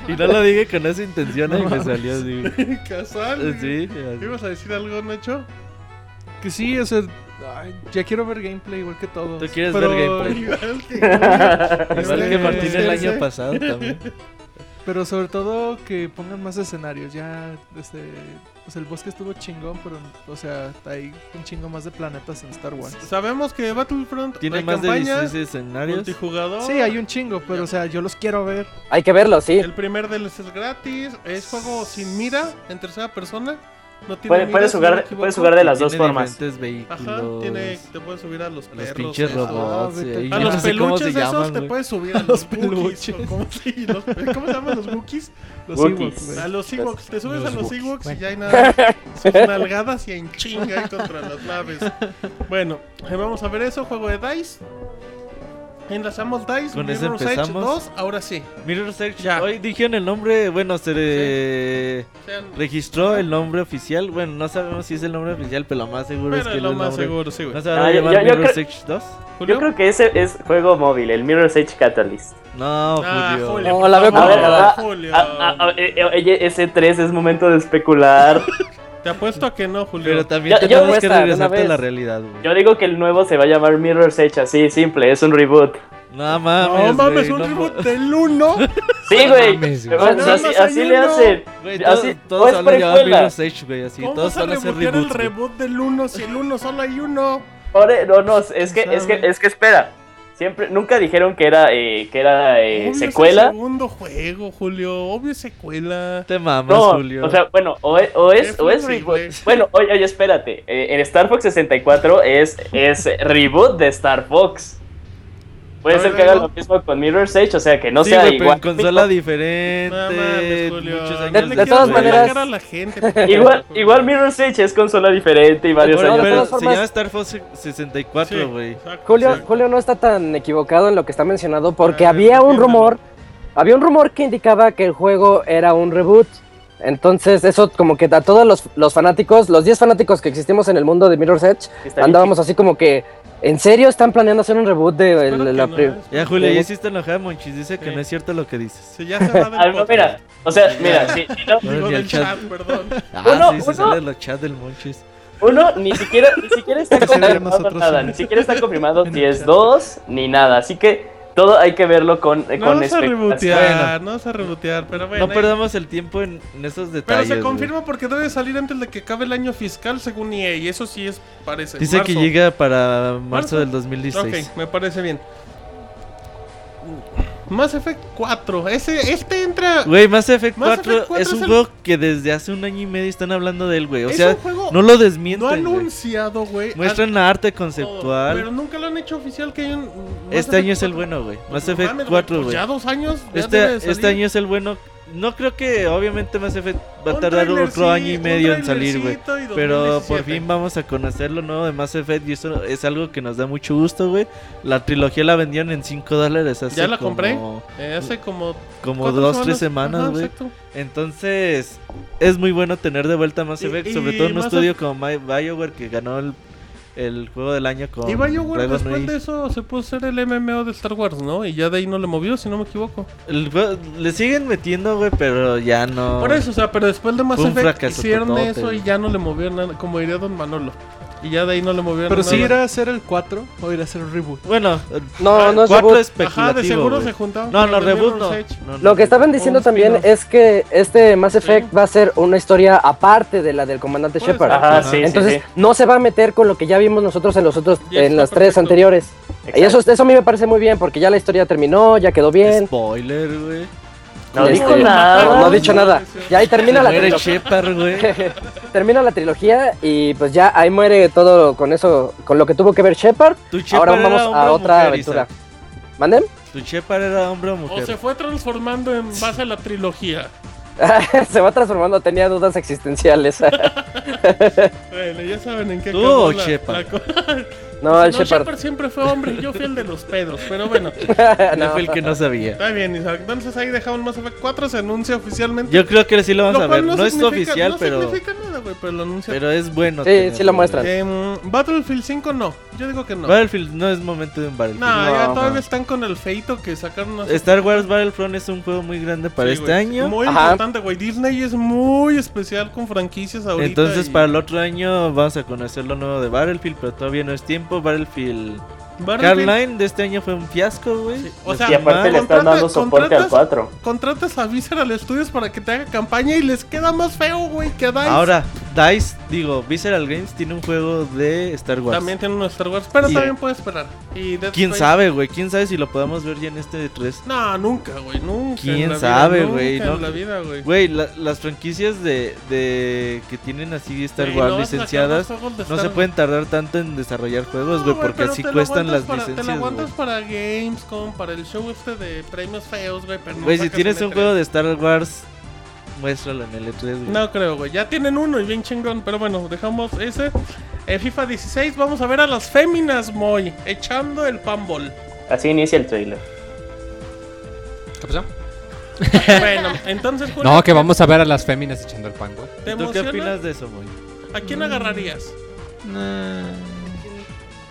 Y no lo dije con esa intención y me salió así. güey. Casal. Sí, ¿Qué ¿Ibas a decir algo, Nacho? Que sí, o sea, ay, ya quiero ver gameplay igual que todos. Tú quieres Pero- ver gameplay. Igual que, Igual que Martín el Este, sí, sí. año pasado también. Pero sobre todo que pongan más escenarios. Ya, este. O sea, el bosque estuvo chingón, pero. O sea, hay un chingo más de planetas en Star Wars. Sabemos que Battlefront Tiene hay más de campaña, 16 escenarios. multijugador. Sí, hay un chingo, pero o sea, yo los quiero ver. Hay que verlo, sí. El primer DLC es gratis. Es juego sin mira, en tercera persona. No tiene Puedes, mira, puedes si no me jugar, equivoco. puedes jugar de las dos Tiene formas. diferentes Ajá, vehículos. tiene, te puedes subir a los a Los perros. pinches esto. robots. vete. eh, A yo los no sé cómo peluches se esos llaman, te güey. puedes subir a, los los peluches. peluches. ¿Cómo, sí, los pe- ¿Cómo se llaman los bookies? Los Wookiees. Ewoks, güey. A los Ewoks, te subes Los a los Wookiees. Ewoks y Bueno. ya hay nada. Sus nalgadas y en chinga ahí contra las naves. Bueno, eh, vamos a ver eso, juego de Dice. Enlazamos Dice, Con ese Mirror's Edge empezamos. 2, ahora sí. Mirror's Edge, Ya. Hoy dijeron el nombre, bueno, se eh, O sea, registró el nombre oficial. Bueno, no sabemos si es el nombre oficial, pero lo más seguro es pero que es lo el más nombre- seguro, sí, güey. ¿No se va a Ah, yo- llamar yo- yo Mirror's creo- Edge 2? Julio. Yo creo que ese es juego móvil, el Mirror's Edge Catalyst. No, Ah, Julio. Julio. No, por la veo favor, complicada. Julio. Ah, ah, ah, eh, eh, oye, ese 3 es momento de especular. Te apuesto a que no, Julio. Pero también Yo- yo- tenemos que Cuesta, de una regresarte a la vez. realidad, güey. Yo digo que el nuevo se va a llamar Mirror's Edge, así, simple, es un reboot. No mames. No mames, güey, un no reboot ma- del 1. Sí, güey. mames, güey. O sea, así, Nada más así hay le uno. hacen. Güey, Así- todos, o todos es se van a llamar precuela. Mirror's Edge, güey. Así, ¿Cómo todos vas a van a hacer rebotear el reboots. güey. reboot del 1 si el 1 solo hay uno? Ahora, no, no, es que, Eh, es que, es que espera. Siempre, nunca dijeron que era, eh, que era eh, Obvio es el secuela. segundo juego, Julio. Obvio es secuela. Te mamas, No, Julio. o sea, bueno, o e- o es, Qué o es, fácil, reboot. güey. Bueno, oye, oye, espérate. eh, en Star Fox 64 es, es reboot de Star Fox. Puede A ser ver, que haga luego. lo mismo con Mirror's Edge, o sea, que no sí, sea güey, pero igual. en consola diferente. No mames, Julio. muchos No años le de quieras todas ver maneras- la cara a la gente. por Igual, favor. igual Mirror's Edge es consola diferente y varios de Bueno, años. pero todas se formas- llama Star Fox Sí, 64, güey. exacto, Julio, exacto. Julio no está tan equivocado en lo que está mencionado porque Ah, había un entiéndelo. rumor, había un rumor que indicaba que el juego era un reboot. Entonces eso como que a todos los, los fanáticos, los 10 fanáticos que existimos en el mundo de Mirror's Edge, Está bien. andábamos así como que, ¿en serio están planeando hacer un reboot de Espero que el- la no, pri- eh. Ya, Julio, Sí. ya hiciste enojada, Monchis. Dice que Sí. no es cierto lo que dices. Sí, ya se va del Ah, no, podcast. mira, o sea, mira, si, si no, Digo, Ni el del chat, chat. perdón. Ah, Uno- sí, uno- se sale de los chats del Monchis. uno ni siquiera, ni siquiera está Ese día confirmado nosotros nada, sí. ni siquiera está confirmado En si el es chat. 2 ni nada, así que todo hay que verlo con, eh, No con vas a expectación. rebotear, no vas a rebotear, pero bueno. No ahí- perdamos el tiempo en, en esos Pero detalles. se güey. confirma porque debe salir antes de que acabe el año fiscal, según EA. Y eso sí es, parece. Dice que marzo. llega para marzo Marzo. del 2016. Ok, me parece bien. Mass Effect 4. Ese, este entra. Güey, Mass Effect Mass 4, Effect 4 es es un el- juego que desde hace un año y medio están hablando de él, güey. O es sea, un juego no lo desmienten. no güey. anunciado, güey. Oh, Muestran la arte todo, conceptual. Pero nunca lo han hecho oficial que hay un. Mass este año Effect es el 4. bueno, güey. Mass No Effect mames, 4, pues güey. Ya dos años. ya debe de Este, salir. este año es el bueno. No creo que, obviamente, Mass Effect va a Un tardar otro trailercito, año y medio un en salir, güey. trailercito y Pero 2017. por fin vamos a conocer lo nuevo de Mass Effect y eso es algo que nos da mucho gusto, güey. La trilogía la vendieron en 5 dólares hace Ya la compré. como, Eh, hace como. como cuatro 2, 3 semanas, Ajá, güey. exacto. Entonces, es muy bueno tener de vuelta Mass Y- Effect, y sobre todo en un Mass estudio como Mi- BioWare que ganó el, el juego del año con Y BioWare Dragon después Age. de eso se puso a hacer el MMO de Star Wars, ¿no? Y ya de ahí no le movió, si no me equivoco. El juego- le siguen metiendo, güey, pero ya no. Por eso, o sea, pero después de Mass Fue un Effect fracaso hicieron totote, eso güey. y ya no le movieron nada, como diría Don Manolo. Y ya de ahí no le movieron Pero nada. si era Ah, hacer el 4 o ir a hacer un reboot. Bueno, ah, No, no es cuatro reboot. especulativo, Ajá, de seguro güey. se juntaron. No, con no, el de reboot no. Mirror's Edge. No, no, Lo que estaban diciendo Un también spin-off. es que este Mass Effect va a ser una historia aparte de la del comandante Puede Shepard. ser. Ajá, Ajá. sí, Entonces sí, sí. no se va a meter con lo que ya vimos nosotros en los otros, Ya en está las tres perfecto. anteriores. Y eso, eso a mí me parece muy bien porque ya la historia terminó, ya quedó bien. Spoiler, güey. No Este, dijo No, no nada. ha dicho nada. Ya ahí termina Se la muere trilogía. Shepard, güey. termina la trilogía y pues ya ahí muere todo con eso, con lo que tuvo que ver Shepard. Tu Shepard Ahora era vamos hombre a o otra mujer, aventura. Isaac. ¿Manden? Tu Shepard era hombre o O mujer. se fue transformando en base a la trilogía. se va transformando, tenía dudas existenciales. Bueno, ya saben en qué Tú acabó o la- Shepard. la co- no, el no, Shepard. Shepard siempre fue hombre y yo fui el de los pedos. Pero bueno, Él No. fue el que no sabía. está bien, Isaac. Entonces ahí dejamos Mass Effect 4, se anuncia oficialmente. Yo creo que sí lo vamos Lo a cual ver. No, es significa- oficial, no pero, significa nada, güey, pero lo anuncia. pero es bueno. Sí, tenerlo, sí lo muestran. güey. Em, Battlefield 5 no, yo digo que no. Battlefield no es momento de un Battlefield. Nah, ya No, todavía no. están con el feito que sacaron hace- Star Wars Battlefront es un juego muy grande para Sí, este güey, año. Muy Ajá. importante, güey. Disney es muy especial con franquicias ahorita. Entonces y- para el otro año vamos a conocer lo nuevo de Battlefield, pero todavía no es tiempo. Battlefield Battlefield- Carline de este año fue un fiasco, güey. Sí, o Nos sea, Y aparte le están Contrata- dando soporte al contratas- 4. Contratas a Visceral Studios para que te haga campaña y les queda más feo, güey, que a DICE. Ahora, DICE, digo, Visceral Games tiene un juego de Star Wars. También tiene uno de Star Wars, pero Sí. también puede esperar. Y Dead ¿Quién Space- sabe, güey? ¿Quién sabe si lo podamos ver ya en este de 3? No, nunca, güey, nunca. en ¿Quién la vida, sabe, nunca güey, no? En la vida, güey. Güey, la- las franquicias de, de que tienen así Star Güey, Wars no vas a sacar licenciadas más juegos de no Star se Wars. pueden tardar tanto en desarrollar juegos, No, güey, güey, porque pero así te lo cuestan las aguantas para- Te licencias, lo aguantas güey. para Gamescom, para el show este de premios feos, güey, pero no Güey, si sacas E tienes en un E3. juego de Star Wars, muéstralo en el E3, güey. No creo, güey. Ya tienen uno y bien chingón. Pero bueno, dejamos ese. Eh, FIFA 16, vamos a ver a las féminas, Moy. Echando el panball. Así inicia el trailer. ¿Qué pasó? bueno, entonces, Julio, No, que vamos a ver a las féminas echando el pan, güey. ¿Te ¿Y ¿Tú qué emociona? opinas de eso, güey? ¿A quién agarrarías?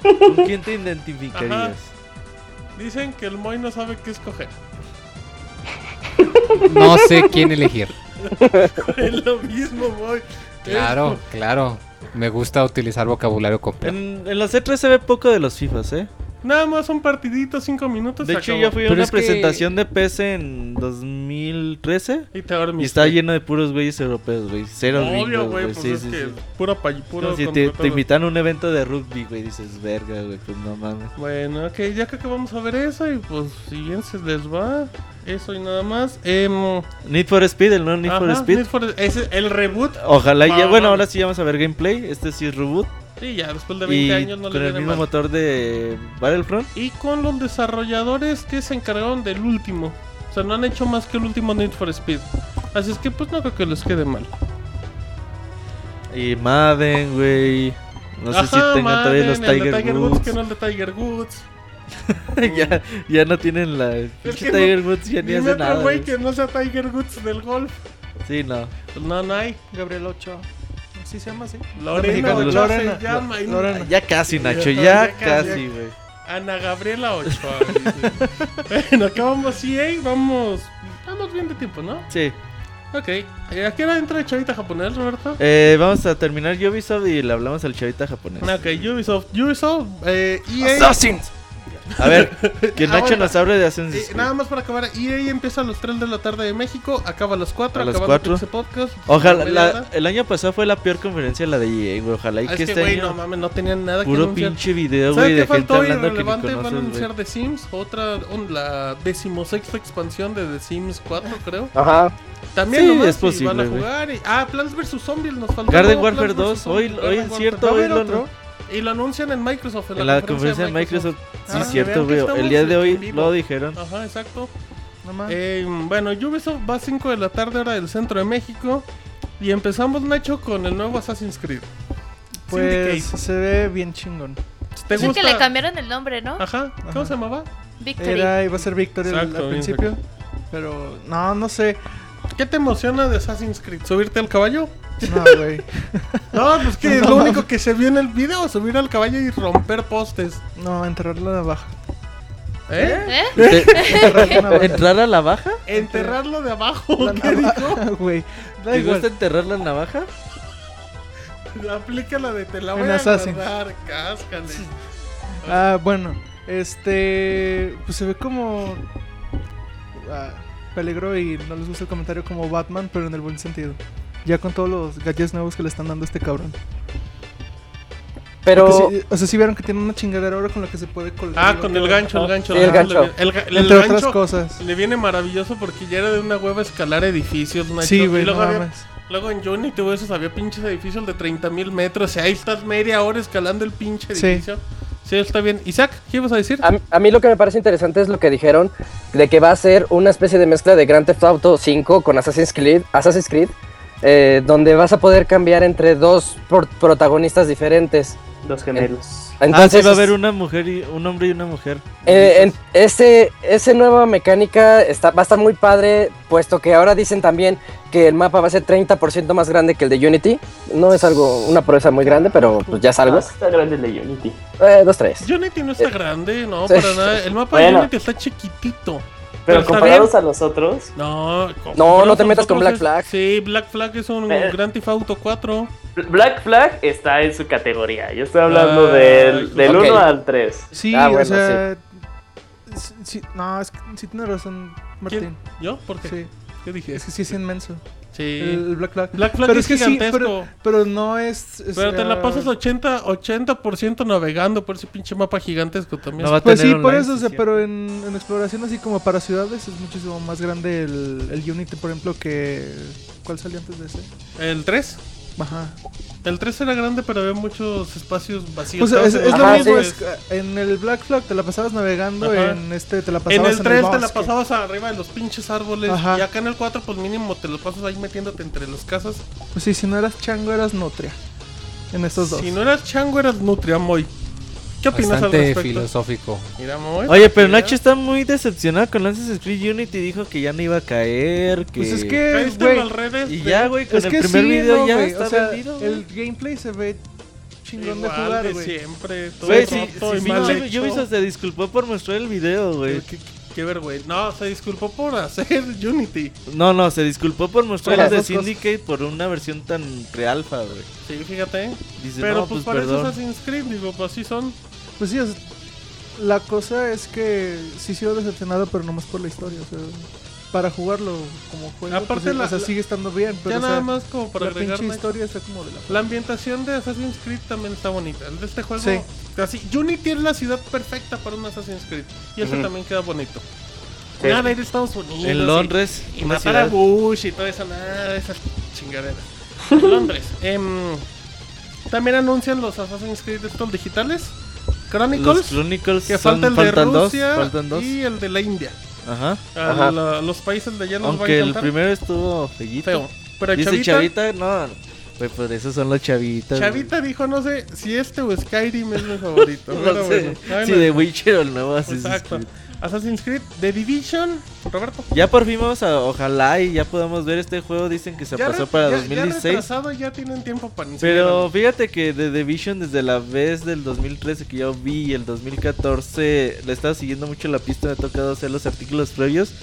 ¿Con quién te identificarías? Dicen que el Moy no sabe qué escoger. No sé quién elegir. es lo mismo, Moy. ¿Eh? Claro, claro. Me gusta utilizar vocabulario completo. En, en los E3 se ve poco de los FIFAs, ¿eh? Nada más un partidito, cinco minutos. De se hecho, acabó. yo fui a Pero una es que- presentación de PS en 2013 Y te y dormiste. estaba lleno de puros güeyes europeos, güey. Cero Obvio, gringos, güey. Pues sí, es sí, que sí. pura pay- puro Como si te, contratado. te invitan a un evento de rugby, güey, dices, verga, güey, pues no mames. Bueno, ok, ya creo que vamos a ver eso. Y pues, si bien se les va, eso y nada más. Em, Need for Speed, el nuevo Need for Ajá, Speed. Need for- ese- el reboot. Ojalá ya, Mamá. bueno, ahora sí vamos a ver gameplay. Este sí es reboot. Sí, ya después de 20 Y años no con le el viene mismo mal. motor de Battlefront. Y con los desarrolladores que se encargaron del último. O sea, no han hecho más que el último Need for Speed. Así es que pues no creo que les quede mal. Y Madden, güey. No sé si Ajá, tengan todavía Madden, los el de Tiger, Woods. que no el de Tiger Woods. ya, ya no tienen la. pinche que no- Tiger Woods ya ni Dime hace nada. otro güey güey. que no sea Tiger Woods del golf. Sí, no. Pues no, no hay. Gabriel Ochoa. Sí se llama así. Lorena mexicano, Ochoa Lorena. se llama. y- Lorena. Ya casi, Nacho, Ya ya, casi, ya casi, güey. Ana Gabriela Ochoa. bueno, acá vamos EA, vamos... Vamos bien de tiempo, ¿no? Sí. Ok. Eh, ¿A qué hora entra el chavita japonés, Roberto? Eh, vamos a terminar Ubisoft y le hablamos al chavita japonés. Ok, Ubisoft. Ubisoft, eh, EA. Assassins. A ver, que Ah, Nacho bueno. nos hable de Eh, Assassin's Creed. nada más para acabar, EA empieza a las 3 de la tarde de México, acaba a las 4, A las acabando 4. Pixel Podcast. pues, Ojalá, media la- hora. el año pasado fue la peor conferencia la de EA, güey. Ojalá y Ah, que es que, este güey, año no mames, no tenían nada que puro anunciar. pinche video, ¿Sabes güey, de qué gente faltó hoy hablando que ni relevante? Van a conoces, güey. anunciar The Sims, otra, un- la decimosexta expansión de The Sims 4, creo. Ajá. También Sí, nomás, es y posible, van a güey. jugar. y- ah, Plants vs Zombies nos faltó. Garden No, Warfare Plants vs. 2, hoy, Zombies, hoy Garden es Warfare. cierto, Va a hoy haber lo otro, Y lo anuncian en Microsoft, en la, En la conferencia de Microsoft, sí, Ah, es cierto, vean que güey. estamos El día de en hoy vivo. lo dijeron. Ajá, exacto. No mames. Eh, bueno, Ubisoft va a 5 de la tarde, hora del centro de México. Y empezamos, Nacho, con el nuevo Assassin's Creed. pues Syndicate. se ve bien chingón. ¿Te Sí gusta? Pues que le cambiaron el nombre, ¿no? Ajá, ¿cómo Ajá. se llamaba? Victory. Era, iba a ser Victoria al- Exacto, al bien principio. Pero no, no sé. ¿Qué te emociona de Assassin's Creed? ¿Subirte al caballo? No, güey. No, pues que No lo mames. único que se vio en el video, subir al caballo y romper postes. No, enterrar la navaja. ¿Eh? ¿Eh? Enterrar la navaja. ¿Entrar a la baja? Enterrarlo de abajo, La ¿qué dijo? navaja, güey. Da ¿Te igual. gusta enterrar la navaja? Aplica la de te la En voy a Assassin's. guardar, cáscale. Ah, bueno, este. Pues se ve como. ah, peligro y no les gusta el comentario como Batman, pero en el buen sentido. Ya con todos los gadgets nuevos que le están dando a este cabrón. Pero. Que sí, o sea, sí vieron que tiene una chingadera ahora con la que se puede colgar. Ah, igual con que el la- gancho, el gancho. Sí, el Ah, gancho. le- El, ga- el Entre otras gancho cosas. Le viene maravilloso porque ya era de una hueva escalar edificios, Nacho. Sí, Y güey, no luego, había- mames. luego en Johnny tuvo esos, había pinches edificios de 30 mil metros. O sea, ahí estás media hora escalando el pinche Sí. edificio. Sí, está bien. Isaac, ¿qué ibas a decir? A, a mí lo que me parece interesante es lo que dijeron de que va a ser una especie de mezcla de Grand Theft Auto 5 con Assassin's Creed, Assassin's Creed eh, donde vas a poder cambiar entre dos por- protagonistas diferentes. Dos gemelos. Ah, Entonces, sí, va a haber una mujer y un hombre y una mujer. eh, en- ese, ese nueva mecánica está, va a estar muy padre, puesto que ahora dicen también que el mapa va a ser 30% más grande que el de Unity. No es algo, una proeza muy grande, pero pues, ya es algo. Ah, está grande el de Unity. Eh, dos, tres. Unity no está grande, no, Sí. para nada. El mapa de Bueno. Unity está chiquitito. Pero Pero está comparados a los otros, No, con- No, no te con metas con nosotros Black es- Flag. Sí, Black Flag es un Eh. Grand Theft Auto 4. Black Flag está en su categoría. Yo estoy hablando Ah, del, del ok. 1 al 3. Sí, Ah, bueno, o sea. sí- sí- no, es que sí tiene razón, Martín. ¿Quién? ¿Yo? ¿Por qué? Sí, ¿Qué dije? es que sí es inmenso. Sí. El, el Black Flag. Black Flag Pero es es que sí, gigantesco. pero- Pero no es. es, Pero te ah, la pasas 80, 80% navegando por ese pinche mapa gigantesco también. No va a Pues sí, tener por online, eso, o sí, sea, sí. pero en, en exploración así como para ciudades es muchísimo más grande el, el Unity, por ejemplo, que... ¿Cuál salió antes de ese? ¿El 3? Ajá. El 3 era grande, pero había muchos espacios vacíos. Pues es, es lo Ajá, mismo, sí. es que en el Black Flag te la pasabas navegando, Ajá. en este te la en pasabas el 3 te la bosque. pasabas arriba de los pinches árboles. Ajá. Y acá en el 4, pues mínimo te lo pasas ahí metiéndote entre las casas. Pues sí, si no eras chango, eras nutria. En estos dos. Si no eras chango, eras nutriamoy. ¿Qué opinas al Bastante respecto? filosófico. Mira, Moy, Oye, pero mira. Nacho está muy decepcionado con Lances Street Unity. Dijo que ya no iba a caer. Que... Pues es que, Caíste en güey... las redes. Y de- ya, güey, con Es el que primer sí, video no, ya güey, está o sea, vendido. güey. el gameplay se ve chingón de Igual jugar, de güey. siempre. Todo Güey, sí, roto sí, y sí, mal no, hecho. Ubisoft se disculpó por mostrar el video, güey. Qué, qué- qué vergüenza. No, se disculpó por hacer Unity. No, no, se disculpó por mostrar Por las el de dos cosas. Syndicate por una versión tan prealfa, güey. Sí, fíjate. Dice, Pero no, pues, pues para eso perdón. es Assassin's Creed, digo, pues así son. Pues sí, o sea, la cosa es que sí sigo decepcionado, pero nomás por la historia. O sea, para jugarlo como juego, Aparte pues, sí, la- o sea, la- sigue estando bien, pero ya o sea, nada más como para la agregar pinche Nacho. historia está como de la... La ambientación de Assassin's Creed también está bonita. El de este juego. Sí. Así, Unity es la ciudad perfecta para un Assassin's Creed. Y eso Ujú. también queda bonito. Sí. Nada, ir a Estados Unidos. y- En Londres, Y una matar a ciudad. Bush y toda esa nada, de esas chingaderas. Londres. em, también anuncian los Assassin's Creed estos digitales. Los Chronicles. Chronicles que son- falta el de faltan dos, Rusia faltan dos. y el de la India. Ajá. A Ajá. la- los países de allá nos va a Aunque el encantar. primero estuvo fellito. Feo. Pero Dice Chavita, Chavita, no. Pues por eso son los chavitas. güey. Chavita dijo, no sé si este o Skyrim es mi favorito. No pero sé bueno, ahí si lo de dejo. Witcher o el nuevo Assassin's Exacto. Creed. Assassin's Creed, The Division, Roberto. Ya por fin vamos a, ojalá y ya podamos ver este juego, dicen que se Ya pasó re- para ya- Ya 2016. retrasado, ya tienen tiempo para pero fíjate que The Division desde la vez del 2013 que yo vi y el 2014 le estaba siguiendo mucho la pista, me ha tocado hacer los artículos previos.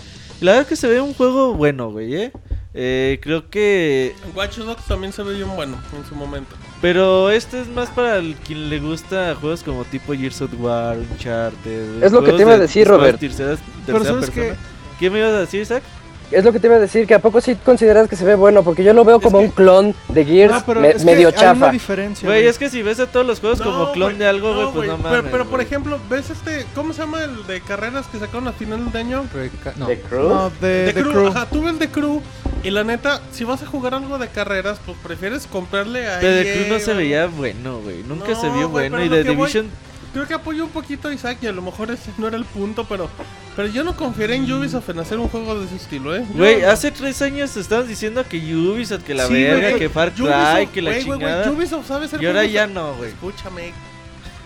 Y la verdad que se ve un juego bueno, güey, ¿eh? Eh, creo que Watch Dogs también se ve bien bueno en su momento. Pero este es más para el- quien le gusta juegos como tipo Gears of War, Uncharted. Es lo que juegos te iba a de- decir, juegos Robert. tercera- Pero tercera sabes que persona. ¿Qué me ibas a decir, Zach? Es lo que te iba a decir, que a poco sí consideras que se ve bueno, porque yo lo veo como que- Ah, un clon de Gears me- medio Hay una chafa. diferencia. Güey, güey. es que si ves a todos los juegos como No, clon güey, de algo, güey, pues güey, no mames. Pero, pero, por güey. ejemplo, ¿ves este? ¿Cómo se llama el de carreras que sacaron a final de año? Reca- no. The Crew. No, de, The de Crew. Crew. Ajá, tú ves The Crew. Y la neta, si vas a jugar algo de carreras, pues prefieres comprarle a. Pero The EA, Crew no se o- veía bueno, güey. Nunca se No, vio güey, bueno. pero Y lo The que voy- Division Creo que apoyo un poquito a Isaac y a lo mejor ese no era el punto, pero. Pero yo no confiaré en Ubisoft en hacer un juego de ese estilo, ¿eh? Yo- Güey, hace tres años estabas diciendo que Ubisoft, que la Sí, verga, güey, que Far Cry, Ubisoft, que la güey, güey, güey, chingada. Ubisoft sabe hacer y ahora juegos- ya no, güey. Escúchame,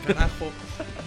carajo.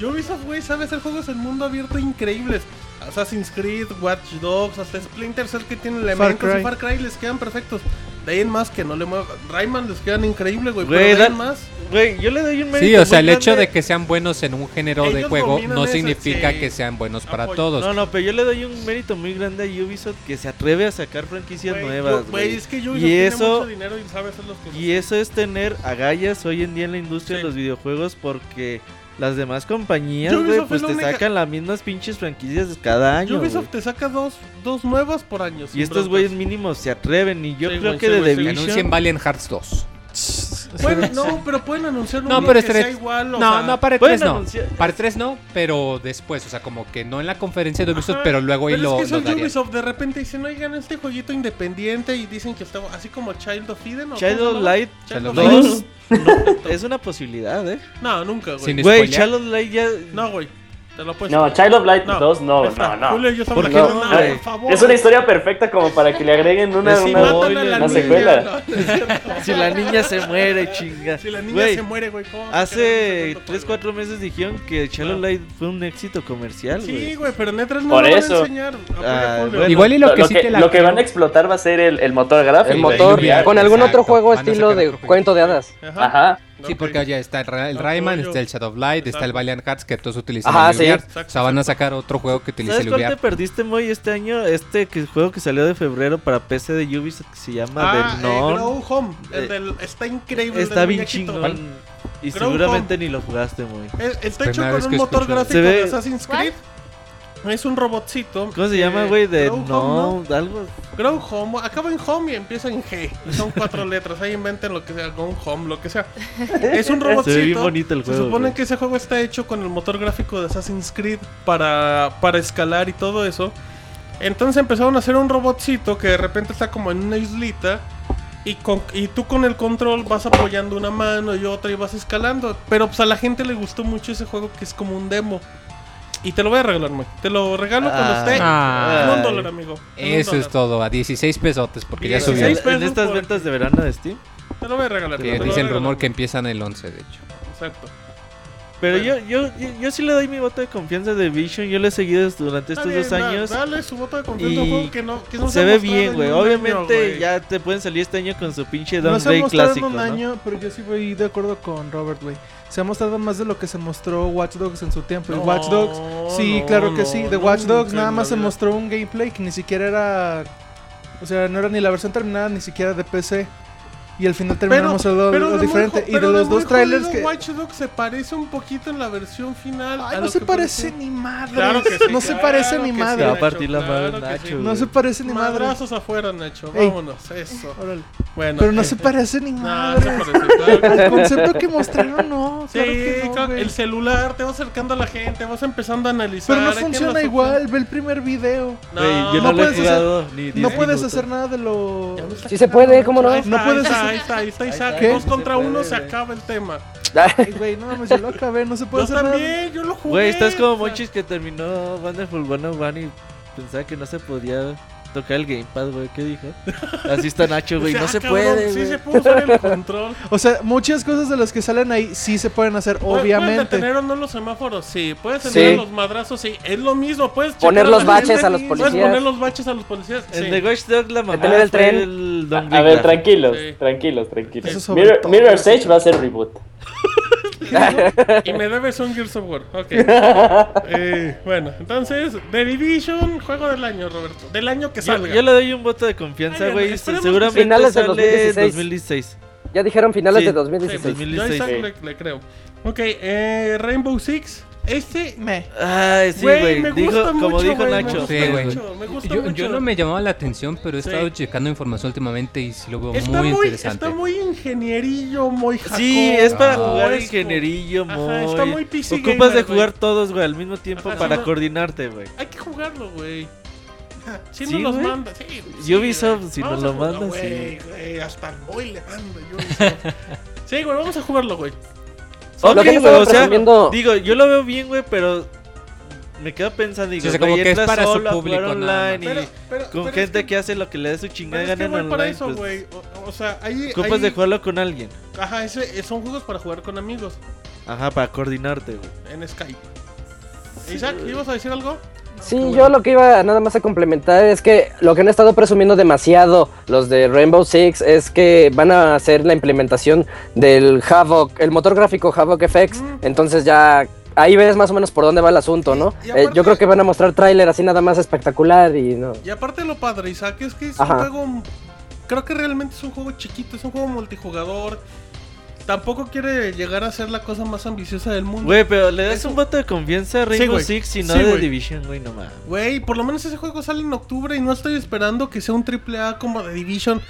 Ubisoft, güey, sabe hacer juegos en mundo abierto increíbles. Assassin's Creed, Watch Dogs, hasta Splinter Cell que tiene elementos Cry. y Far Cry les quedan perfectos. De ahí en más que no le muevan. Rayman les quedan increíble, güey. Güey, Pero de ahí da- en más. Güey, yo le doy un mérito. Sí, o sea, el muy hecho de grande- que sean buenos en un género de Ellos juego dominan no eso, significa sí. que sean buenos para Apoyo. todos. No, no, pero yo le doy un mérito muy grande a Ubisoft que se atreve a sacar franquicias güey, nuevas, yo- güey. es que Ubisoft Y tiene eso- mucho dinero y sabe hacer los cosas. Y eso es tener agallas hoy en día en la industria Sí. de los videojuegos porque las demás compañías, Ubisoft güey, es pues la te única- sacan las mismas pinches franquicias cada año. güey. Ubisoft te saca dos, dos nuevas por año. sin Y estos broncas. güeyes mínimos se atreven y yo Sí, creo güey, que sí, de güey, The sí. Que Division... anuncien Valiant Hearts 2. Pueden- no, pero pueden anunciar un No, juego pero que este- sea igual. o No, sea, no, para el pueden 3 no. anunciar- Para el 3 no, pero después, o sea, como que no en la conferencia de Ubisoft, Ajá, pero luego ahí Pero lo, es que lo son darían. Ubisoft, de repente dicen, oigan, este jueguito independiente y dicen que está así como Child of Eden. ¿o cómo Child se of llama? Light Child of Child of Light. 2 no, es una posibilidad, ¿eh? No, nunca, güey. Sin- Güey, spoilear? Child of Light ya... No, güey. Te lo apuesto. No, Child of Light No, 2 no, Ahí está. no, no. Julio y yo estamos ¿Por aquí, qué no, no, no, güey? por favor. Es una historia perfecta como para que le agreguen una, Es una- igual. Matan a la una niña, secuela. no, no es cierto. Si la niña se muere, chinga. Si la niña Güey, se muere, güey. ¿cómo se queda Hace tanto 3, juego? 4 meses dijeron que Child of Light fue un éxito comercial, Sí, güey. güey, pero en E3 no Por lo van a eso. enseñar. Ah, Apoya a Julio. bueno. Igual y lo, que sí que, te la lo que creo- van a explotar va a ser el, el motor gráfico. El Sí, motor Ubisoft, con algún exacto. otro juego Van a estilo sacar de otro juego. cuento de hadas. Ajá. Sí, Ok. porque ya está el, Ra- el No, Rayman, Julio. está el Shadow of Light, está el Exacto. Valiant Hearts que todos utilizan Ajá, el sí. VR. Exacto, O sea, van a sacar otro juego que utilice ¿Sabes el cuál VR. te perdiste, Moy, este año? Este que, juego que salió de febrero para PC de Ubisoft que se llama Ah, The eh, Non. Grow Home. Eh, El del, está increíble. el Está del bien muñequito. chingón. Y Grow seguramente ni lo jugaste, Moy. Eh, Primera Está hecho vez con un Pues que motor escucho. gráfico Se ve- de Assassin's Creed. Es un robotcito. ¿Cómo se que- llama, güey? De Grow Home, No, algo. ¿no? Grow Home. Acaba en Home y empieza en G. Y Son cuatro letras. Ahí inventen lo que sea. Go Home, lo que sea. Es un robotcito. Se ve bien bonito el Se juego, supone güey. que ese juego está hecho con el motor gráfico de Assassin's Creed para, para escalar y todo eso. Entonces empezaron a hacer un robotcito que de repente está como en una islita. Y, con- y tú con el control vas apoyando una mano y otra y vas escalando. Pero pues a la gente le gustó mucho ese juego que es como un demo. Y te lo voy a regalar, güey. Te lo regalo cuando Ah. esté. en Ah, un dólar, amigo. En un eso es dólar. todo, a 16 pesotes, porque ya En- 16 subió. pesos en estas por- ventas de verano de Steam. Te lo voy a regalar. güey, Que te lo voy dice a el regalar, rumor que güey. empiezan el 11, de hecho. Exacto. Pero Bueno. yo, yo, yo, yo sí le doy mi voto de confianza de Vision. Yo lo he seguido durante estos Está bien, dos da- años. Dale su voto de confianza a un y juego que no, que no se ha ve mostrado en bien, güey. un año, Obviamente güey. ya te pueden salir este año con su pinche No se downgrade ha mostrado en clásico. un ¿no? año, pero yo sí voy de acuerdo con Robert, güey. Se ha mostrado más de lo que se mostró Watch Dogs en su tiempo. Y No, Watch Dogs, sí, claro que no, sí. De no, Watch Dogs nunca nada en más la se vida. mostró un gameplay que ni siquiera era... O sea, no era ni la versión terminada, ni siquiera de PC. Y al final terminamos mostrando algo de muy diferente. jo- Y de pero los muy dos trailers jodido que... Watch Dogs se parece un poquito en la versión final. a Ay, no lo se que parece parecía. ni madre. Claro que sí, no se parece claro ni que madre. Te va sí, a partir la Nacho, madre, Ah, claro que Nacho. sí. No se parece ni madre. Madrazos afuera, Nacho. Ey. Vámonos, eso. Órale. Bueno. Pero no eh, se parece ni No, no se madre. parece. claro que sí. Al concepto que mostraron, no. Sí, claro que no, claro, güey. el celular te va acercando a la gente, vas empezando a analizar. Pero no hay que funciona las igual, ve el primer video. opciones. Güey, yo No no, lo he puedes hacer- jugado ni 10 No puedes minutos. hacer nada de lo... Ya me está Sí se puede, ¿cómo no? Ahí está, No puedes ahí está, hacer- ahí está, ahí está Isaac. ¿Qué? Dos contra Se puede, uno se güey. acaba el tema. Ay, güey, no mames, yo lo acabé, no se puede hacer Yo nada. también, yo lo jugué. Güey, estás o como sea, Monchis que terminó Wonderful 101 y pensaba que no se podía tocar el gamepad, güey. ¿Qué dijo? Así está Nacho, güey. o sea, No se "Ah, cabrón, puede, Sí güey. se puede usar el control. O sea, muchas cosas de las que salen ahí sí se pueden hacer, Puedes- Puedes obviamente. detener o no los semáforos, sí. Puedes Sí. detener los madrazos, sí. Es lo mismo. Puedes checar Poner a los la gente, baches a los Puedes poner policías. los baches a los policías. Sí. En The Watch Dog la mamá tener el tren. el Don A ver, Gilda. tranquilos, Sí. tranquilos, tranquilos. Eso sobre Mirror, todo. Mirror's Edge va a ser reboot. Y me debes un Gears of War. Ok. Eh, bueno, entonces, The Division, juego del año, Roberto. Del año que Yo, salga. yo le doy un voto de confianza, Ay, güey. esperemos que Seguramente Finales de sale 2016. 2016. Ya dijeron finales Sí. de Sí, 2016. pues, yo a Isaac 2016. le, le creo. Ok, eh, Rainbow Six. Este me. Ay, sí, Güey, güey. me Dijo- gusta mucho. como dijo güey, me Nacho. gusta Sí, güey. mucho, me gusta Yo, mucho. yo no me llamaba la atención, pero he Sí. estado checando información últimamente y sí lo veo Está muy muy, interesante. está muy ingenierillo, muy jacob, Sí, es para Ah. jugar fresco. ingenierillo, Ajá, muy. está muy PC Ocupas gamer, de güey. jugar todos, güey, al mismo tiempo Ajá, sí, para no. coordinarte, güey. Hay que jugarlo, güey. Si Sí, nos los güey. manda, sí, sí, Ubisoft, güey. si nos Vamos lo a jugar- manda, güey, güey, hasta el boy le manda Ubisoft. sí, güey, vamos a jugarlo, güey. Ok, Lo que han güey, estado o sea, presumiendo- digo, yo lo veo bien, güey, pero me quedo pensando, digo, Sí, o sea, güey, como que es entras para su solo a jugar público, nada online Pero- y pero- con pero es gente que... que hace lo que le dé su pero chingada es que gana en voy online. para eso, pues, güey. O, o sea, ahí. ocupas ahí- de jugarlo con alguien. Ajá, ese, son juegos para jugar con amigos Ajá, para coordinarte, güey. en Skype. Isaac, ¿ibas a decir algo? Sí, yo lo que iba nada más a complementar es que lo que han estado presumiendo demasiado los de Rainbow Six es que van a hacer la implementación del Havoc, el motor gráfico Havoc FX. Mm. Entonces ya ahí ves más o menos por dónde va el asunto, ¿no? Y- y Eh, aparte- yo creo que van a mostrar tráiler así nada más espectacular y no. Y aparte lo padre, Isaac, es que es un Ajá. juego... Creo que realmente es un juego chiquito, es un juego multijugador. Tampoco quiere llegar a ser la cosa más ambiciosa del mundo. Güey, pero le das Eso- un voto de confianza a Rainbow güey. Six y no Sí, de güey. Division, güey, no mames. Güey, por lo menos ese juego sale en octubre y no estoy esperando que sea un triple A como The Division.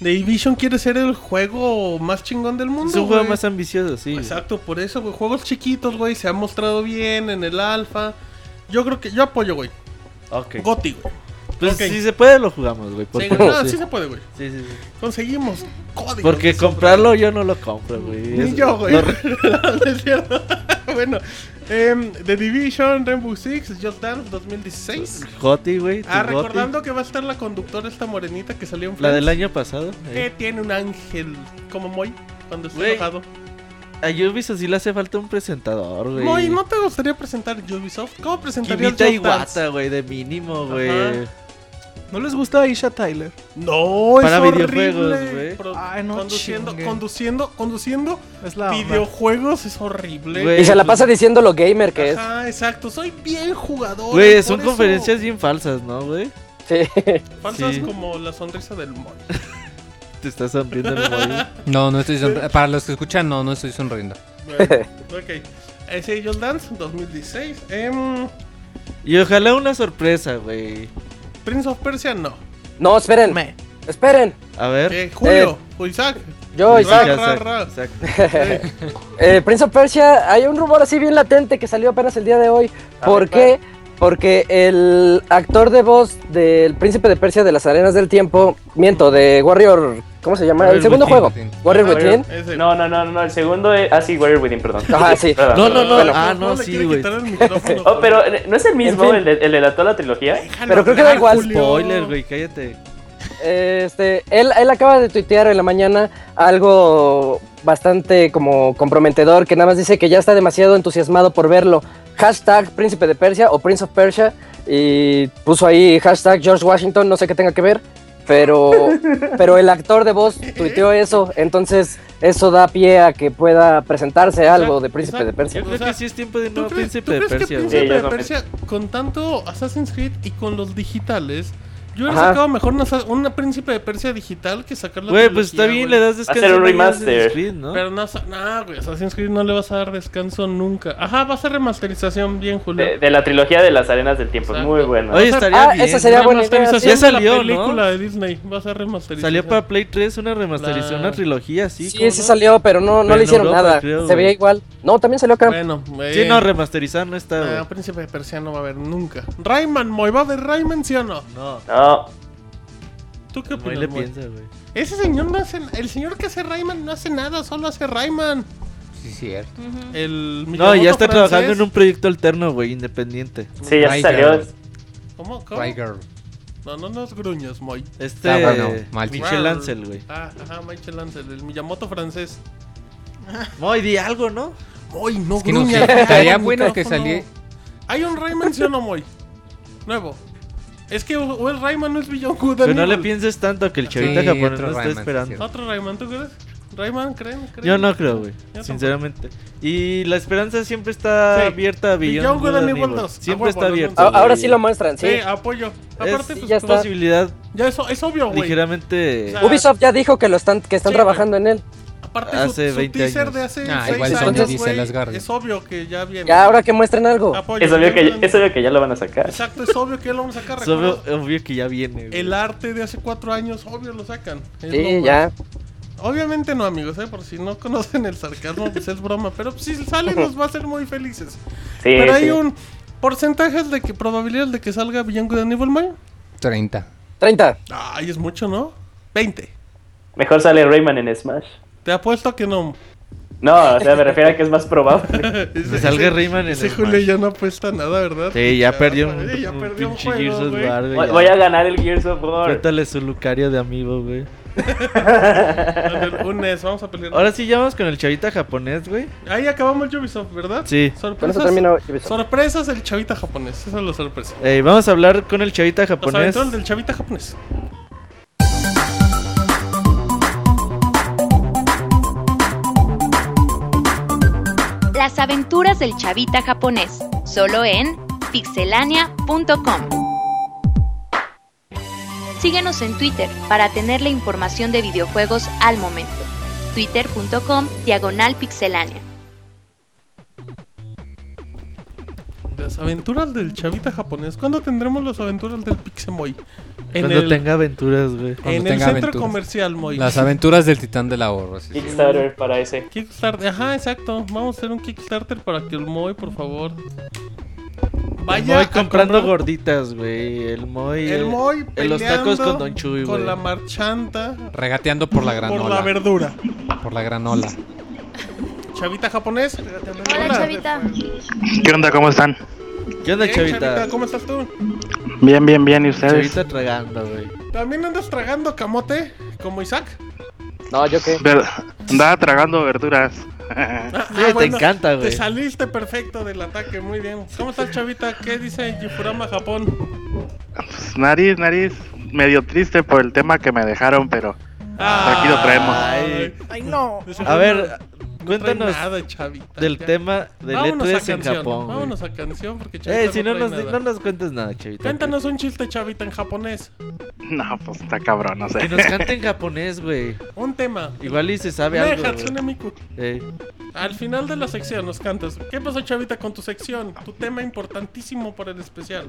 The Division quiere ser el juego más chingón del mundo. Es un juego güey. más ambicioso, sí. güey. Exacto, por eso, güey. Juegos chiquitos, güey, se ha mostrado bien en el alfa. Yo creo que yo apoyo, güey. Ok. Goti, güey. Pues ok. si se puede lo jugamos, güey. por Sí, güey. favor, No, sí. sí se puede, güey. Sí, sí, sí. Conseguimos códigos. Porque de comprarlo yo no lo compro, güey. Ni Es- yo, güey. lo- No, es cierto. bueno, em, The Division, Rainbow Six, Just Dance 2016. Joti, güey. tu Ah, Joti. recordando que va a estar la conductora esta morenita que salió en La Friends, del año pasado. Que eh. tiene un ángel como Moy cuando está Güey. enojado. A Ubisoft sí le hace falta un presentador, güey. Moy, ¿no te gustaría presentar Ubisoft? ¿Cómo presentarías Kimita Just Dance? Iwata, güey, de mínimo, güey. Ajá. ¿No les gusta Aisha Tyler? No, es Para horrible. videojuegos, güey. Pro- Ay, no conduciendo, chingue. conduciendo, conduciendo Es la videojuegos es horrible. Güey, pues Y se la pasa diciendo lo gamer que es. Ajá, exacto. Soy bien jugador. Güey, y son por eso- conferencias bien falsas, ¿no, güey? Sí. Falsas Sí. como la sonrisa del mono. Te estás sonriendo el móvil. No, no estoy sonri- Para los que escuchan, no, no estoy sonriendo. Bueno, ok. Ese Just Dance 2016. Em, Y ojalá una sorpresa, güey. Prince of Persia, no. No, esperen. Me. Esperen. A ver. Eh, Julio, o Isaac. Yo, Ra, Isaac. Ya, ra, exacto, ra. exacto. Eh, Eh, Prince of Persia, hay un rumor así bien latente que salió apenas el día de hoy. A ¿Por ver, qué? Porque el actor de voz del Príncipe de Persia de las Arenas del Tiempo, miento, de Warrior, ¿cómo se llama? Warrior El segundo Within. juego, Warrior Warrior, Within. ese. No, no, no, no, el segundo es. Ah, sí, Warrior Within, perdón. Ajá, sí. Perdón, No, perdón. no, no. Bueno. ah, ¿Cómo no, le sí, quiere güey. quitar el micrófono, Oh, pero Julio? ¿no es el mismo, En fin. el, de, el de la toda la trilogía? Déjalo pero creo que da hablar, igual. Julio. Spoiler, güey, cállate. Este, él, él acaba de tuitear en la mañana algo bastante como comprometedor, que nada más dice que ya está demasiado entusiasmado por verlo. Hashtag Príncipe de Persia o Prince of Persia. Y puso ahí hashtag George Washington, no sé qué tenga que ver. Pero, pero el actor de voz tuiteó eso, entonces eso da pie a que pueda presentarse algo de Príncipe de Persia. Yo O creo sea, que sí es tiempo de un ¿Tú nuevo crees, Príncipe tú de crees Persia, que güey. Príncipe Sí, de ya no. Persia, con tanto Assassin's Creed y con los digitales, yo hubiera Ajá. sacado mejor una, una Príncipe de Persia digital que sacar la Güey, trilogía, pues está bien, güey. le das a descanso. ser un no le das remaster. el screen, ¿no? Pero no, sa- no, güey, Assassin's Creed no le vas a dar descanso nunca. Ajá, va a ser remasterización bien, Julio. De, de la trilogía de las arenas del tiempo, es Exacto. muy buena. Oye, Ah, estaría esa bien. sería ¿no? buena idea, remasterización sí. Ya de salió, la ¿no? película de Disney. Va a ser remasterización. Salió para Play 3 una remasterización, La- una trilogía, sí. Sí, ¿cómo sí no? salió, pero no, no Pero en le hicieron Europa, nada. creo, Se veía güey. igual. No, también salió acá. Bueno, eh, Sí, no, remasterizar no está, güey. ah, Príncipe de Persia no va a haber nunca. Rayman, Moy, ¿va a haber Rayman, sí o no? No, No, ¿Tú qué no opinas, le Moy? piensa, güey. Ese señor no hace... El señor que hace Rayman no hace nada, solo hace Rayman. Sí, cierto. El No, Miyamoto ya está francés- trabajando en un proyecto alterno, güey, independiente. sí, ya Ay, salió. cabrón. ¿Cómo? ¿Cómo? Tiger. No, no nos gruñas, Moy. Este. Ah, bueno, mal chiste. Michel Ancel, güey. Ah, ajá, Michael Ansel, el Miyamoto francés. Moy, di algo, ¿no? Moy, no Es que no sé, gruñas, estaría el bueno que micrófono. saliera. Hay un Rayman, sí o no, Moy. Nuevo. Es que o o el Rayman no es Beyond Good Pero no Evil. le pienses tanto que el chavita Sí, japonés otro no está Rayman, sí, esperando. cierto. Otro Rayman, ¿tú crees? Rayman, ¿creen? ¿Creen? Yo no creo, güey. tampoco. Sinceramente. Y la esperanza siempre está Sí. abierta a Beyond Beyond Good Good and and Evil Evil. 2. Siempre A está huevo, abierta. A- entonces. ahora güey. sí lo muestran, Ah, Sí, sí. apoyo. Es Aparte, ya pues, ya, una está. posibilidad eso, es obvio, güey. ligeramente. O sea, Ubisoft ya dijo que lo están, que están Sí, trabajando en él. Aparte, Hace su, su 20 teaser años. de hace Ah, 6 igual Sony años, dice güey, las Guardian. es obvio que ya viene. Ya, ahora que muestren algo. Apoyo, Es obvio, que ya, Jordan. es obvio que ya lo van a sacar. Exacto, es obvio que ya lo vamos a sacar. Es obvio, recuerda, obvio que ya viene. güey. El arte de hace cuatro años, obvio lo sacan. Es lo Sí, más. ya. Obviamente no, amigos, ¿eh? por si no conocen el sarcasmo, pues es broma. Pero pues, si sale, nos va a hacer muy felices. Sí, pero hay sí. un porcentaje de que probabilidad de que salga Beyond Good and Evil Mind. 30. 30. Ay, es mucho, ¿no? 20. Mejor sale Rayman en Smash. Te apuesto que no. No, o sea, me refiero a que es más probable. Ese- Me salga ese- Rayman en Ese el Julio Smash. ya no apuesta nada, ¿verdad? Sí, ya perdió un, sí, ya un perdió un pinche juego, Gears of güey. War, güey, Voy, ya. voy a ganar el Gears of War. Cuéntale su Lucario de amigo, güey. A ver, un NES, vamos a pelear. Ahora sí, ya vamos con el chavita japonés, güey. Ahí acabamos el Ubisoft, ¿verdad? Sí. Con eso Sorpresas. termino. Ubisoft. Sorpresas el chavita japonés. Esa es la sorpresa. Eh, vamos a hablar con el chavita Los japonés. aventuras del chavita japonés. Las aventuras del chavita japonés, solo en pixelania.com. Síguenos en Twitter para tener la información de videojuegos al momento. Twitter.com diagonal pixelania. Las aventuras del chavita japonés. ¿Cuándo tendremos las aventuras del Pixemoy? Cuando tenga aventuras, güey. en el tenga centro aventuras. comercial, Moy. Las aventuras del titán del ahorro. sí, sí. Kickstarter para ese. Kickstarter. Ajá, exacto. Vamos a hacer un Kickstarter para que el Moy, por favor. Vaya el Moy a comprando comprar- gorditas, güey. El Moy. El eh, Moy En los tacos peleando con Don Chuy, Con güey. la marchanta. Regateando por la granola. Por la verdura. por la granola. Chavita japonés. Hola, chavita. ¿Qué onda? ¿Cómo están? ¿Qué onda, Bien, chavita. chavita? ¿Cómo estás tú? Bien, bien, bien. ¿Y ustedes? Chavita tragando, güey. ¿También andas tragando camote como Isaac? No, yo qué. Ver- Andaba tragando verduras. Ah, Sí, te encanta, güey. Te saliste perfecto del ataque, muy bien. ¿Cómo estás, chavita? ¿Qué dice Yifurama Japón? Pues, nariz, nariz. Medio triste por el tema que me dejaron, pero Aquí lo traemos. Ah, Eh, Ay, no. A ver, No trae cuéntanos nada, chavita. del Ya. tema del Vámonos a E3 en canción. Japón. güey. Vámonos a canción porque chavita. Eh, si no trae nos, nada. no nos cuentes nada, chavita. Cuéntanos un chiste, chavita, en japonés. no, pues está cabrón, no Que sé. nos cante en japonés, güey. Un tema. Igual y se sabe Ne, algo. güey. Hatsune Miku. Eh, Al final de la sección nos cantas. ¿Qué pasó, chavita, con tu sección? Tu tema importantísimo para el especial.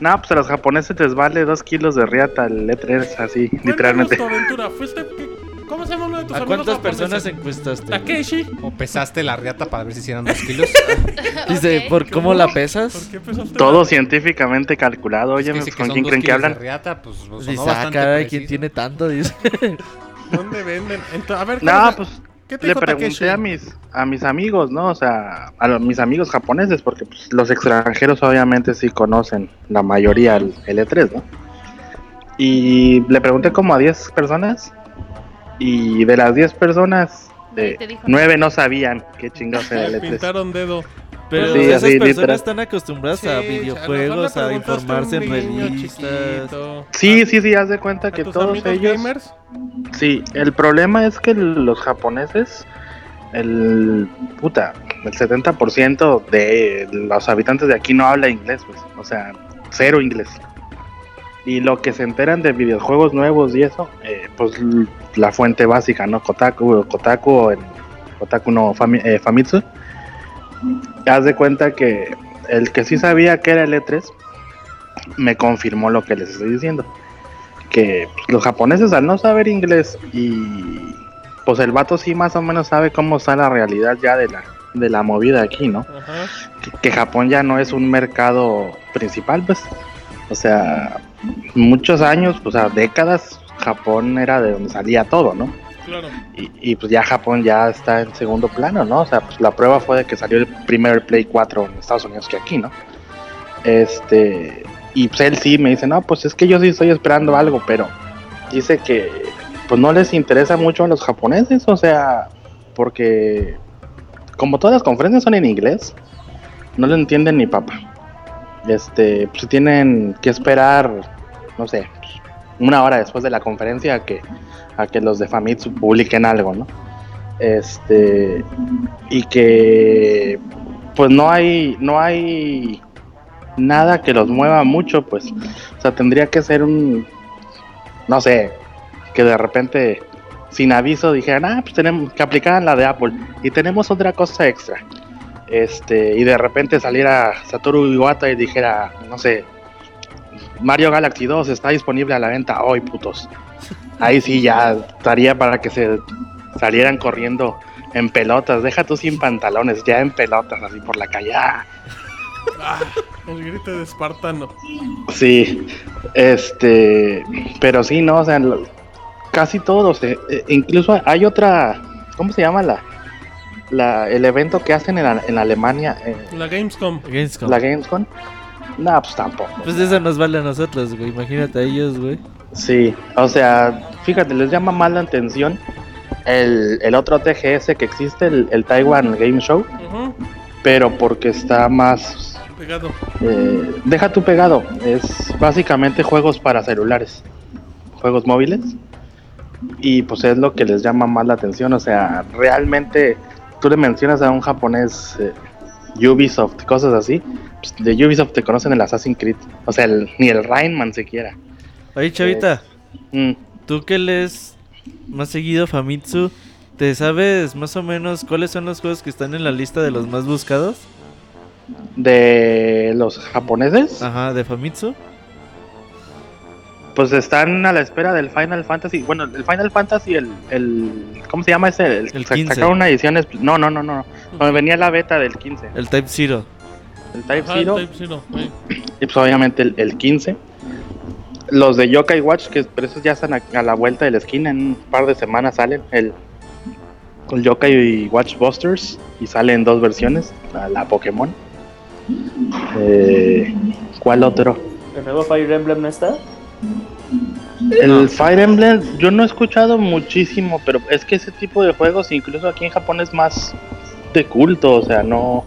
No, pues a los japoneses les vale dos kilos de riata el E3, así, Cuéntanos tu literalmente. aventura. ¿Fuiste? qué- ¿Cómo se llama uno de tus ¿A amigos cuántas japoneses? personas encuestaste? güey? Takeshi. O pesaste la riata para ver si hicieran dos kilos. Dice, Ok. ¿por cómo la pesas? ¿Por qué empezaste? Todo científicamente calculado. Es Oye, que dice pues, que ¿con son quién dos creen que kilos de hablan? riata, pues, pues, Dice, sonó ah, bastante caray, ¿quién preciso. tiene tanto? Dice. ¿Dónde venden? Ento- a ver, No, cuéntame, pues ¿qué te le dijo Takeshi? pregunté a mis, a mis amigos, ¿no? O sea, a lo- mis amigos japoneses, porque pues, los extranjeros obviamente sí conocen la mayoría el, el E3, ¿no? Y le pregunté como a 10 personas y de las 10 personas, Nadie te dijo 9 no sabían qué chingados era Le el E E3. pintaron dedo. Pero Sí, esas así, personas literal. están acostumbradas a Sí, videojuegos, chavo, a le preguntaste informarse a un en niño revistas. chiquito. Sí, sí, sí, haz de cuenta ¿A que tus todos amigos ellos... gamers? Sí, el problema es que los japoneses, el puta, el 70% de los habitantes de aquí no habla inglés, pues, o sea, cero inglés. Y lo que se enteran de videojuegos nuevos y eso, eh, pues l- la fuente básica, ¿no? Kotaku, Kotaku o el Kotaku no Fami- eh, Famitsu. Haz de cuenta que el que sí sabía que era el E3 me confirmó lo que les estoy diciendo que pues, los japoneses al no saber inglés y pues el vato sí más o menos sabe cómo está la realidad ya de la de la movida aquí, ¿no? Ajá. Que, que Japón ya no es un mercado principal, pues. O sea, muchos años, pues a décadas, Japón era de donde salía todo, ¿no? Claro. Y, y, pues ya Japón ya está en segundo plano, ¿no? O sea, pues la prueba fue de que salió el primer Play 4 en Estados Unidos que aquí, ¿no? Este, y pues él sí me dice, no, pues es que yo sí estoy esperando algo, pero dice que pues no les interesa mucho a los japoneses, o sea, porque como todas las conferencias son en inglés, no lo entienden ni papá. Este, pues tienen que esperar, no sé, una hora después de la conferencia a que a que los de Famitsu publiquen algo, ¿no? Este y que pues no hay no hay nada que los mueva mucho, pues. O sea, tendría que ser un no sé, que de repente sin aviso dijeran, ah, pues tenemos que aplicar la de Apple y tenemos otra cosa extra. Este, y de repente saliera Satoru Iwata y dijera, no sé, Mario Galaxy 2 está disponible a la venta hoy, putos. Ahí sí ya estaría para que se salieran corriendo en pelotas. Deja tú sin pantalones, ya en pelotas, así por la calle. ¡Ah! Ah, el grito de espartano. pues Sí, este, pero sí, no, o sea, lo- casi todos, eh, eh, incluso hay otra, ¿cómo se llama la, la el evento que hacen en, a- en Alemania, eh, La Gamescom. Gamescom. la Gamescom? No, pues tampoco. Pues eso nos vale a nosotros, güey. Imagínate a ellos, güey. Sí, o sea, fíjate, les llama más la atención el, el otro TGS que existe, el, el Taiwan Game Show, Ujú, pero porque está más, Pegado. eh, deja tu pegado, es básicamente juegos para celulares, juegos móviles, y pues es lo que les llama más la atención, o sea, realmente tú le mencionas a un japonés eh, Ubisoft, cosas así, pues, de Ubisoft te conocen el Assassin's Creed, o sea, el- ni el Rainman siquiera. Oye, chavita, Mm. tú que lees más seguido Famitsu, ¿te sabes más o menos cuáles son los juegos que están en la lista de los más buscados? de los japoneses, Ajá, de Famitsu. pues están a la espera del Final Fantasy. Bueno, el Final Fantasy, el, el ¿cómo se llama ese? El, El sac- 15. Sacaron una edición. es- No, no, no, no. Cuando venía la beta del 15, El Type Zero. el Type Ajá, Zero, Type Zero, sí. y pues obviamente el, el 15. Los de Yokai Watch, que pero esos ya están a, a la vuelta de la esquina, en un par de semanas salen. El, el Yokai Watch Busters, y salen dos versiones: la, la Pokémon. Eh, ¿Cuál otro? ¿El nuevo Fire Emblem no está? El Fire Emblem, yo no he escuchado muchísimo, pero es que ese tipo de juegos, incluso aquí en Japón, es más de culto, o sea, no.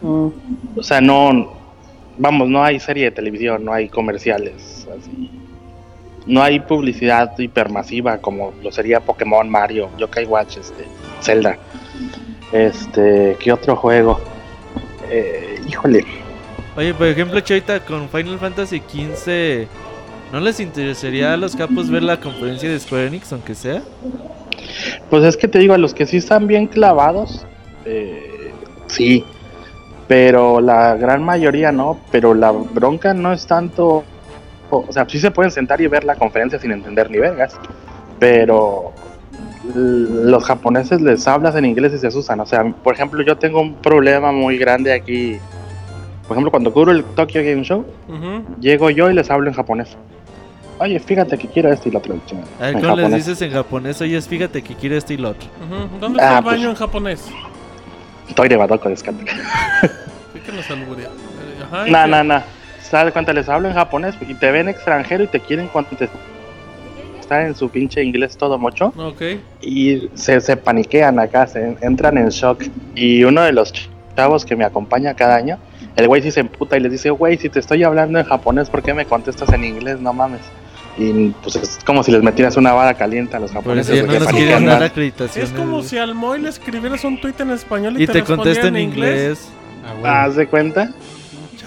Mm. O sea, no. Vamos, no hay serie de televisión, no hay comerciales, así. No hay publicidad hipermasiva como lo sería Pokémon, Mario, Yokai Watch, este, Zelda. Este, ¿qué otro juego? Eh, híjole. Oye, por ejemplo, chavita, con Final Fantasy XV, ¿no les interesaría a los capos ver la conferencia de Square Enix, aunque sea? Pues es que te digo, a los que sí están bien clavados, eh, sí, pero la gran mayoría no, pero la bronca no es tanto, o o sea, sí se pueden sentar y ver la conferencia sin entender ni vergas, pero l- los japoneses les hablas en inglés y se asustan, o sea, por ejemplo, yo tengo un problema muy grande aquí, por ejemplo, cuando cubro el Tokyo Game Show, Ujú. llego yo y les hablo en japonés. Oye, fíjate que quiero esto y lo otro. chingada, A ver, en ¿cómo les japonés. dices en japonés? Oye, fíjate que quiere esto y lo otro. Ujú. ¿Dónde está Ah, el baño pues. en japonés? Estoy de badoco, descarte. Sí que nos alburea. Eh, Ajá, No, ¿qué? no, no. ¿Sabes cuánto les hablo en japonés? Y te ven extranjero y te quieren contestar en su pinche inglés todo mocho. Ok. Y se, se paniquean acá, se entran en shock. Y uno de los chavos que me acompaña cada año, el güey sí se emputa y les dice, güey, si te estoy hablando en japonés, ¿por qué me contestas en inglés? No mames. Y pues es como si les metieras una vara caliente a los Por japoneses. eso ya Pues, güey, no nos pues, que quieren paniquean. dar acreditación. Es como si al Moy le escribieras un tweet en español y, Y te respondieran contesta en inglés. Ah, güey. ¿Haz de cuenta?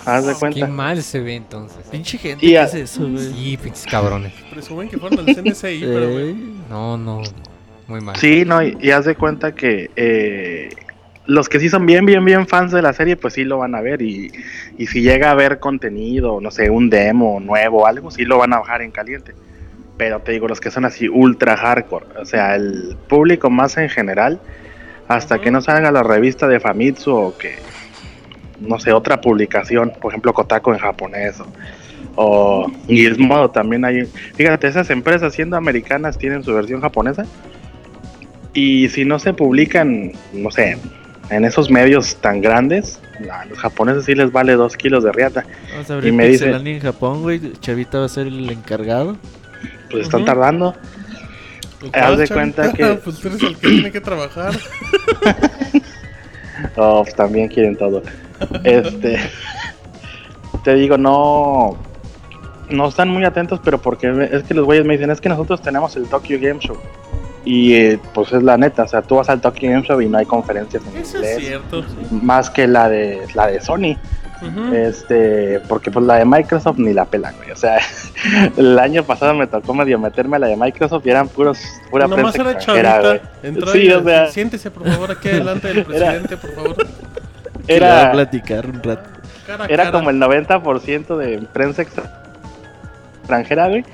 ¿Haz de Qué cuenta? ah. mal se ve entonces. Pinche gente, Y ¿qué a- es eso, güey? Sí, pinches cabrones. Presumen que fueron al CNCI, pero bueno. Ey. No, no. Muy mal. Sí, no, y, y haz de cuenta que eh, los que sí son bien, bien, bien fans de la serie, pues sí lo van a ver. Y, y si llega a haber contenido, no sé, un demo nuevo, algo, sí lo van a bajar en caliente. Pero te digo, los que son así ultra hardcore, o sea, el público más en general, hasta que no salga la revista de Famitsu o que, no sé, otra publicación, por ejemplo, Kotaku en japonés o, o Gizmodo también hay. Fíjate, esas empresas siendo americanas tienen su versión japonesa y si no se publican, no sé, en esos medios tan grandes, a los japoneses sí les vale dos kilos de riata. Vamos a abrir me dice- Pixelania en Japón, güey. Chavita va a ser el encargado. Pues están Ujú. tardando. Pues, Haz ¿cuál, de Chavita? cuenta que- Pues tú eres el que tiene que trabajar. Oh, pues también quieren todo. Este, te digo, no, no están muy atentos, pero porque es que los güeyes me dicen, es que nosotros tenemos el Tokyo Game Show. Y eh, pues es la neta, o sea, tú vas al Tokyo Game Show y no hay conferencias en Eso es Mm. inglés, cierto. sí. más que la de la de Sony. Ujú. Este, porque pues la de Microsoft ni la pelan, güey. O sea, el año pasado me tocó medio meterme a la de Microsoft y eran puros, pura Nomás prensa era extranjera, güey. chavita. Entró Sí, y o sea- siéntese por favor aquí adelante del presidente, por favor. Era... Era, a platicar un rato. Cara a era cara. como el 90% de prensa extra- extranjera, güey.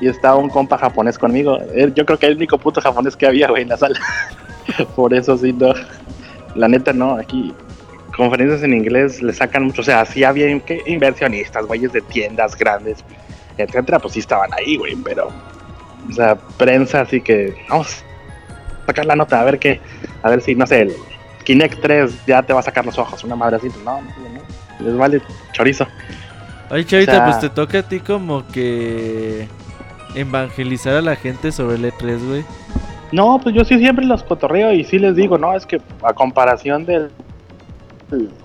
Y estaba un compa japonés conmigo. Eh, Yo creo que era el único puto japonés que había, güey, en la sala. Por eso sí, no. La neta, no, aquí conferencias en inglés le sacan mucho. O sea, sí había in- que inversionistas, güeyes de tiendas grandes, etcétera, pues sí estaban ahí, güey, pero. O sea, prensa, así que. Vamos a sacar la nota, a ver qué. A ver si, no sé, el Kinect 3 ya te va a sacar los ojos, una madre así. pues, No, no, no. Les vale chorizo. Oye, Chavita, O sea- pues te toca a ti como que evangelizar a la gente sobre el E3, güey. No, pues yo sí siempre los cotorreo y sí les digo, no, es que a comparación del,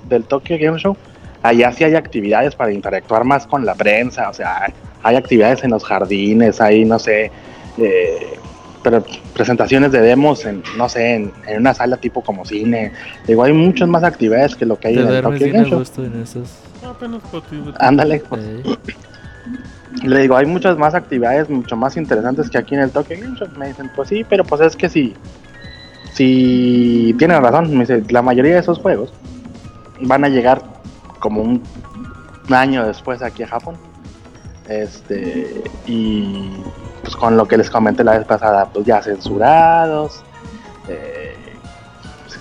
del Tokyo Game Show, allá sí hay actividades para interactuar más con la prensa, o sea, hay actividades en los jardines, hay, no sé, eh, pero presentaciones de demos, en, no sé, en, en una sala tipo como cine. Digo, hay muchas más actividades que lo que hay Te en el duermes Tokyo bien Game a Show. gusto en esos. Apenas contigo. Ándale, pues. eh. Le digo, hay muchas más actividades mucho más interesantes que aquí en el Tokyo Game Show. Me dicen, pues sí, pero pues es que sí. Si tienen razón, me dice, la mayoría de esos juegos van a llegar como un, un año después aquí a Japón. Este, y pues con lo que les comenté la vez pasada, pues ya censurados, eh,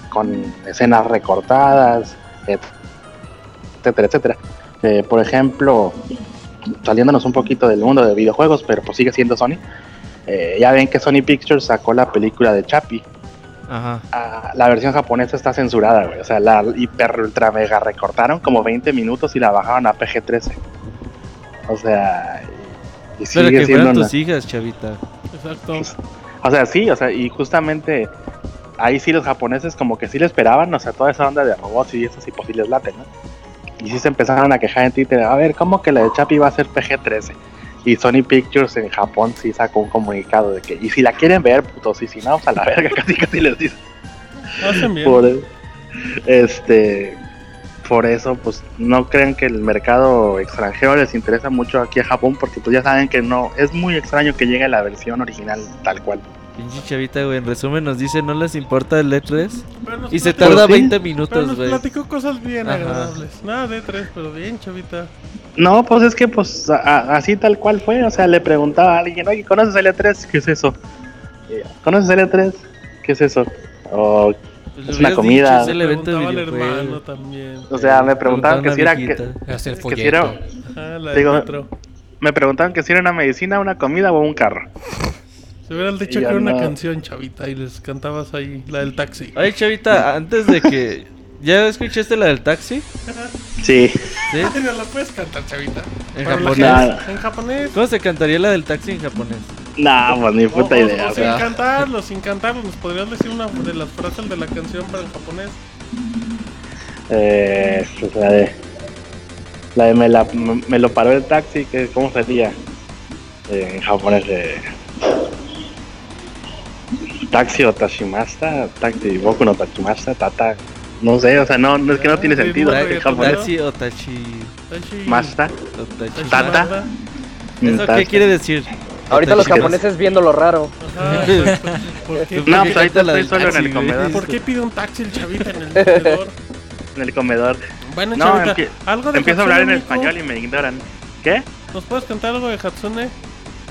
con escenas recortadas, et- etcétera, etcétera. Eh, por ejemplo, saliéndonos un poquito del mundo de videojuegos, pero pues sigue siendo Sony. Eh, ya ven que Sony Pictures sacó la película de Chappie. Ajá. Ah, la versión japonesa está censurada, güey. O sea, la hiper ultra mega recortaron como 20 minutos y la bajaron a PG-13. O sea, y, y Pero sigue que siendo fueran una... Pues, tus hijas, Chavita. Exacto. O sea, sí, o sea, y justamente ahí sí los japoneses como que sí le esperaban, o sea, toda esa onda de robots y esos hiposibles laten, ¿no? Y sí se empezaron a quejar en Twitter, a ver, ¿cómo que la de Chapi va a ser PG-13? Y Sony Pictures en Japón sí sacó un comunicado de que, y si la quieren ver, putos, y si no, pues a la verga, casi casi les dice. Hacen bien. Por, e, este, por eso, pues no crean que el mercado extranjero les interesa mucho aquí a Japón, porque pues ya saben que no, es muy extraño que llegue la versión original tal cual. Pinche Chavita, güey. En resumen, nos dice no les importa el E3. Pero nos Y se platicó- tarda Pues sí, 20 Pero minutos, nos güey. platicó cosas bien Ajá. agradables. Nada de tres, pero bien, chavita. No, pues es que pues a- a- así tal cual fue, o sea, le preguntaba a alguien, oye, ¿conoces el E3? ¿Qué es eso? Y yo, ¿Conoces el E3? ¿Qué es eso? O, Pues le es una hubieras comida. dicho, Es Le el evento de Preguntaba al hermano videojuegos. también. o sea, me preguntaban que si era que- viejita. Hace el que si era- folleto. Ah, la Digo- del metro. me preguntaban que si era una medicina, una comida o un carro. Se hubieran dicho que Ella era una no. canción, chavita, y les cantabas ahí la del taxi. Oye, Chavita, antes de que. ¿Ya escuchaste la del taxi? Sí. ¿Sí? No la puedes cantar, chavita. En Para la japonés. gente- En japonés. ¿Cómo se cantaría la del taxi en japonés? No, pues ni puta O- o- idea. o o sin sea. cantarlo, sin cantarlo. ¿Nos podrías decir una de las frases de la canción para el japonés? Eh, pues, la de, la de me, la- me- me lo paró el taxi, que ¿cómo sería? Eh, en japonés de... Taxi o Tashimasta, taxi, Boku no Tashimasta, Tata. No sé, o sea, no, no es que no tiene Sí, eh, sentido no, en reggaetón, japonés. Taxi o tachi. Tachi- Masta. o tachi- Tata. Mm, Tachimanda. ¿Eso Tata. qué quiere decir? Ahorita los Otachimas. japoneses viendo lo raro. Ajá, exacto. ¿Por qué, No, Porque pues ahorita canta estoy la del solo en taxi, el güey. comedor. ¿Por qué pide un taxi el chavita en el comedor? En el comedor. Bueno, No, chavita, empie- algo de Empiezo a hablar en Hatsune Miku. español y me ignoran. ¿Qué? ¿Nos puedes cantar algo de Hatsune?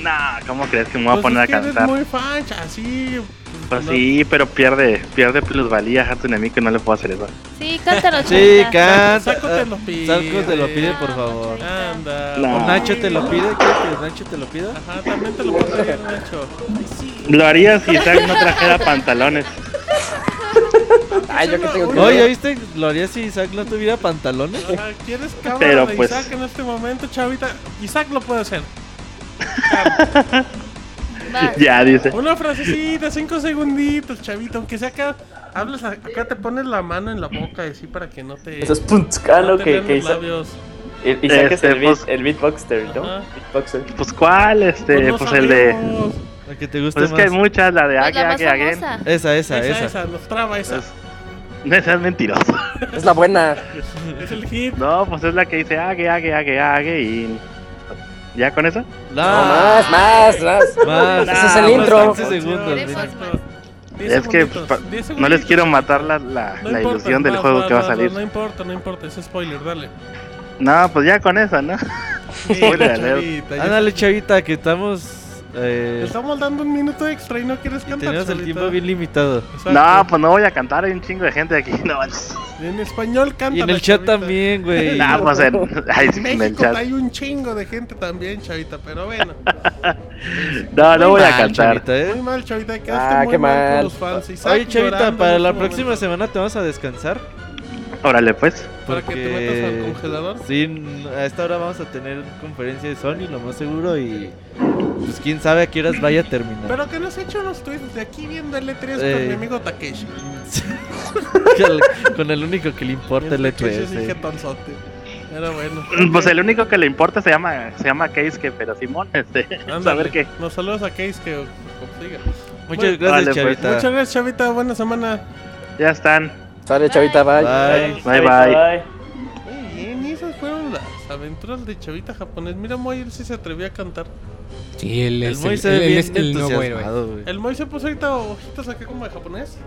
No, ¿cómo crees que me voy a Pues poner es a que eres cantar? muy fan, así. Pues sí, pero pierde, pierde plusvalía Hatsune Miku, no le puedo hacer eso. Sí, cántalo, Sí, chavita. canta. Saco te lo pide. Saco te lo pide, por favor. Anda. No. por Nacho ahí. te lo pide, ¿quieres que Nacho te lo pida? Ajá, Ah, también te lo puedo pedir, Nacho. Lo haría si Zack no trajera pantalones. Ay, yo que tengo que Oye, ¿viste? Lo haría si Isaac no tuviera pantalones. Ajá, ¿Quieres cámara Pero, de pues- Isaac en este momento, chavita? Isaac lo puede hacer. Va. Ya, dice. Una frasecita, cinco segunditos, chavito. Aunque sea acá, hablas, a- acá te pones la mano en la boca, así para que no te. Eso es no puntzka, lo te ah, que, vean que los Isaac, labios. Eh, I- Isaac es el, Este, beat, pues- el beatboxer, ¿no? Ajá. Beatboxer. Pues cuál, este, no pues el de. sabemos. La que te guste Pues es más. que hay muchas, la de Pues Age, la más Age, Again. famosa. Esa, esa, Esa, esa. esa, nos traba esa. Es- No seas mentiroso. Es la buena. Es el hit. No, pues es la que dice hague, hague, hague, hague y. ¿Ya con eso? No, más, más, más. Más. Ese Ah, es el Más intro. 15 segundos. Exacto. Diez Es que segunditos, pa- diez no les segunditos. quiero matar la, la- No la importa, ilusión del vas, juego vas, que va a vas, salir. No importa, no importa, es spoiler, dale. No, pues ya con eso, ¿no? Spoiler alert. Chavita, ya- Ándale, chavita, que estamos. Te Eh, estamos dando un minuto extra y no quieres cantar. tenemos el Chavita. tiempo bien limitado. Exacto. No, pues no voy a cantar, hay un chingo de gente aquí. No, manches. En español canta. Y en el chat también, güey. Nah, pues Este en, ay, sí, En en el México chat. hay un chingo de gente también, chavita, pero bueno. No, no voy a Mal, cantar. chavita, ¿eh? Muy mal, chavita, quedaste Ah, muy qué mal con mal. los fans. Isaac Oye, chavita, llorando para en la este próxima momento. semana te vas a descansar. Órale, pues. Para que te metas al porque- congelador. Sí, n- a esta hora vamos a tener conferencia de Sony, lo más seguro. Y pues quién sabe a qué horas vaya a terminar. Pero que nos echen unos tweets de aquí viendo el E3 con Eh. mi amigo Takeshi. Con el único que le importa el El Takeshi E3. es un eh. jetonzote. Era bueno. Pues el único que le importa se llama, se llama Case, que, pero Simón, este, Ándale. saber qué. Nos saludos a Case que consiga. Muchas Vale, gracias, pues. chavita. Muchas gracias, chavita. Buena semana. Ya están. Sale, chavita, bye. Bye. Bye, bye. Muy bien, y esas fueron las aventuras de chavita japonés. Mira, Moy, él sí se atrevió a cantar. Sí, él El es Moy el, se ve él bien es el nuevo héroe. entusiasmado, güey. El Moy se puso ahorita hojitas acá como de japonés.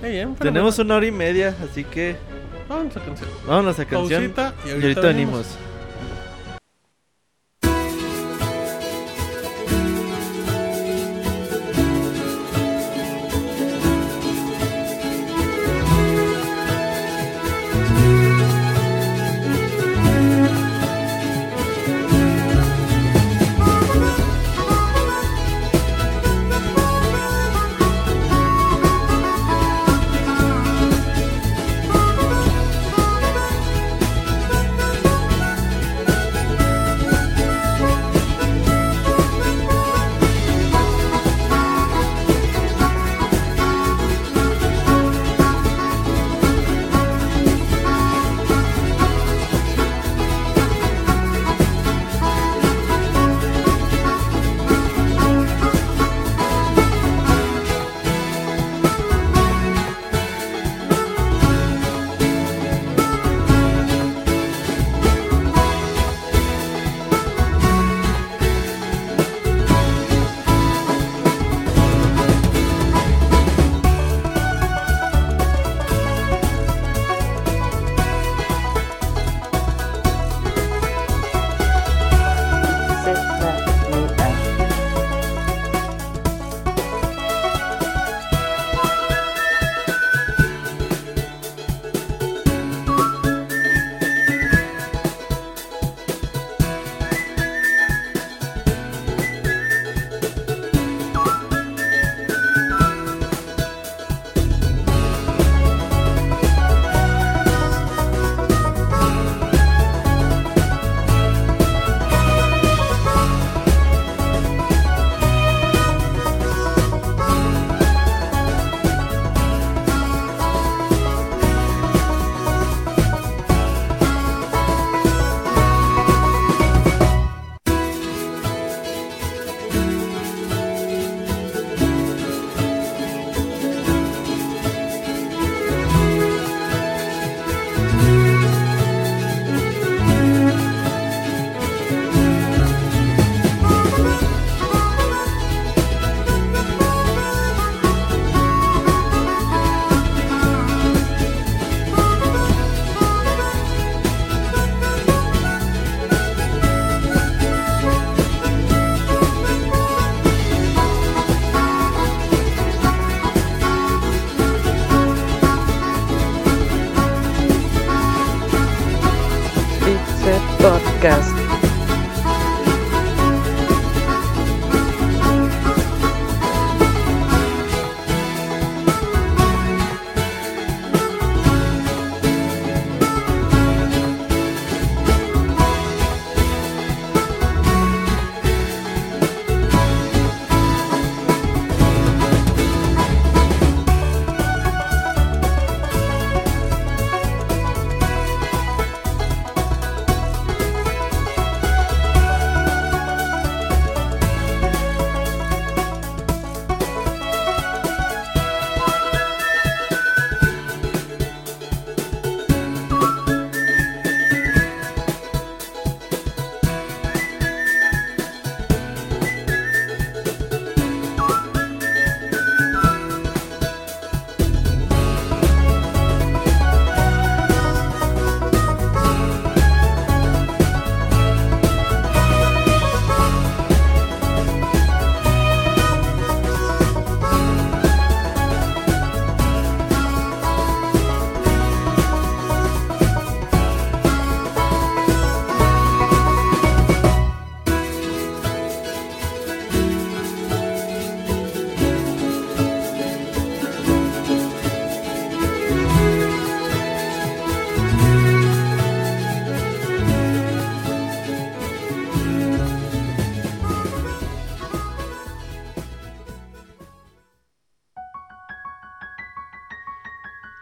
Muy bien, pero Tenemos una hora y media, así que bueno, Vamos a canción. vámonos a canción. Pausita y Y ahorita, ahorita venimos. venimos. Podcast.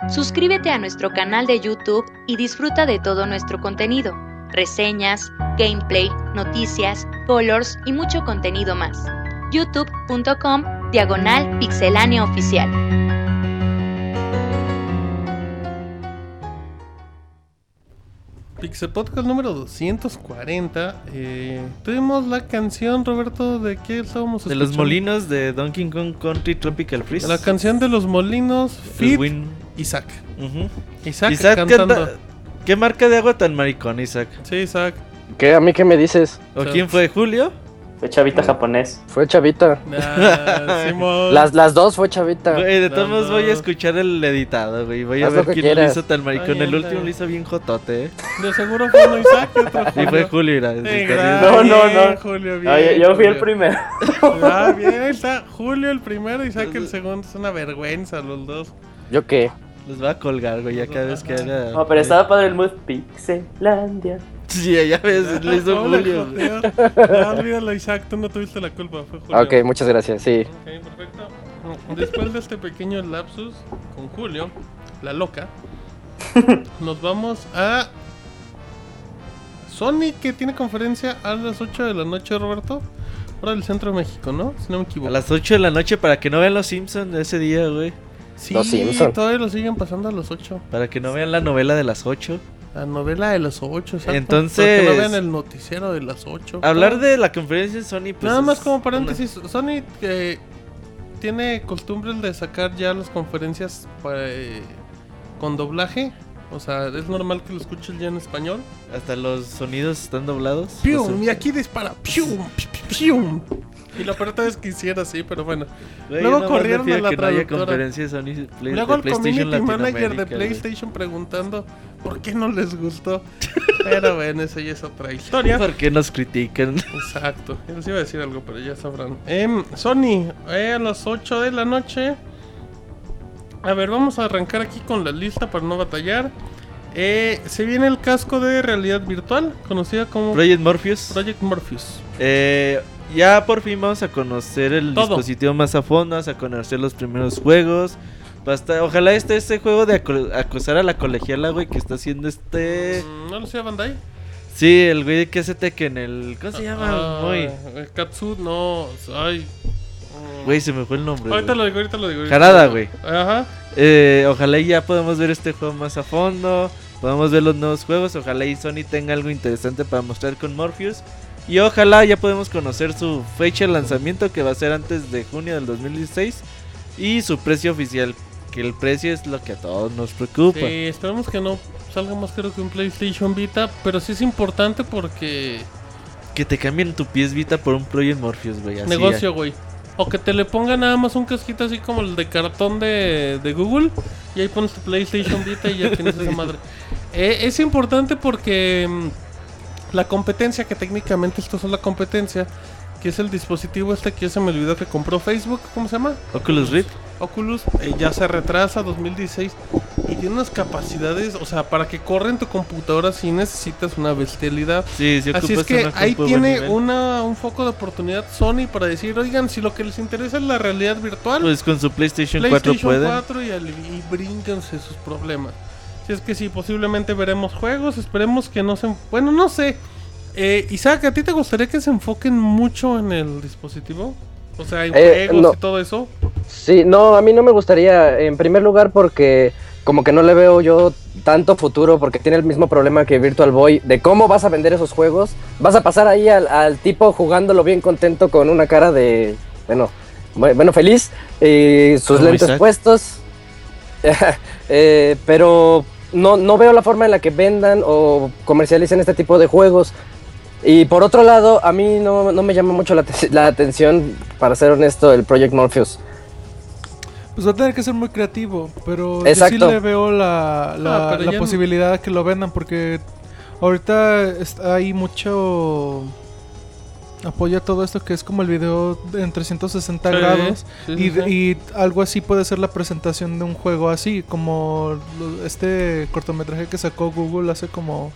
Suscríbete a nuestro canal de YouTube y disfruta de todo nuestro contenido, reseñas, gameplay, noticias, colors y mucho contenido más. youtube.com diagonal pixelánea oficial. Pixel Podcast número 240. eh, tuvimos la canción, Roberto, de qué estábamos De los escuchando? molinos de Donkey Kong Country Tropical Freeze. La canción de los molinos, El Fit, Win. Isaac. Ujú. Isaac, Isaac cantando. canta- ¿Qué marca de agua tan maricón, Isaac? Sí, Isaac. ¿Qué? ¿A mí qué me dices? Mm. ¿O Sí. quién fue? ¿Julio? Fue chavita japonés. Fue chavita. Ah, Simón. Las, las dos fue chavita. Güey, de todos No, modos no. voy a escuchar el editado, güey. Voy a Haz lo ver que quién lo quieras. hizo tan maricón. Ay, El anda. último lo hizo bien jotote, eh. De seguro fue uno Isaac y otro Y Julio. fue Julio, mira, Sí, está gran- bien. No, no, bien, no. Julio, bien, No, yo, yo fui el Julio. primero. Ah, bien, ahí está. Julio el primero, Isaac el segundo. Es una vergüenza los dos. ¿Yo qué? Los va a colgar, güey, ya cada vez que haga. No, pero estaba padre el mood Pixelandia. Sí, ya ves, le hizo ¿Cómo le Julio. güey. joteo? Ya, olvídalo, Isaac, tú no tuviste la culpa, fue Julio. Ok, muchas gracias, sí. Ok, perfecto. Después de este pequeño lapsus con Julio, la loca, nos vamos a Sony que tiene conferencia a las 8 de la noche, Roberto. Hora del centro de México, ¿no? Si no me A equivoco. las 8 de la noche para que no vean los Simpsons de ese día, güey. Sí, Los Simpson. todavía lo siguen pasando a las 8. Para que no vean la novela de las 8. La novela de las 8, exacto. Entonces- Para que no vean el noticiero de las 8. Hablar de la conferencia en Sony, pues. Nada es más como paréntesis, Sony eh, tiene costumbres de sacar ya las conferencias para, eh, con doblaje. O sea, es normal que lo escuches ya en español. una- Hasta los sonidos están doblados. ¡Pium! Los- Y aquí dispara. ¡Pium! pi- ¡Pium! Y la verdad es que hiciera así, pero bueno. Güey, Luego yo nomás corrieron le pido a la que no haya traductora. conferencia de Sony Play- Luego de el community PlayStation manager de Latinoamérica, güey. PlayStation preguntando por qué no les gustó. pero bueno, esa ya es otra historia. ¿Por qué nos critican? Exacto, yo les iba a decir algo, pero ya sabrán. Em, Sony, eh, a las 8 de la noche. A ver, vamos a arrancar aquí con la lista para no batallar. Eh, se viene el casco de realidad virtual, conocida como Project Morpheus. Project Morpheus. Eh, ya por fin vamos a conocer el Todo. dispositivo más a fondo, vamos a conocer los primeros juegos. Basta, ojalá este este juego de aco- acosar a la colegiala, güey, que está haciendo este. Mm, ¿No lo hacía Bandai? Sí, el güey que hace Tekken, el. ¿Cómo se llama? Ah, Güey, eh, Katsu, no. Ay. Mm. Güey, se me fue el nombre. ahorita güey. lo digo, ahorita lo digo. ahorita Harada, lo digo. Ajá. Eh, ojalá y ya podamos ver este juego más a fondo. Podamos ver los nuevos juegos. Ojalá y Sony tenga algo interesante para mostrar con Morpheus. Y ojalá ya podemos conocer su fecha de lanzamiento que va a ser antes de junio del 2016. Y su precio oficial. Que el precio es lo que a todos nos preocupa. Sí, eh, esperemos que no salga más caro que un PlayStation Vita, pero sí es importante porque Que te cambien tu pies Vita por un Project Morpheus, güey. así negocio, güey. O que te le ponga nada más un casquito así como el de cartón de, de Google y ahí pones tu PlayStation Vita y ya tienes esa madre. Eh, es importante porque mm, la competencia, que técnicamente esto es la competencia, que es el dispositivo este que ya se me olvidó que compró Facebook, ¿cómo se llama? ya. Oculus Rift. Oculus eh, ya se retrasa 2016 y tiene unas capacidades, o sea, para que corra en tu computadora si necesitas una bestialidad. Sí, sí, Así es ocupas que una ahí compu de buen tiene nivel. una, un foco de oportunidad Sony para decir, oigan, si lo que les interesa es la realidad virtual, Pues con su PlayStation, 4 PlayStation pueden. 4 y, al- y brínganse sus problemas. Si es que sí, posiblemente veremos juegos, esperemos que no se... Bueno, no sé. Eh, Isaac, ¿a ti te gustaría que se enfoquen mucho en el dispositivo? O sea, en Eh, juegos no. y todo eso. Sí, no, a mí no me gustaría, en primer lugar, porque como que no le veo yo tanto futuro, porque tiene el mismo problema que Virtual Boy, de cómo vas a vender esos juegos. Vas a pasar ahí al, al tipo jugándolo bien contento con una cara de, bueno, bu- bueno feliz, y sus Como lentes Isaac. puestos. Eh, pero no, no veo la forma en la que vendan o comercialicen este tipo de juegos. Y por otro lado, a mí no, no me llama mucho la, te- la atención, para ser honesto, el Project Morpheus. Pues va a tener que ser muy creativo, pero yo Exacto. sí le veo la, la- Ah, pero la ya no- posibilidad de que lo vendan, porque ahorita es- hay mucho apoyo a todo esto que es como el video en 360 grados. Sí, sí, Y, sí. y algo así puede ser la presentación de un juego así, como lo- este cortometraje que sacó Google hace como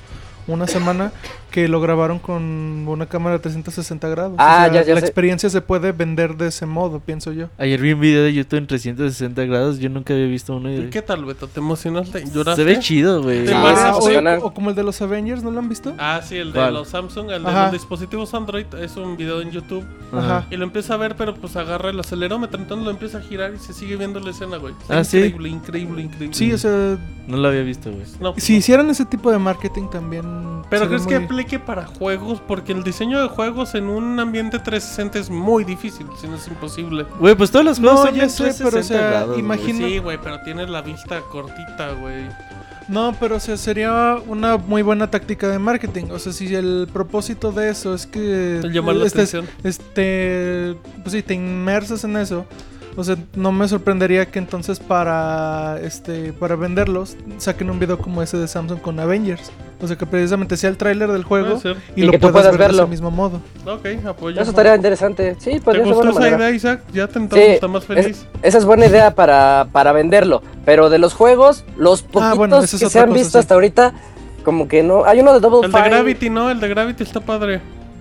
una semana que lo grabaron con una cámara de 360 grados. Ah, ya- ya La sé. experiencia se puede vender de ese modo, pienso yo. Ayer vi un video de YouTube en 360 grados. Yo nunca había visto uno. ¿Y Y... qué tal, Beto? ¿Te emocionaste? ¿Lloraste? Se ve chido, güey. Te Sí, parece- se emociona. Ah, o, o como el de los Avengers, ¿no lo han visto? Ah, sí, el de ¿Cuál? los Samsung, el de Ajá. los dispositivos Android, es un video en YouTube. Ajá. Y lo empieza a ver, pero pues agarra el acelerómetro, entonces lo empieza a girar y se sigue viendo la escena, güey. Está Ah, ¿sí? increíble, increíble, increíble. Sí, o sea, No lo había visto, güey. No, pues, si no. hicieran ese tipo de marketing también. Pero sería crees que muy- aplique para juegos, porque el diseño de juegos en un ambiente 360 es muy difícil, si no es imposible. Güey, pues todos los No, juegos son ya en sé, pero, o 360 sea, grados, güey. imagina- Sí, güey, pero tienes la vista cortita, güey. No, pero o sea, sería una muy buena táctica de marketing. O sea, si el propósito de eso es que Llamar la estés- atención. este, pues sí, te inmersas en eso. O sea, no me sorprendería que entonces para este para venderlos saquen un video como ese de Samsung con Avengers. O sea, que precisamente sea el tráiler del juego Puede ser. y, Y lo que tú puedas puedas ver de verlo. ese mismo modo. Ok, apoyo. Eso estaría interesante. Sí, ¿Te podría ser buena gustó esa manera. idea, Isaac? Ya tentamos, está más es- feliz. esa es buena idea para, para venderlo. Pero de los juegos, los poquitos Ah, bueno, esa es que se otra han cosa, visto sí. hasta ahorita, como que no. Hay uno de Double El de Fine. Gravity, no, el de Gravity está padre.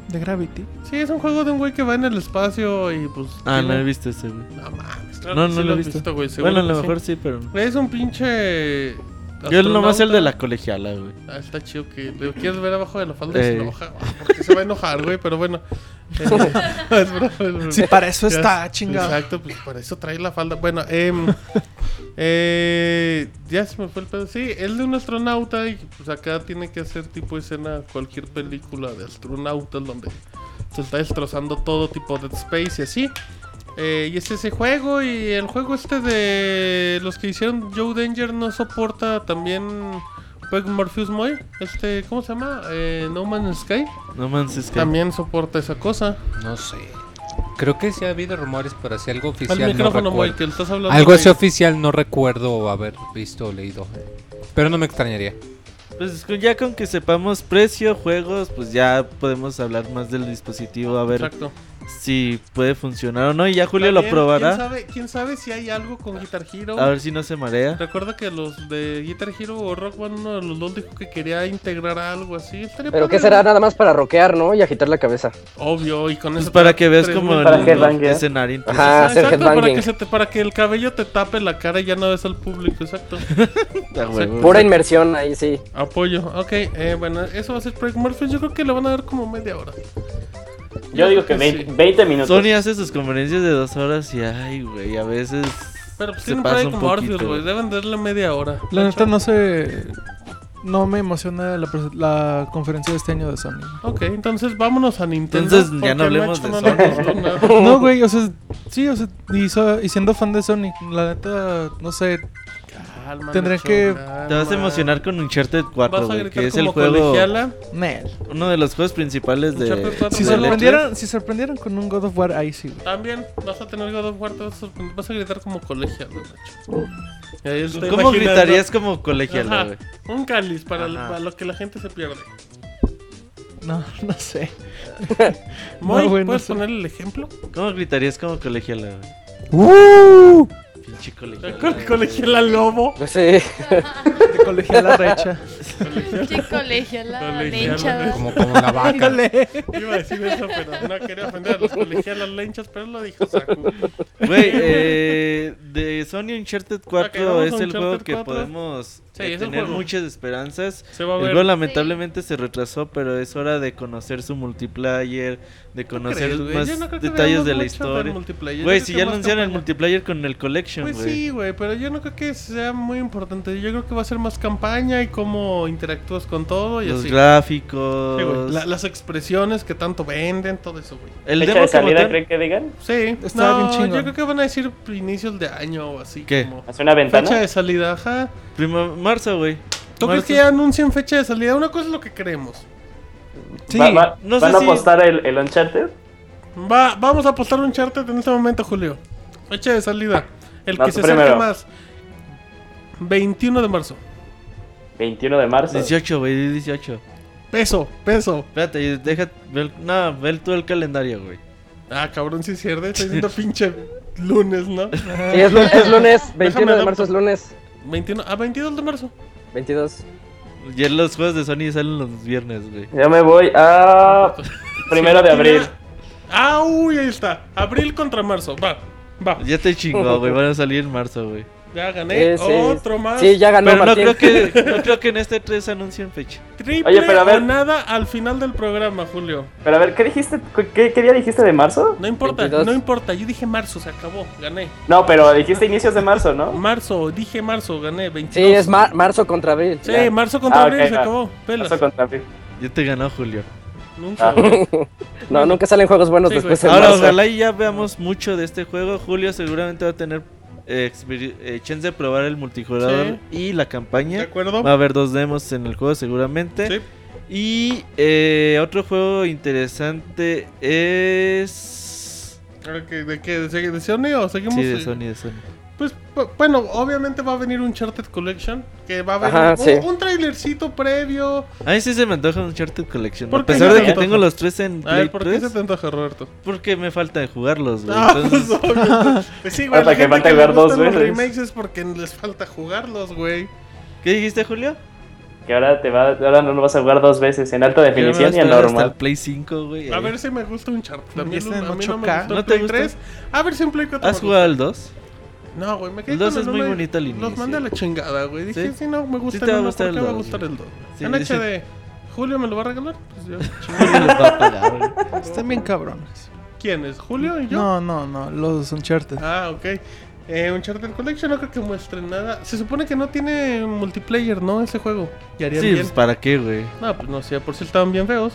De Gravity. Sí, es un juego de un güey que va en el espacio y pues. Ah, no tiene- he visto ese, güey. No mames, claro No, que no sí lo he has visto. güey, seguro bueno, a lo que sí. mejor sí, pero no. Es un pinche. Yo nomás el astronauta. de la colegiala, güey. Ah, está chido que lo quieres ver abajo de la falda y se Eh. enoja. ah, Porque se va a enojar, güey, pero bueno. Eh, es broma, es broma. Sí, para eso Ya está, sé, chingado. Exacto, pues para eso trae la falda. Bueno, em, eh, ya se me fue el pedo. Sí, es de un astronauta y pues acá tiene que hacer tipo escena cualquier película de astronautas donde se está destrozando todo tipo de space y así. Eh, y es ese juego y el juego este de los que hicieron Joe Danger no soporta también Peg Morpheus Moy. Este, ¿cómo se llama? Eh, no Man's Sky. No manches, es que. También soporta esa cosa. No sé. Creo que sí ha habido rumores, pero si algo Al oficial no micrófono, Moy, recuerdo. que estás hablando. Algo de- así oficial no recuerdo haber visto o leído. Pero no me extrañaría. Pues con- ya con que sepamos precio, juegos, pues ya podemos hablar más del dispositivo, a ver Exacto. si puede funcionar o no. Y ya Julio lo También, ¿quién probará. sabe, quién sabe si hay algo con Guitar Hero? A ver si no se marea. Recuerda que los de Guitar Hero o Rock Band, uno de los dos dijo que quería integrar algo así. Estaría Pero padre, que será ¿no? nada más para roquear, ¿no? Y agitar la cabeza. Obvio, y con Pues eso. para que veas tres como mil- el, Para que el ranguea. escenario. entonces- ¿eh? Ajá, Ah, hacer exacto, para headbanging. que, se te- para que el cabello te tape la cara y ya no ves al público, exacto. Ah, huevo. Pura inmersión ahí, sí. Apoyo, ok, eh, bueno, eso va a ser Project Morpheus. Yo creo que le van a dar como media hora. Yo digo que Sí. 20, 20 minutos. Sony hace sus conferencias de dos horas y ay, güey, a veces Pero pues se tiene pasa Project un Morpheus, poquito. eh. güey. güey. Deben darle media hora. La neta no sé no me emociona la, pres- la conferencia de este año de Sony. Ok, entonces vámonos a Nintendo. Entonces, porque ya no hablemos Nacho de no nos Sony. gustó nada. No, güey, o sea, sí, o sea, y, so- y siendo fan de Sonic, la neta, no sé, Calma, Tendré Nacho, que- calma. Te vas a emocionar con Uncharted Vas 4, a güey, gritar que es el como juego, colegiala. uno de los juegos principales de... Uncharted 4, si de Bueno, sorprendieran, si sorprendieran con un God of War, ahí sí, güey. También vas a tener God of War, te vas a, sorprender, vas a gritar como colegiala, Nacho. Y ahí Netflix. estoy ¿Cómo imaginando gritarías como colegiala, Ajá. güey? Un cáliz para, Ajá. para lo que la gente se pierde. No, no sé. Moy, No, güey, no ¿puedes sé. ponerle el ejemplo? ¿Cómo gritarías como colegiala, güey? ¡Uh! Pinche colegiala. Con colegiala lobo. No sé. De colegiala recha. Qué colegiala, Colegiala, lenchada. Como, como la vaca. Iba a decir eso, pero no quería ofender a los colegialas lenchas, pero lo dijo Saku. Güey, eh, de Sony Uncharted 4 vamos a es el Uncharted juego que 4. podemos Sí, eh, es el tener juego. muchas esperanzas. Se va a El ver. juego lamentablemente se retrasó, pero es hora de conocer su multiplayer, de conocer ¿Crees, güey? más Yo no creo que detalles veamos de la mucho del historia. multiplayer. Yo Güey, creo si que ya más anunciaron el campaña. multiplayer con el collection, güey. Pues sí, güey, pero yo no creo que sea muy importante. Yo creo que va a ser más campaña y cómo interactúas con todo y Los así. gráficos. Sí, güey, la- las expresiones que tanto venden, todo eso, güey. El Fecha demo de como salida, tal- creen que digan? Sí, Está no, bien chingón. yo creo que van a decir inicios de año o así. ¿Qué? Como ¿Hace una ventana? fecha de salida, ajá. Primo- marzo, güey. ¿Tú crees Marzo. que ya anuncien fecha de salida? Una cosa es lo que queremos. Sí, Va- va- no sé ¿Van a si- apostar el, el Uncharted? Va, vamos a apostar un charter en este momento, Julio. Fecha de salida. El No, que tú se acerque primero. más. 21 de marzo. 21 de marzo. 18, güey, di 18. Peso, peso. Espérate, deja. Ve el- no, ve el- tú el calendario, güey. Ah, cabrón, si pierde. Estoy viendo pinche lunes, ¿no? Sí, es lunes, es lunes. 21 de adapto. marzo es lunes. 21, ah, 22 de marzo. 22. Ya los juegos de Sony salen los viernes, güey. Ya me voy a. Primero de abril. Ah, uy, ahí está. Abril contra marzo. Va, va. Ya te chingó, güey. Van a salir en marzo, güey. Ya gané. Ese es. Otro más. Sí, ya ganó Pero no Martín. creo, que, no creo que en este 3 anuncien fecha. Triple Oye, pero a ver. o nada al final del programa, Julio. Pero a ver, ¿qué dijiste? ¿Qué, qué día dijiste de marzo? No importa, 22. no importa. Yo dije marzo, se acabó. Gané. No, pero dijiste inicios de marzo, ¿no? Marzo, dije marzo, gané. 22. Sí, es mar- marzo contra abril. Sí, Ya. marzo contra Ah, abril, ok, se va. acabó. Pelas. Marzo contra abril. Ya te ganó Julio. Nunca. No, Ah. nunca salen juegos buenos Sí, después de güey. Ahora, marzo. ojalá y ya veamos mucho de este juego. Julio seguramente va a tener eh, experi- eh, chance de probar el multijugador y la ¿De campaña. acuerdo? Va a haber dos demos en el juego seguramente. Sí. Y eh, otro juego interesante es... Ok, ¿De qué? ¿De, de Sony o seguimos? Sí, de eh? Sony, de Sony. Pues bu- bueno, obviamente va a venir un Charted Collection. Que va a haber Ajá, un, sí. un trailercito previo. A mí sí se me antoja un Uncharted Collection. ¿Por A qué pesar se de te que antoja? tengo los tres en A Play ver, ¿por qué se 3, te antoja, Roberto? porque me falta de jugarlos, güey. Ah, Entonces, pues, obvio. Pues sí, Ah, güey. Hasta la que gente falta le jugar dos gustan los veces. remakes es porque les falta jugarlos, güey. ¿Qué dijiste, Julio? Que ahora te va, ahora no lo vas a jugar dos veces, en alta Que me va a definición y en esperar hasta el normal. Play 5, güey. A ahí. ver si me gusta un chart. Ya También está un- en a mí no me 8K. gustó ¿No el te Play gusta? 3. A ver si en Play 4 ¿Has me jugado al 2? gusta. No, güey, me quedé El 2 con es el muy uno y bonito al inicio. Los mandé a la chingada, güey. Dije, Sí. si no me gusta te el va a uno, gustar ¿por el qué me va a dos, gustar güey. el 2? Sí, en dice- HD. ¿Julio me lo va a regalar? Pues ya. Julio los va a pagar, güey. Están bien cabrones. ¿Quién es? ¿Julio y yo? No, no, no, los Uncharted. Ah, ok. Eh, Uncharted Collection no creo que muestren nada. Se supone que no tiene multiplayer, ¿no? Ese juego. Y harían Sí, bien. pues para qué, güey. No, pues no sé, por si estaban bien feos.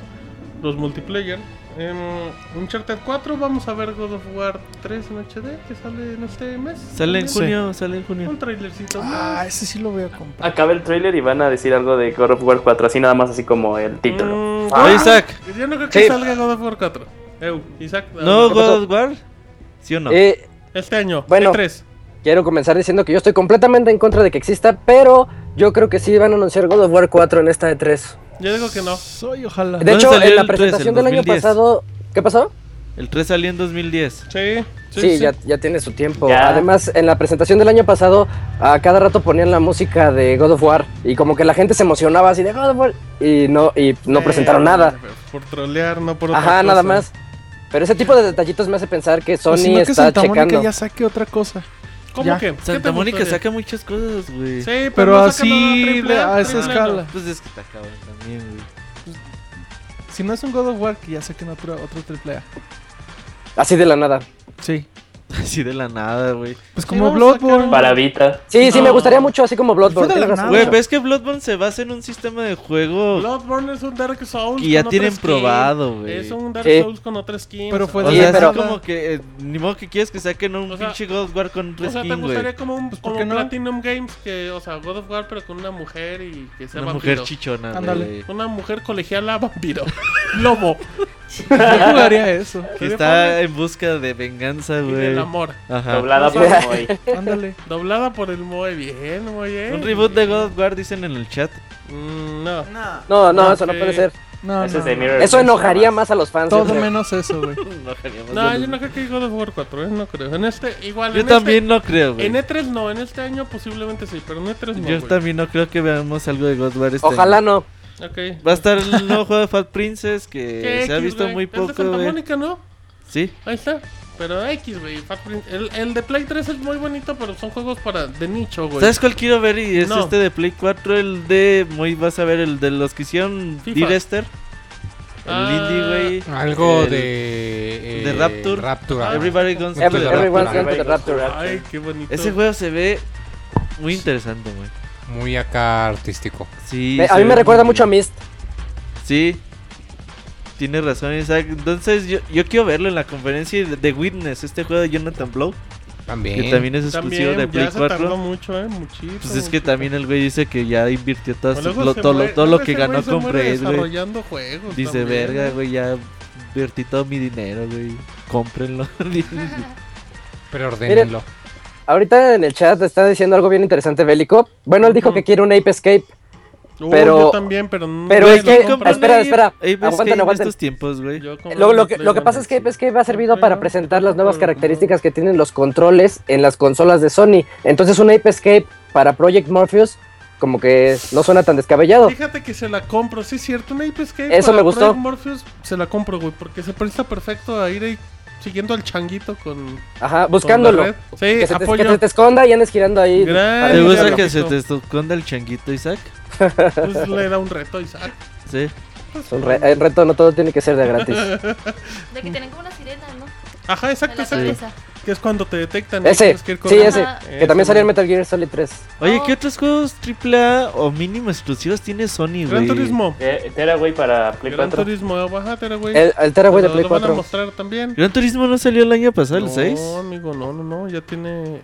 Los multiplayer. Em, Uncharted 4, vamos a ver God of War 3 en HD que sale en este mes. Sale en Sí. junio, sale en También. Un junio. trailercito. Ah, ese sí lo voy a comprar. Acaba el trailer y van a decir algo de God of War 4, así nada más así como el título. Mm, Oye, Ah, Isaac. Yo no creo que Sí. salga God of War 4. Eu, Isaac. ¿No ah, God of War? ¿Sí o no? Eh, Este año, Bueno. 3. quiero comenzar diciendo que yo estoy completamente en contra de que exista, pero yo creo que sí van a anunciar God of War 4 en esta E de 3 Yo digo que no. Soy, ojalá. De ¿Dónde hecho, salió en la el 3? presentación ¿En del año 2010? pasado... ¿Qué pasó? El 3 salió en 2010. Sí, sí. Sí, Ya, ya tiene su tiempo. Ya. Además, en la presentación del año pasado, a cada rato ponían la música de God of War y como que la gente se emocionaba así de God of War y no, y no Eh, presentaron nada. Por trolear, no por otra Ajá, nada cosa. más. Pero ese tipo de detallitos me hace pensar que Sony O si no, Pues que está Santa Mónica checando. ya saque otra cosa. ¿Cómo Ya. que? ¿Qué te Santa Mónica gustaría? saca muchas cosas, güey. Sí, pero, Pero no saca nada así, triple de- a esa triple no. escala. Pues es que está cabrón también, güey. Si no es un God of War, que ya saquen otro, otro AAA. Así de la nada. Sí. Así de la nada, güey. Pues Sí, como vamos a Bloodborne. sacar Para Vita. Sí, sí, me No. gustaría mucho, así como Bloodborne. Fue de la tienes razón. nada. Güey, ves que Bloodborne se basa en un sistema de juego Bloodborne es un Dark Souls. que ya con otra tienen skin. probado, güey. Es un Dark Sí. Souls con otra skin. Pero fue O de Sí, sea, la es pero- como que eh, ni modo que quieres que saquen un O sea- pinche God of War con O tres sea, ¿te skin, güey. gustaría como un Pues, ¿por como qué no? Platinum Games que, o sea, God of War pero con una mujer y que sea Una vampiro? mujer chichona, Ándale. güey. Una mujer colegiala vampiro. Lobo. Yo jugaría eso. Que está en busca de venganza, Y del güey. amor. Ajá. Doblada por Sí. Moy. Ándale. Doblada por el Moe. Bien, ¿eh? muy bien. Un reboot de God of War dicen en el chat. Mm, no. No, no, No, eso no que- puede ser. No, Ese no, es de no. Mirror Eso Edge, enojaría nada más a los fans. yo Todo creo. menos eso, güey. No, yo no creo que God of War 4, ¿eh? No creo. En este, igual. Yo en este- también no creo, güey. en E3 no, en este año posiblemente sí, pero en E3 no. Yo güey. también no creo que veamos algo de God of War este Ojalá año. no. Ok. Va a estar el nuevo juego de Fat Princess ¿Qué que se ha X, visto güey? muy Es de poco, Santa güey. Mónica, ¿no? Sí. Ahí está. Pero X, güey. Fat Prince- El, el de Play 3 es muy bonito, pero son juegos para de nicho, güey. ¿Sabes cuál quiero ver? Y es No. este de Play 4, el de. Muy vas a ver, el de los que hicieron FIFA. D-Rester. El Ah. indie, güey. Algo El- de. eh, de Rapture. Rapture. Ah. Everybody Guns Every- to the every- Everyone's Raptor. going to the Raptor. Ay, qué bonito. Ese juego se ve muy interesante, güey. Muy acá artístico. Sí. Me- se A mí ve me muy recuerda mucho a bien. Mist. Sí. Tiene razón, Isaac. Entonces, yo, yo quiero verlo en la conferencia de The Witness, este juego de Jonathan Blow, También. que también es exclusivo También, de Play ya se tardó 4. mucho, eh, muchísimo. Pues es que también el güey dice que ya invirtió todo, Bueno, su- Pues luego lo- se todo, lo- muere- todo lo luego que ese ganó güey se con muere Braid, güey. desarrollando juegos. Dice, también. verga, güey, ya invertí todo mi dinero, güey. Cómprenlo. Pero ordenenlo. Ahorita en el chat está diciendo algo bien interesante bélico. Bueno, él dijo Ujú. que quiere un Ape Escape. Uh, pero- yo también, pero no. pero nadie es lo que- compra. espera, espera. Aguanten, Aguanten, en aguanten. estos tiempos, güey. Yo compré Lo, lo el que, Play lo que One, pasa es que Ape sí. Escape ha servido para Pero- presentar las nuevas pero- características que tienen los controles en las consolas de Sony. Entonces un Ape Escape para Project Morpheus como que no suena tan descabellado. Fíjate que se la compro, sí es cierto, una IP Escape Eso para me gustó. Project Morpheus se la compro, güey, porque se presta perfecto a ir ahí siguiendo al changuito con... Ajá, con Ah, buscándolo. la red. Que se, Sí, te, apoyo. que se te esconda y andes girando ahí. Gran- ¿Te Ay, gusta mira, que se papito. te esconda el changuito, Isaac? Pues le da un reto a Isaac. Sí. Es un re- el reto no todo tiene que ser de gratis. De que tienen como una sirena, ¿no? Ajá, En exacto, la exacto. cabeza. Que es cuando te detectan. y ese, tienes que ir sí, corriendo. ese. Ajá. Que también Ese, salió en güey. Metal Gear Solid 3. Oye, No. ¿qué otros juegos AAA o mínimo exclusivos tiene Sony, Gran güey? Turismo. Eh, Tera, güey, para Play Gran 4. Turismo, bájate, güey. El, el Teraway de Lo- Play lo van a 4. mostrar también. Gran Turismo no salió el año pasado, el no, 6. amigo, no, no, no, ya tiene...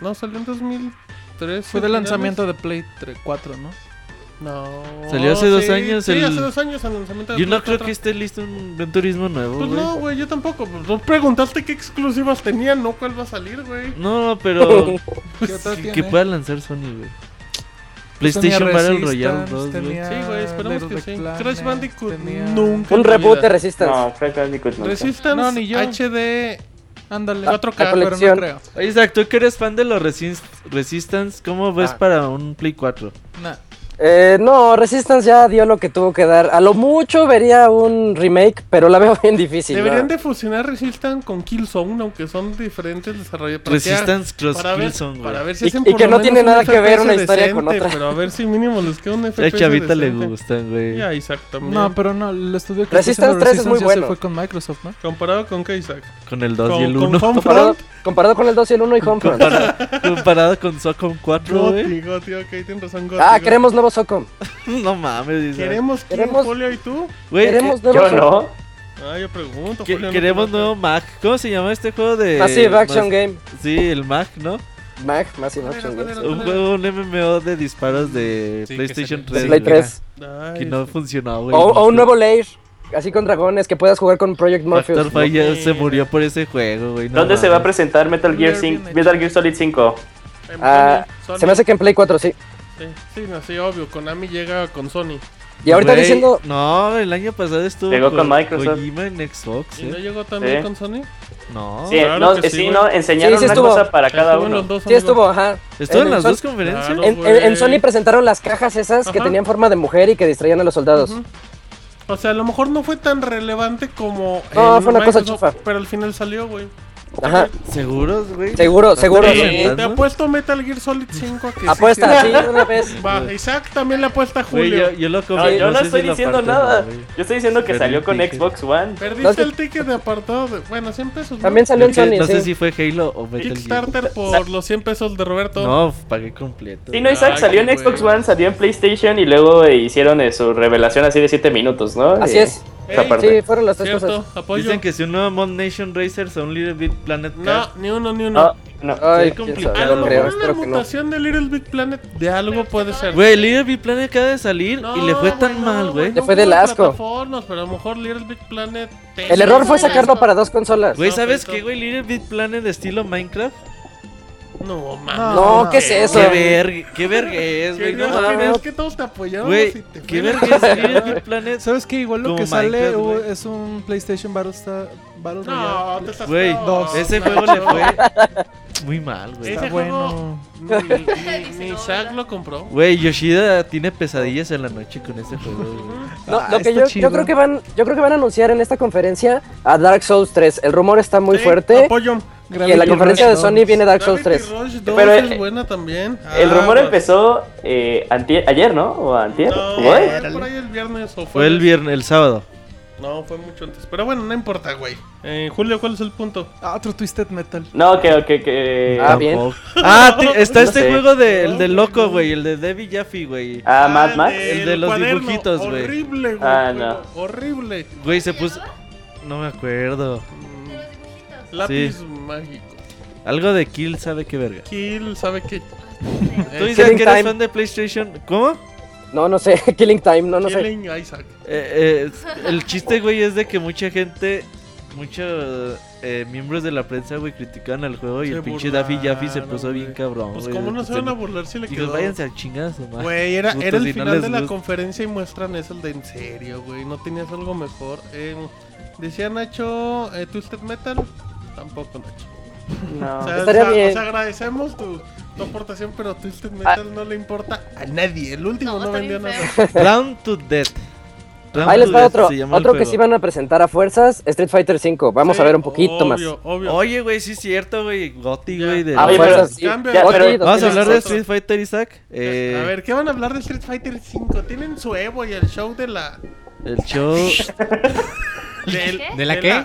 No, salió en 2013. Fue del finales. lanzamiento de Play 3, 4, ¿no? No. Salió hace dos sí, años Sí, el- hace dos años el lanzamiento de Yo no Play creo 4. que esté listo un Gran Turismo nuevo, Pues güey. no, güey, yo tampoco. Pues no preguntaste qué exclusivas tenían, no cuál va a salir, güey. No, pero ¿Qué otras que- que tiene? pueda lanzar Sony, güey. Pues PlayStation tenía Battle Resistance, Royale 2, güey. pues tenía Sí, güey, esperamos Little que Big sí. Planet, Crash Bandicoot tenía- nunca. Un en tu reboot de vida. Resistance. No, Crash Bandicoot no. Resistance No, ni yo. HD Ándale, 4K, Ah, la pero colección. no creo. Oye, Isaac, tú que eres fan de los Resist- Resistance, ¿cómo ves Ah. para un Play 4? Nah. Eh, no, Resistance ya dio lo que tuvo que dar. A lo mucho vería un remake, pero la veo bien difícil. ¿no? Deberían de fusionar Resistance con Killzone, aunque son diferentes desarrolladores. para Resistance que- Cross para ver- Killzone, güey. Para ver si Y- hacen y por que lo no menos tiene un nada que ver una FPS historia con decente, otra. Pero a ver si mínimo les queda un A FPS. Chavita le decente. gustan, güey. pues, Ya, Isaac también. No, pero no, el estudio que está Resistance haciendo 3 es muy ya bueno. se fue con Microsoft, ¿no? Comparado con qué, Isaac. Con el 2 y Con, el con 1. Comparado, Homefront. comparado con el 2 y el 1 y Homefront. Compara- comparado con Socom 4, güey. Goti, ¿Eh? Goti, ok, tienes razón, Goti. Ah, Goti. queremos nuevo Socom. No mames, Isaac. Queremos, Queremos- queremos Julio y tú. Güey, queremos nuevo Yo Socom. no. Ah, yo pregunto. que- Julio, no queremos te nuevo Mag. ¿Cómo se llama este juego de...? Massive Ah, Action Mas- Game. Sí, el Mag, ¿no? Mag, Massive ¿Cuál era, Action cuál Game. era? Un juego, un MMO de disparos de Sí, que PlayStation salió- 3. sí, Play güey, 3. Ay, este. Que no funcionó, güey. O, o un nuevo Lair. Así con dragones que puedas jugar con Project Factor Morpheus. Fire No. se murió por ese juego, güey. no ¿Dónde se va a mames. presentar Metal Gear Bien 5? hecho. Metal Gear Solid 5. en Ah, Sony, Se me hace que en Play 4 sí. Sí, sí, no, sí, obvio. Konami llega con Sony. Y ahorita Güey, diciendo. No, el año pasado estuvo. Llegó con Microsoft. Kojima en Xbox, ¿Y no ¿eh? llegó también Sí. con Sony? No. Sí, claro no, que eh, sí, sí, güey. no, enseñaron Sí, sí una estuvo. cosa para cada Estuvo en uno. los dos, Sí, amigo. estuvo, ajá. ¿Estuvo En en las Sony- dos conferencias? Claro. En, güey. en- en Sony presentaron las cajas esas que Ajá. tenían forma de mujer y que distraían a los soldados. Ujú. O sea, a lo mejor no fue tan relevante como. No, en fue una cosa Microsoft, chafa. Pero al final salió, güey. Ajá. ¿Seguros, güey? Seguro, seguro. ¿Estás sí. presentando? Te apuesto Metal Gear Solid 5 a que sí Apuesta, sí, sea. de una vez. Va, Isaac también le apuesta a Güey, Julio. yo, yo lo No, compré, yo no sé estoy si lo diciendo apartaron, nada. güey. Yo estoy diciendo que Pero salió con dije- Xbox One. No, es Perdiste que- el ticket de apartado de. Bueno, 100 pesos. ¿no? También salió en Es que Sony, no sé sí. si fue Halo o Metal Gear. Kickstarter por los 100 pesos de Roberto. No, pagué completo. Sí, no, güey. Isaac Ay, salió en güey. Xbox One, salió en PlayStation y luego eh, hicieron eh, su revelación así de 7 minutos, ¿no? Así Eh, es. esa Ey, parte. Sí, fueron las tres Cierto, cosas. apoyo. Dicen que si un nuevo Mod Nation Racers o un Little Bit Planet No, Cars. ni uno, ni uno. No, no. Ah, Ay, Sí, quién complicado, A sabe, no lo mejor creo, una espero que no. mutación de Little Big Planet de algo puede ser. Güey, Little Big Planet acaba de salir No, y le fue tan no, mal, güey. Le fue del en asco. plataformas, Pero a lo mejor Little Big Planet. te- El error fue Eso era sacarlo asco. para dos consolas. Güey, No, ¿sabes pero- qué, güey? Little Big Planet de estilo Minecraft. No, mames. No, ¿qué es eso? Qué verga, qué verga es, Que güey. No no, que no, mames. que todos te apoyaron. Güey, qué verga es Little Big Planet. ¿Sabes qué? Igual lo Como que sale Minecraft, o- güey. es un PlayStation Battlestar, Battle No, Royale. te estás Güey, dos. ese No, juego le no. fue muy mal, güey. Ese Está juego- bueno. Ni, ni, ni Isaac lo compró. Güey, Yoshida tiene pesadillas en la noche con ese juego, güey. No, Ah, lo que está yo, yo chido. creo que van, yo creo que van a anunciar en esta conferencia a Dark Souls 3. El rumor está muy Sí, fuerte. Apoyo. Y en la Gravity conferencia de Rush Sony dos. viene Dark Souls 3. Gravity Rush 2 Pero, es eh, buena también. El Ah, rumor va. empezó eh, antie- ayer, ¿no? ¿O antier? No, Güey. fue por ahí el viernes o Fue el viernes, el sábado. No, fue mucho antes. Pero bueno, no importa, güey. Eh, Julio, ¿cuál es el punto? Ah, otro Twisted Metal. No, que, que, que... Ah, Ah, bien. Tampoco. Ah, ti- está No este sé. Ah, juego de, el de loco, güey, el de Debbie Jaffe, güey. Mad Max. de- El los dibujitos, güey. Horrible, güey. Ah, juego, Horrible. Güey, se puso... No me acuerdo. Mm, Lápiz mágico. Algo de Kill, ¿sabe qué verga? Kill, ¿sabe qué? ¿Tú Eh, dices Killing que eres Time. fan de PlayStation? ¿Cómo? No, no sé. Killing Time, no, no sé. Killing Isaac. Eh, eh, el chiste, güey, es de que mucha gente, muchos eh, miembros de la prensa, güey, criticaban al juego y Se el pinche Daffy Jaffe se burlaron, puso bien güey. cabrón. Pues, güey, ¿cómo no se van a Entonces, burlar si le Digo, quedó? váyanse al chingazo, man. Güey, era, Putos, era el si no final les de la gusta. conferencia y muestran eso, el de en serio, güey. No tenías algo mejor. Eh, decía Nacho, eh, Twisted Metal. Tampoco, Nacho. no. O sea, Ah, Estaría o sea, bien. Ah. o sea, agradecemos tu, tu aportación, pero Twisted Metal no le importa a nadie. El último No, no, está vendió bien nada. feo. Round to Death. Round Ahí to les va Death otro, se llama el otro que juego. sí van a presentar a fuerzas, Street Fighter V. Vamos a ver un poquito obvio, más. Obvio, Oye, güey, sí es cierto, güey. Goti, Ya. güey. de- Ah, oye, pero- Fuerzas, sí. Cambio, ya, Goti pero- Vamos a hablar de 2018. Street Fighter, Isaac. Eh, A ver, ¿qué van a hablar de Street Fighter 5? Tienen su Evo y el show de la. El show. del- ¿Qué? ¿De la qué? La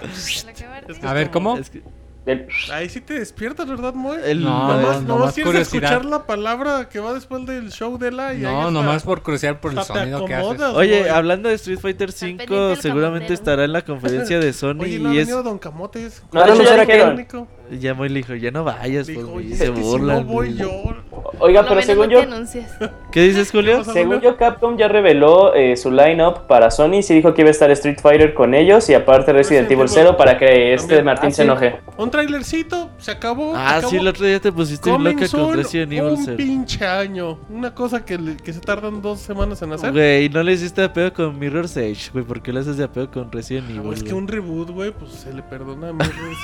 que verde. Es que A ver, es como- ¿cómo? es que- Del- Ahí sí te despiertas, ¿verdad, Moy? el- No, no, Nomás, no, nomás nomás quieres curiosidad. escuchar la palabra que va después del show de la. Y ahí No, hasta- nomás por crucear por el hasta te sonido que haces. acomodas, Oye, Moy. hablando de Street Fighter pendiente del 5, seguramente camotero. estará en la conferencia de Sony Oye, no ha y es venido Don Camotes. No, de hecho ya Ahora Qué dijeron. único. ya muy le dijo, ya no vayas, pues, Dijo, güey, oye, se es que burlan. si no voy güey. yo. Oiga, Lo pero menos según no yo, te anuncias. ¿Qué dices, Julio? Vamos a- según yo, Capcom ya reveló eh, su lineup para Sony. Sí dijo que iba a estar Street Fighter con ellos y aparte Resident Resident Evil Evil. 0 para que este También. Martín Ah, se sí. enoje. Un trailercito, se acabó. se Ah, acabó. sí, el otro día te pusiste Coming loca con soon, Resident Evil un 0. pinche año. Una cosa que, le- que se tardan dos semanas en hacer. Güey, no le hiciste apego con Mirror's Edge, güey, ¿por qué le haces de apego con Resident Ah, Evil? güey, es que güey? un reboot, güey, pues se le perdona a Mirror's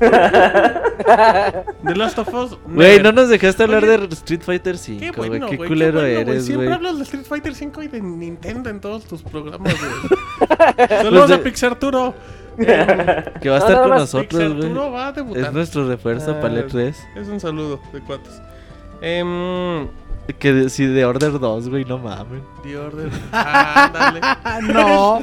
Edge, güey. The Last of Us. Güey, never. no nos dejaste hablar Oye, de Street Fighter 5, Qué güey, bueno, qué güey. qué culero bueno, güey. eres, Siempre güey. hablas de Street Fighter 5 y de Nintendo en todos tus programas, güey. Saludos Los Pues de- a Pixarturo. Eh, Que va a No, estar nada con más nosotros, güey. Pixarturo va a debutar. Es nuestro refuerzo Ah, para el E 3. Es un saludo de cuates. Em, Que de, sí, de Order 2, güey, no mames. The Order. Ah, No.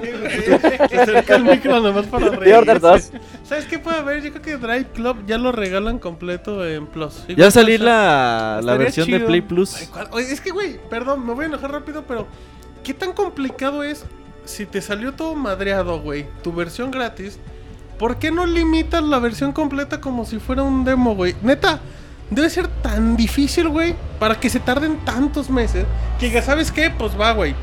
Se acerca el micro nomás para reír. The Order 2. ¿Sabes qué puede haber? Yo creo que Drive Club ya lo regalan completo en Plus. Ya va a salir la, la Estaría versión de chido. Play Plus. Ay, ¿cuál? Oye, es que, güey, perdón, me voy a enojar rápido, pero ¿qué tan complicado es si te salió todo madreado, güey? Tu versión gratis. ¿Por qué no limitas la versión completa como si fuera un demo, güey? Neta, debe ser tan difícil, güey, para que se tarden tantos meses. Que diga, ¿sabes qué? Pues va, güey.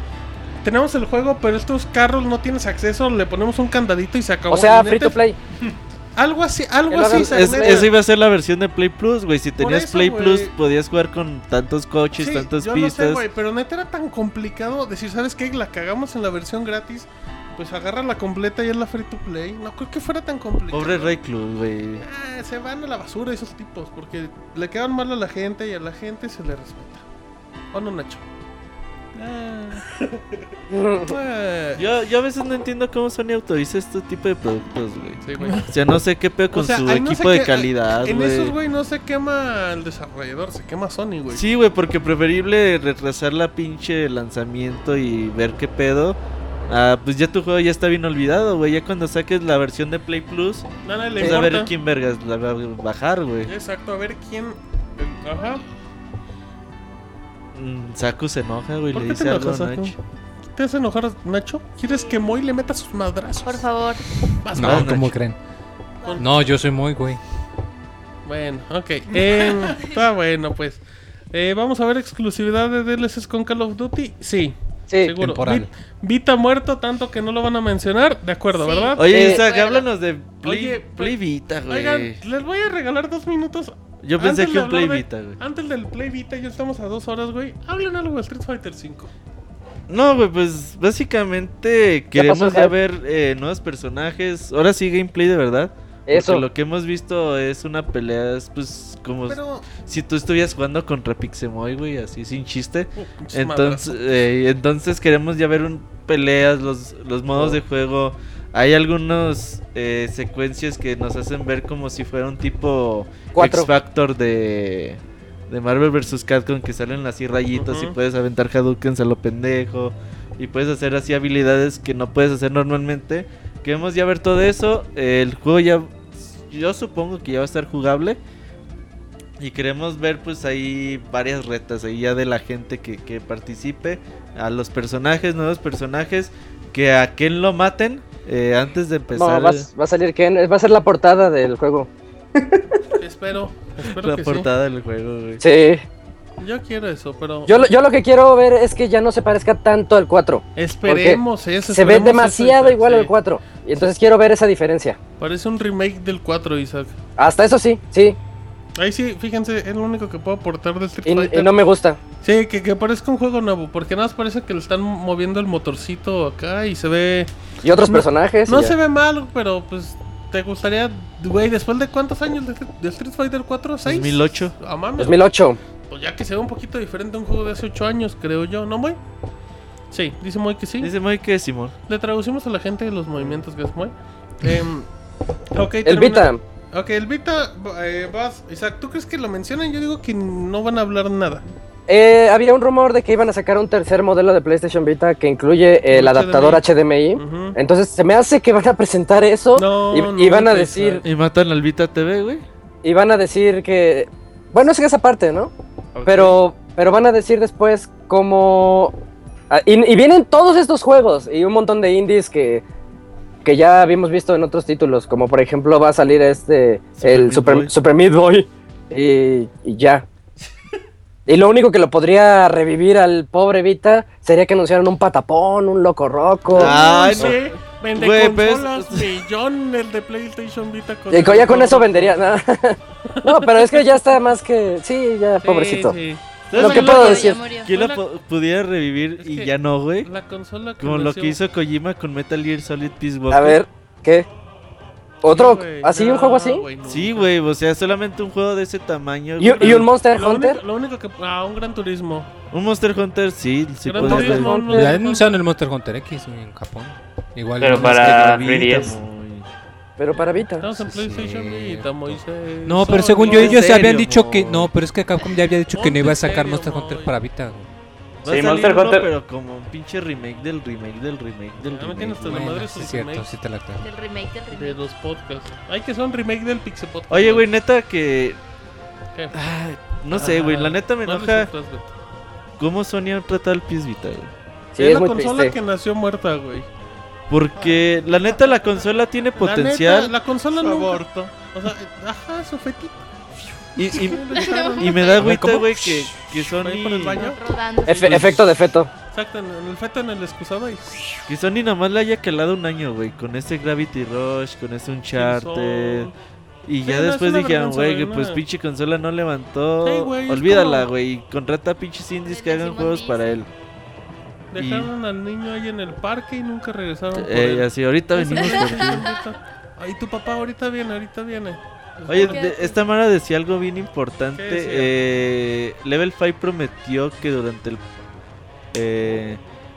Tenemos el juego, pero estos carros no tienes acceso. Le ponemos un candadito y se acabó. O sea, Neta, free to play. Algo así, algo Que lo así. hagan- Isaac, Es- neta. eso iba a ser la versión de Play Plus, güey. Si tenías eso, Play güey. Plus, podías jugar con tantos coches, Sí, tantas yo pistas. lo sé, güey, pero neta era tan complicado decir, ¿sabes qué? La cagamos en la versión gratis, pues agarra la completa y es la free to play. No creo que fuera tan complicado. Pobre Ray Club, güey. Ah, se van a la basura esos tipos, porque le quedan mal a la gente y a la gente se le respeta. ¿O no, Nacho? Ah, ah. Yo, yo a veces no entiendo cómo Sony autoriza este tipo de productos, güey. Sí, güey. O sea, no sé qué pedo con O sea, su ahí no equipo se de que- calidad, En esos, güey. güey, no se quema el desarrollador, se quema Sony, güey. Sí, güey, porque preferible retrasar la pinche lanzamiento y ver qué pedo. Ah, pues ya tu juego ya está bien olvidado, güey. Ya cuando saques la versión de Play Plus, Nada le pues a ver importa. quién vergas la va a bajar, güey. Exacto, a ver quién... eh, Ajá. Mm, Saku se enoja, güey, ¿Por le qué te dice algo a enojas, Saku? Nacho. ¿Te hace enojar, Nacho? ¿Quieres que Moy le meta sus madrazos? Por favor. Vas, No, Moy. Nacho. ¿cómo creen? No, yo soy muy, güey. Bueno, ok. Eh, está bueno, pues. Eh, Vamos a ver exclusividad de DLCs con Call of Duty. Sí, Sí. seguro. temporal. Vi- Vita muerto, tanto que no lo van a mencionar. De acuerdo, Sí. ¿verdad? Oye, Sí. Isaac, Bueno. háblanos de Play, Oye, Play pues, Vita, güey. Oigan, les voy a regalar dos minutos. Yo pensé Antes de que un hablar Play de- Vita, güey. Antes del Play Vita, ya estamos a dos horas, güey. Hablen algo de Street Fighter 5. No, güey, pues básicamente queremos pasó, ya Jaime? ver eh, nuevos personajes. Ahora sí gameplay de verdad. Porque Eso. lo que hemos visto es una pelea, es, pues como Pero. si tú estuvieras jugando contra Pixemoy, güey, así sin chiste. Oh, pinches Entonces, eh, entonces queremos ya ver un, peleas, los, los Oh. modos de juego. Hay algunas secuencias que nos hacen ver como si fuera un tipo Cuatro. X Factor de, de Marvel vs. Capcom que salen así rayitas y Ujú. puedes aventar Hadoukens a lo pendejo. Y puedes hacer así habilidades que no puedes hacer normalmente. Queremos ya ver todo eso. eh, el juego ya. Yo supongo que ya va a estar jugable. Y queremos ver pues ahí varias retas ahí ya de la gente que, que participe. A los personajes, nuevos personajes. Que a Ken lo maten eh, antes de empezar. No, va, a- va a salir Ken. Va a ser la portada del juego. madrazos. Espero. Espero la que sí. portada del juego, güey. Sí. Yo quiero eso, pero. Yo, lo- yo lo que quiero ver es que ya no se parezca tanto al 4. Esperemos eso. Se ve esperemos demasiado eso, igual sí. al 4. Y entonces quiero Ah, ver esa diferencia. Parece un remake del 4, Isaac. Hasta eso sí, sí. Ahí sí, fíjense, es lo único que puedo aportar de Street Y, Fighter. y no me gusta. Sí, que, que parezca un juego nuevo, porque nada más parece que le están moviendo el motorcito acá y se ve... Y otros No- personajes. y no ya. se ve mal, pero pues te gustaría... Güey, ¿después de cuántos años de, de Street Fighter 4? ¿6? 2008. Ah, mames. 2008. pues ya que se ve un poquito diferente a un juego de hace 8 años, creo yo, ¿no, Moy? Sí, dice Moy que sí. Dice Mike que es Simón. Le traducimos a la gente los movimientos que es Moy. Em, ok, El termina- Vita. Ok, el Vita, eh, vas, Isaac, ¿tú crees que lo mencionan? Yo digo que no van a hablar nada. Eh, había un rumor de que iban a sacar un tercer modelo de PlayStation Vita que incluye el HDMI. adaptador HDMI. Ujú. Entonces se me hace que van a presentar eso No, y, no, y van a Isaac. decir Y matan al Vita TV, güey. y van a decir que bueno es que esa parte, ¿no? Pero pero van a decir después cómo ah, y, y vienen todos estos juegos y un montón de indies que que ya habíamos visto en otros títulos, como por ejemplo va a salir este el Super Super, Meat Boy. Super Meat Boy y, y ya. Y lo único que lo podría revivir al pobre Vita sería que anunciaran un patapón, un loco roco. Ay, Oh, Sí, no. vende Güey, pues- consolas, millón el de PlayStation Vita. Con Y co- ya con eso Sí, vendería. No. No, pero es que ya está más que. Sí, ya, pobrecito. sí. ¿Sabes Lo quién que la- puedo Ya decir. murió. ¿Quién Hola. la po- pudiera revivir Es y que- ya no, güey? La consola Como lo nació- que hizo Kojima con Metal Gear Solid Peace Walker. A ver, ¿qué? Sí, ¿Otro? güey, ¿Así? no, ¿Un juego así? güey, no. Sí, güey, o sea, solamente un juego de ese tamaño. ¿Y, güey. y un Monster Lo único, Hunter? lo único que. Ah, un gran turismo. Un Monster Hunter, sí, sí Gran podría Turismo, ser. no, Ya no, anunciaron el Monster Hunter X en Japón. Igual Pero no para- es que- Ah, Es que la 3DS. muy- Pero para Vita. Estamos en Sí, PlayStation Vita, cierto. Moisés. No, pero Sony. según yo ¿En ellos habían serio, dicho que Moy? no, pero es que Capcom ya había dicho que no iba a sacar Ponte Monster serio, Hunter Moy. para Vita. güey. Va Sí, a salir Monster uno, Hunter- Pero como un pinche remake del remake del remake del Ya me remake. tienes hasta la güey. madre. Bueno, es sí un es cierto, remake. sí te la creo. Del remake, del remake. De los podcasts. Hay que ser un remake del Pixel Podcast. Oye, güey, neta que. ¿Qué? Ay, Ah, no sé, güey, la neta me ¿Cuál es enoja el tras, güey? cómo Sony ha tratado el PS Vita, güey. Sí, es es la muy consola triste. que nació muerta, güey. Porque la neta la consola tiene Ah. La, potencial. neta, la consola no. Aborto. O sea, eh, ajá, su fetito. Y, y- Lo dejaron. y me da agüita, ¿Cómo? güey, que, que Por ahí por el Sony. baño. Rodando. Efe- efecto de feto. Exacto, en en el feto en el excusado y. Que Sony nomás le haya calado un año, güey. Con ese Gravity Rush, con ese Uncharted. Sol. Y Sí, ya no, es después una dijeron, vergüenza, güey, que güey, pues no. pinche consola no levantó. Sí, güey, es Olvídala, como- güey. y Contrata a pinches indies que El hagan Simón juegos Dice. para él. Dejaron al niño ahí en el parque y nunca regresaron. por Eh, él. así, ahorita venimos por ti. Ay, tu papá ahorita viene, ahorita viene. Oye, Espérate. de- esta Mara decía algo bien ¿Qué importante. decía? eh, Level 5 prometió que durante el eh,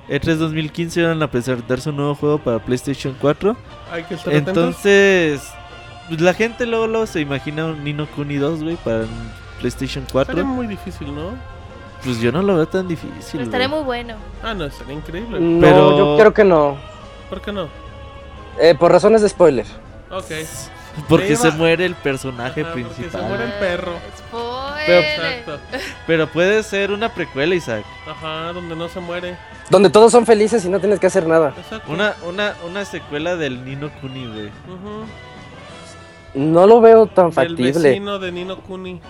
E3 2015 iban a presentar su nuevo juego para PlayStation 4. hay que estar atentos. Entonces, pues, la gente luego, luego se imagina un Nino Kuni 2, güey, para PlayStation Sería 4. muy difícil, ¿no? Pues yo no lo veo tan difícil. Pero estaré güey. muy bueno. Ah, no, sería increíble. No, Pero- yo creo que no. ¿Por qué no? Eh, por razones de spoiler. Ok. Porque Iba- se muere el personaje Ajá, porque principal. se muere el perro. Ah, Spoiler. Exacto. Pero puede ser una precuela, Isaac. Ajá, donde no se muere. Donde todos son felices y no tienes que hacer nada. Exacto. Una, una, una secuela del Nino Kuni, güey. Ujú. No lo veo tan El factible. vecino de Nino Kuni.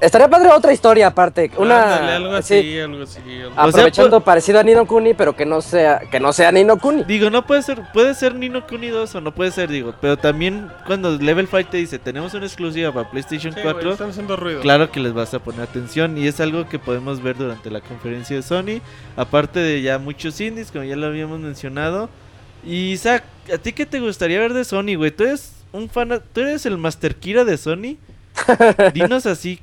Estaría padre otra historia aparte. Ándale, algo Una. así, Pues sí, algo así. algo- Ah. aprovechando parecido a Nino Kuni, pero que no sea, que no sea Nino Kuni. Digo, no puede ser, puede ser Nino Kuni 2 o no puede ser, digo, pero también cuando Level Fight te dice, tenemos una exclusiva para PlayStation Sí, güey, 4, están haciendo ruido. claro que les vas a poner atención y es algo que podemos ver durante la conferencia de Sony, aparte de ya muchos indies, como ya lo habíamos mencionado. Y Isaac, ¿a ti qué te gustaría ver de Sony, güey? ¿Tú eres un fan, tú eres el Master Kira de Sony? Dinos así,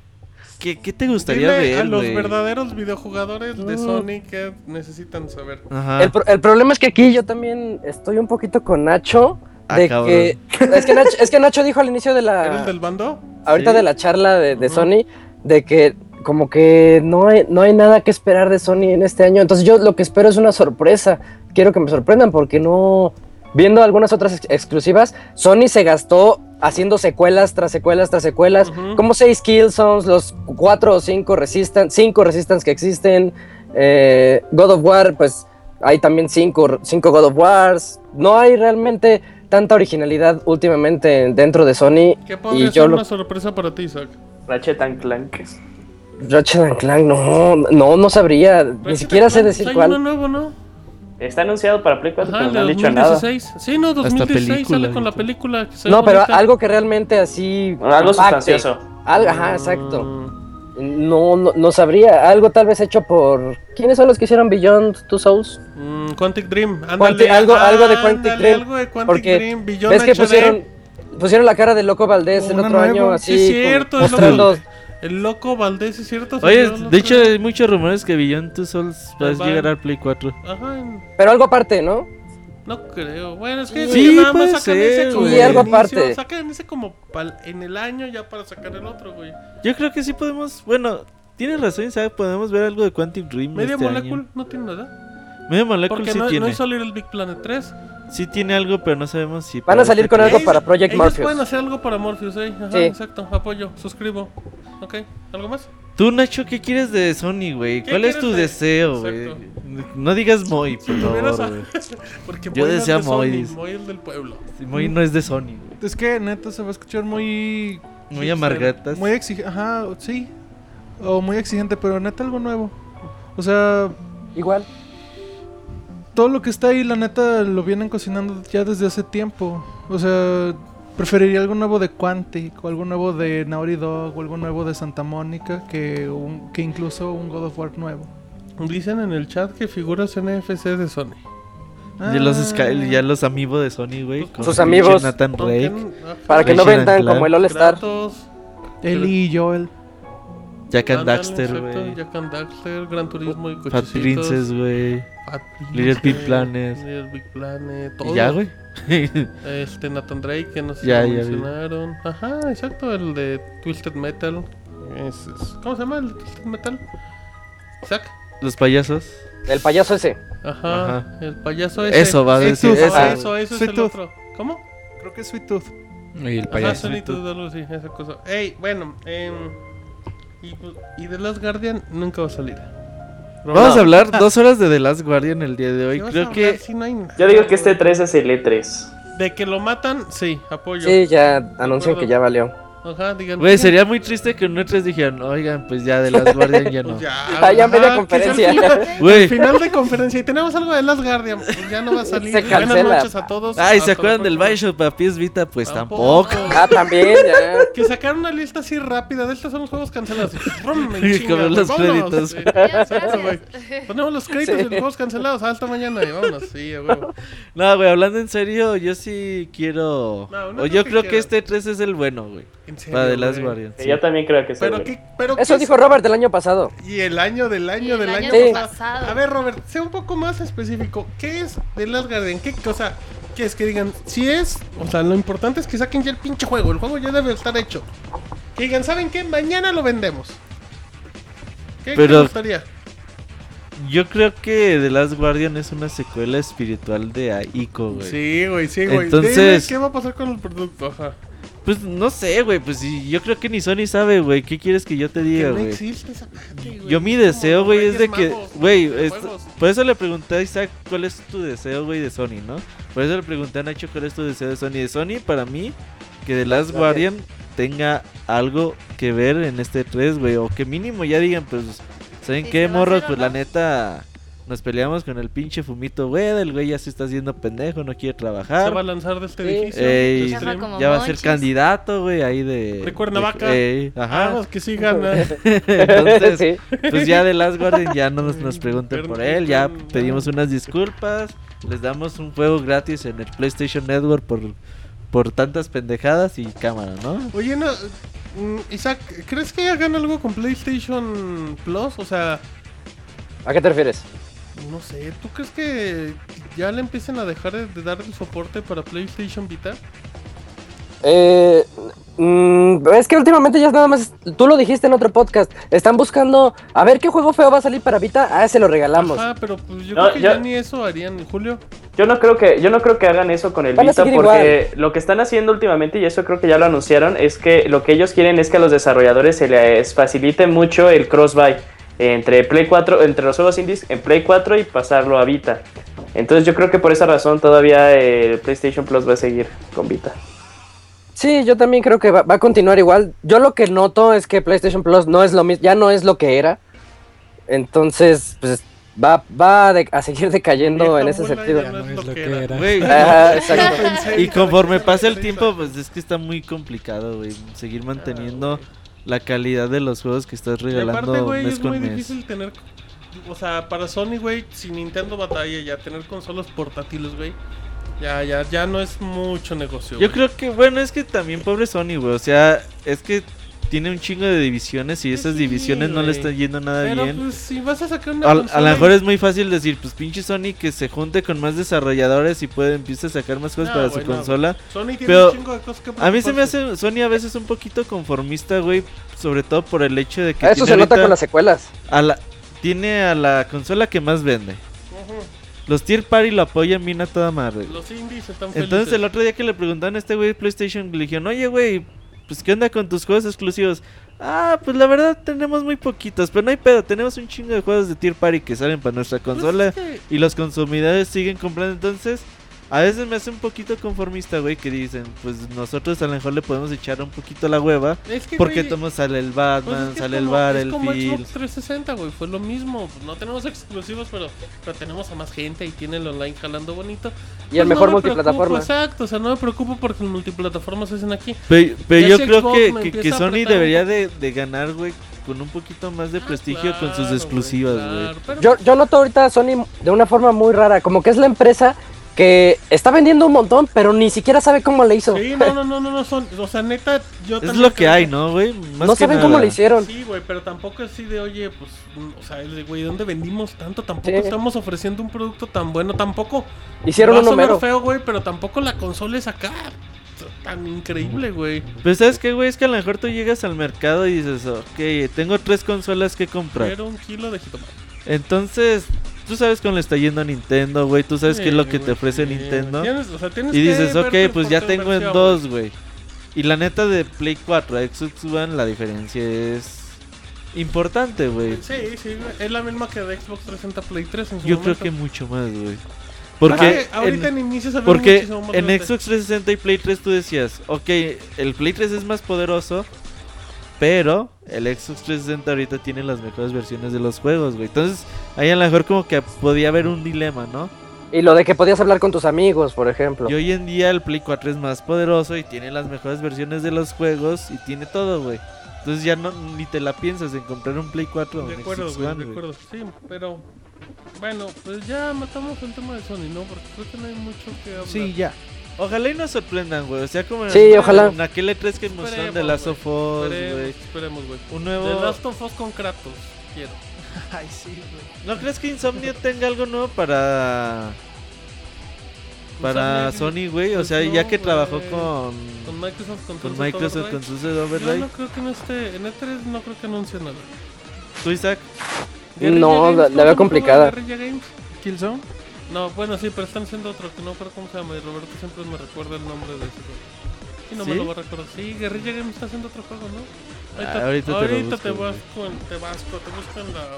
¿qué, qué te gustaría Dile ver, a los güey? verdaderos videojugadores Mm. de Sony que necesitan saber. Ajá. El, pro- el problema es que aquí yo también estoy un poquito con Nacho. Ah, De cabrón. que, es, que Nacho, es que Nacho dijo al inicio de ¿Eres la. del bando? Ahorita Sí. de la charla de, de Ujú. Sony, de que como que no hay, no hay nada que esperar de Sony en este año. Entonces yo lo que espero es una sorpresa. Quiero que me sorprendan porque no... Viendo algunas otras ex- exclusivas, Sony se gastó haciendo secuelas tras secuelas tras secuelas, Ujú. como seis Killzones, los cuatro o cinco Resistance, cinco Resistance que existen, eh, God of War, pues hay también cinco, cinco God of Wars. No hay realmente tanta originalidad últimamente dentro de Sony. ¿Qué Y podría yo ser lo- una sorpresa para ti, Isaac? Ratchet and Clank. Ratchet and Clank, no, no, no sabría, ni siquiera sé decir Pues, Hay uno cuál. nuevo, ¿no? Está anunciado para Play 4, Ajá, pero el no de han dicho nada. 2016. Sí, no, 2016 película, sale con la ahorita. película. que se ve No, pero bonita. algo que realmente así. Algo impacte. sustancioso. Algo, ajá, exacto. No, no, no sabría. Algo tal vez hecho por. ¿Quiénes son los que hicieron Beyond Two Souls? Mm, Quantic Dream. Ándale, Quanti- algo- algo de Quantic ándale, Dream, Algo de Quantic porque Dream. Beyond ¿Ves que HD. pusieron, pusieron la cara de Loco Valdés el Una otro nueva, año sí, así? es cierto, como es lo mostrando que- El loco Valdés, ¿es cierto? Oye, Salió el de otro hecho día. hay muchos rumores que Beyond Two Souls va a Va- llegar al Play 4. Pues Ajá, en- Pero algo aparte, ¿no? no creo. Bueno, es que Sí, ya nada puede más sacan ser, ese como güey. de Algo inicio, aparte. Sacan ese como pal- en el año ya para sacar el otro, güey. Yo creo que sí podemos, bueno, tienes razón, ¿sabes? Podemos ver algo de Quantic Dream Media este Molecule año. no tiene nada. Media Molecule Porque sí no, tiene. no hizo Little Big Planet 3. Sí tiene algo, pero no sabemos si... Van a salir con algo Ellos- para Project ellos Morpheus. pueden hacer algo para Morpheus, ¿eh? Ajá, Sí. exacto. Apoyo, suscribo. Ok, ¿algo más? Tú, Nacho, ¿qué quieres de Sony, güey? ¿Qué ¿Cuál es tu quieres de- deseo, güey? Exacto. No digas Moy, por Primero sa- favor, güey. Porque Yo Moy no es decía de Sony, Moy, dice. Moy es del pueblo. Sí, Moy no es de Sony, güey. Es que neta se va a escuchar muy. Muy amargatas. Muy exigente. Ajá, sí. O muy exigente, pero neta algo nuevo. O sea, Igual. todo lo que está ahí, la neta, lo vienen cocinando ya desde hace tiempo. O sea, preferiría algo nuevo de Quantic, o algo nuevo de Naughty Dog, o algo nuevo de Santa Mónica, que, un- que incluso un God of War nuevo. Dicen en el chat que figuras NFC de Sony. Ya los, Ah. Sky- ya los amigos de Sony, güey. con Sus pinche amigos. Nathan Aunque ah. Drake, n- ajá, Para que no Ratchet and vendan Clank. como el All Star. Kratos, Eli y Joel. Jack and ándale, Daxter, exacto, güey. Jack and Daxter, Gran Turismo y Pues, Fat cochecitos. Princess, güey. Fat Little Big Princess, Planet. Little Big Planet. Y Todo. ya, güey. Este Nathan Drake que no sé si Ya, lo ya vi. mencionaron. Ajá, exacto, el de Twisted Metal. Ese es- ¿Cómo se llama el de Twisted Metal? Zack. los payasos. El payaso ese. Ajá, Ajá. Ah, El payaso ese. Eso va a Sí, decir. Eso, eso. eso, eso es Sweet el Tooth. otro. ¿Cómo? Creo que es Sweet Tooth. Y el Ajá, payaso. Sony to the Lucy, esa cosa. Ey, bueno, em, y, pues, y The Last Guardian nunca va a salir. Vamos a hablar dos horas de The Last Guardian el día de hoy. Creo que Yo digo que este 3 es el E3. De que lo matan, sí, apoyo. Sí, ya anuncian acuerdo. que ya valió. Ajá, Ah, digan. Güey, sería muy triste que en otras dijeran, oigan, pues ya de las Guardian ya no. Pues ya, Ah, ya media ajá, conferencia. que sea el Güey, Final de conferencia y tenemos algo de Last Guardian. Pues ya no va a salir. Se Buenas cancela. noches a todos. ay, Hasta Ah, ¿se la acuerdan del próxima. Bioshock para PS Vita? Pues tampoco. Ah, también, ya. Que sacaron una lista así rápida. De estos son los juegos cancelados. Y, brum, en Y chinga, con los güey, vámonos, créditos. sí. Adiós, Seguro, güey. gracias. Ponemos los créditos y los juegos cancelados. Hasta mañana y vámonos. Sí, a huevo. No, güey, hablando en serio, yo sí quiero. No, no creo o yo que creo que quieras. este 3 es el bueno, güey. En serio, Para The Last güey. Guardian. sí. Yo también creo que es el Pero E3. qué, pero Eso qué- dijo Robert el año pasado. Y el año del año Y del el año, año pasado. pasado. A ver, Robert, sea un poco más específico. ¿Qué es The Last Guardian? ¿Qué cosa? ¿Qué es que digan? Si es, o sea, lo importante es que saquen ya el pinche juego. El juego ya debe estar hecho. Que digan, ¿saben qué? Mañana lo vendemos. ¿Qué Pero- te gustaría? Yo creo que The Last Guardian es una secuela espiritual de Aiko, güey. Sí, güey, sí, güey. Entonces- Dime ¿Qué va a pasar con el producto? Ajá. Pues no sé, güey. Pues sí, yo creo que ni Sony sabe, güey. ¿Qué quieres que yo te Que diga, no güey? existe esa parte, güey. Yo mi Es como deseo, los güey, es de Reyes que, Magos, güey, de esto- juegos. por eso le pregunté a Isaac cuál es tu deseo, güey, de Sony, ¿no? Por eso le pregunté a Nacho cuál es tu deseo de Sony. De Sony, para mí, que The Last Guardian tenga algo que ver en este 3, güey, o que mínimo ya digan, pues, ¿saben Sí, qué, se va a morros? hacer o Pues la no. neta, nos peleamos con el pinche fumito, güey, el güey ya se está haciendo pendejo, no quiere Se va a trabajar. lanzar de este Sí. edificio. Ey. de Chafa stream. como- Ya va a ser Monchis. candidato, güey, ahí Eh, de... De Cuernavaca. Ey, ajá. Vamos, que sí gana. Entonces, sí. pues ya de Last Guardian ya no nos, nos pregunten por él, ya Perdón. pedimos unas disculpas, les damos un juego gratis en el PlayStation Network por, por tantas pendejadas y cámara, ¿no? Oye, no, mm, Isaac, ¿crees que hagan algo con PlayStation Plus? O sea, ¿A qué te refieres? no sé, ¿tú crees que ya le empiecen a dejar de, de dar el soporte para PlayStation Vita? Eh, mm, es que últimamente ya es nada más. Tú lo dijiste en otro podcast. Están buscando. A ver qué juego feo va a salir para Vita. Ah, se lo regalamos. Ajá, pero pues yo No, creo que ya... ya- ni eso harían, Julio. Yo no creo que, yo no creo que hagan eso con el Van a Vita porque seguir lo que están haciendo últimamente, y eso creo que ya lo anunciaron, es que lo que ellos quieren es que a los desarrolladores se les facilite mucho el cross-buy entre Play 4, entre los juegos indies en Play 4 y pasarlo a Vita. Entonces yo creo que por esa razón todavía el PlayStation Plus va a seguir con Vita. Sí, yo también creo que va, va a continuar igual. Yo lo que noto es que PlayStation Plus no es lo mismo. Ya no es lo que era. Entonces, pues va, va de- a seguir decayendo Vieja en ese abuela, sentido. ya No es lo que era. era. Güey, Ajá, exacto. Pensé y que conforme era pasa el PlayStation. tiempo, pues es que está muy complicado, güey, seguir manteniendo la calidad de los juegos que estás Ah, Y aparte, regalando güey, mes es muy con mes. difícil tener. O sea, para Sony, güey, si Nintendo batalla ya, tener consolas portátiles, güey. Ya, ya, ya no es mucho negocio. Yo güey. creo que, bueno, es que también pobre Sony, güey, o sea, es que tiene un chingo de divisiones y esas sí, divisiones no le güey. están yendo nada Pero bien. pues si vas a sacar una Al- a lo consola mejor es muy fácil decir, pues pinche Sony que se junte con más desarrolladores y puede empiece a sacar más cosas No, para güey, su no, consola. Sony tiene pero un chingo de cosas que A mí se me preocuparse. hace Sony a veces un poquito conformista, güey, sobre todo por el hecho de que Eso tiene se nota ahorita con las secuelas. a la- tiene a la consola que más vende. Los Tier Party lo apoyan bien a toda madre. Los indies están felices. Entonces el otro día que le preguntaron a este güey de PlayStation, le dijeron, oye güey, pues qué onda con tus juegos exclusivos. Ah, pues la verdad tenemos muy poquitos, pero no hay pedo, tenemos un chingo de juegos de tier party que salen para nuestra Pues es consola que- y los consumidores siguen comprando, entonces a veces me hace un poquito conformista, güey, que dicen, pues nosotros a lo mejor le podemos echar un poquito la hueva, es que, porque güey, tomo sale el pues es Batman, que es sale como- el Es como Battlefield. Xbox 360, güey. Fue lo mismo. No tenemos exclusivos, pero, pero tenemos a más gente y tiene el online jalando bonito. Y el Pues no mejor me multiplataforma. preocupo, Exacto, o sea, no me preocupo porque multiplataformas hacen aquí. Pero, pero Ya yo si creo Xbox que, me que- que empieza a Sony apretar debería un Ah, de, de ganar, güey, con un poquito más de prestigio con Claro, sus güey, exclusivas, güey. claro, pero- Yo, yo noto ahorita a Sony de una forma muy rara, como que es la empresa que está vendiendo un montón, pero ni siquiera sabe cómo le hizo. Sí, no, no, no, no, no son. O sea, neta, yo Es también lo que creo hay, ¿no, güey? Más no que saben nada. cómo le hicieron. Sí, güey, pero tampoco así de, oye, pues, mm, o sea, es de, güey, ¿dónde vendimos tanto? Tampoco Sí. estamos ofreciendo un producto tan bueno, tampoco. Hicieron va un a sonar número. feo, güey, pero tampoco la consola es acá t- tan increíble, güey. Pero ¿sabes qué, güey? Es que a lo mejor tú llegas al mercado y dices, ok, tengo tres consolas que comprar. Era un kilo de jitomate. Entonces, tú sabes cómo le está yendo a Nintendo, güey. Tú sabes qué es lo que Sí, te güey, ofrece sí, Nintendo. Tienes- o sea, tienes Y que dices, verte el ok, pues ya portero tengo en versión, dos, güey. Y la neta de Play 4 a Xbox One, la diferencia es importante, güey. güey. Sí, sí, güey, es la misma que de Xbox 360 Play 3 en su Yo creo momento. que mucho más, güey. Porque Porque ahorita en, en, inicios había porque muchísimo más en gente. Xbox 360 y Play 3 tú decías, ok, el Play 3 es más poderoso, pero el Xbox 360 ahorita tiene las mejores versiones de los juegos, güey. Entonces, ahí a lo mejor como que podía haber un dilema, ¿no? Y lo de que podías hablar con tus amigos, por ejemplo. Y hoy en día el Play 4 es más poderoso y tiene las mejores versiones de los juegos y tiene todo, güey. Entonces ya no ni te la piensas en comprar un Play 4 o De un acuerdo, Xbox güey, One, de güey. acuerdo. Sí, pero bueno, pues ya matamos el tema de Sony, ¿no? Porque creo que no hay mucho que hablar. Sí, ya. Ojalá y nos sorprendan, güey. O sea, como en- Sí, ojalá. en aquel E3 que mostraron de Esperemos, Last güey. of Us, güey. esperemos, esperemos, güey. Un The nuevo... Last of Us con Kratos, quiero. Ay, sí, güey. ¿No crees que Insomnia tenga algo nuevo para para Insomniac, Sony, güey? O pues sea, no, ya que güey. trabajó con Con Microsoft, con, con Sunset Microsoft Overdrive. con su Overdrive, Yo no creo que en este, en E3 no creo que anuncie nada. tú Isaac, Guerrilla No, la- la Games, ¿cómo veo se llama complicada. Guerrilla Games? Killzone. No, bueno, sí, pero están haciendo otro que no creo cómo se llama. Y Roberto siempre me recuerda el nombre de ese juego. Y no me ¿Sí? lo va a recordar. Sí, Guerrilla Games está haciendo otro juego, ¿no? Ah, ahorita te lo busco, te, güey. vas con, te vas con- te buscan la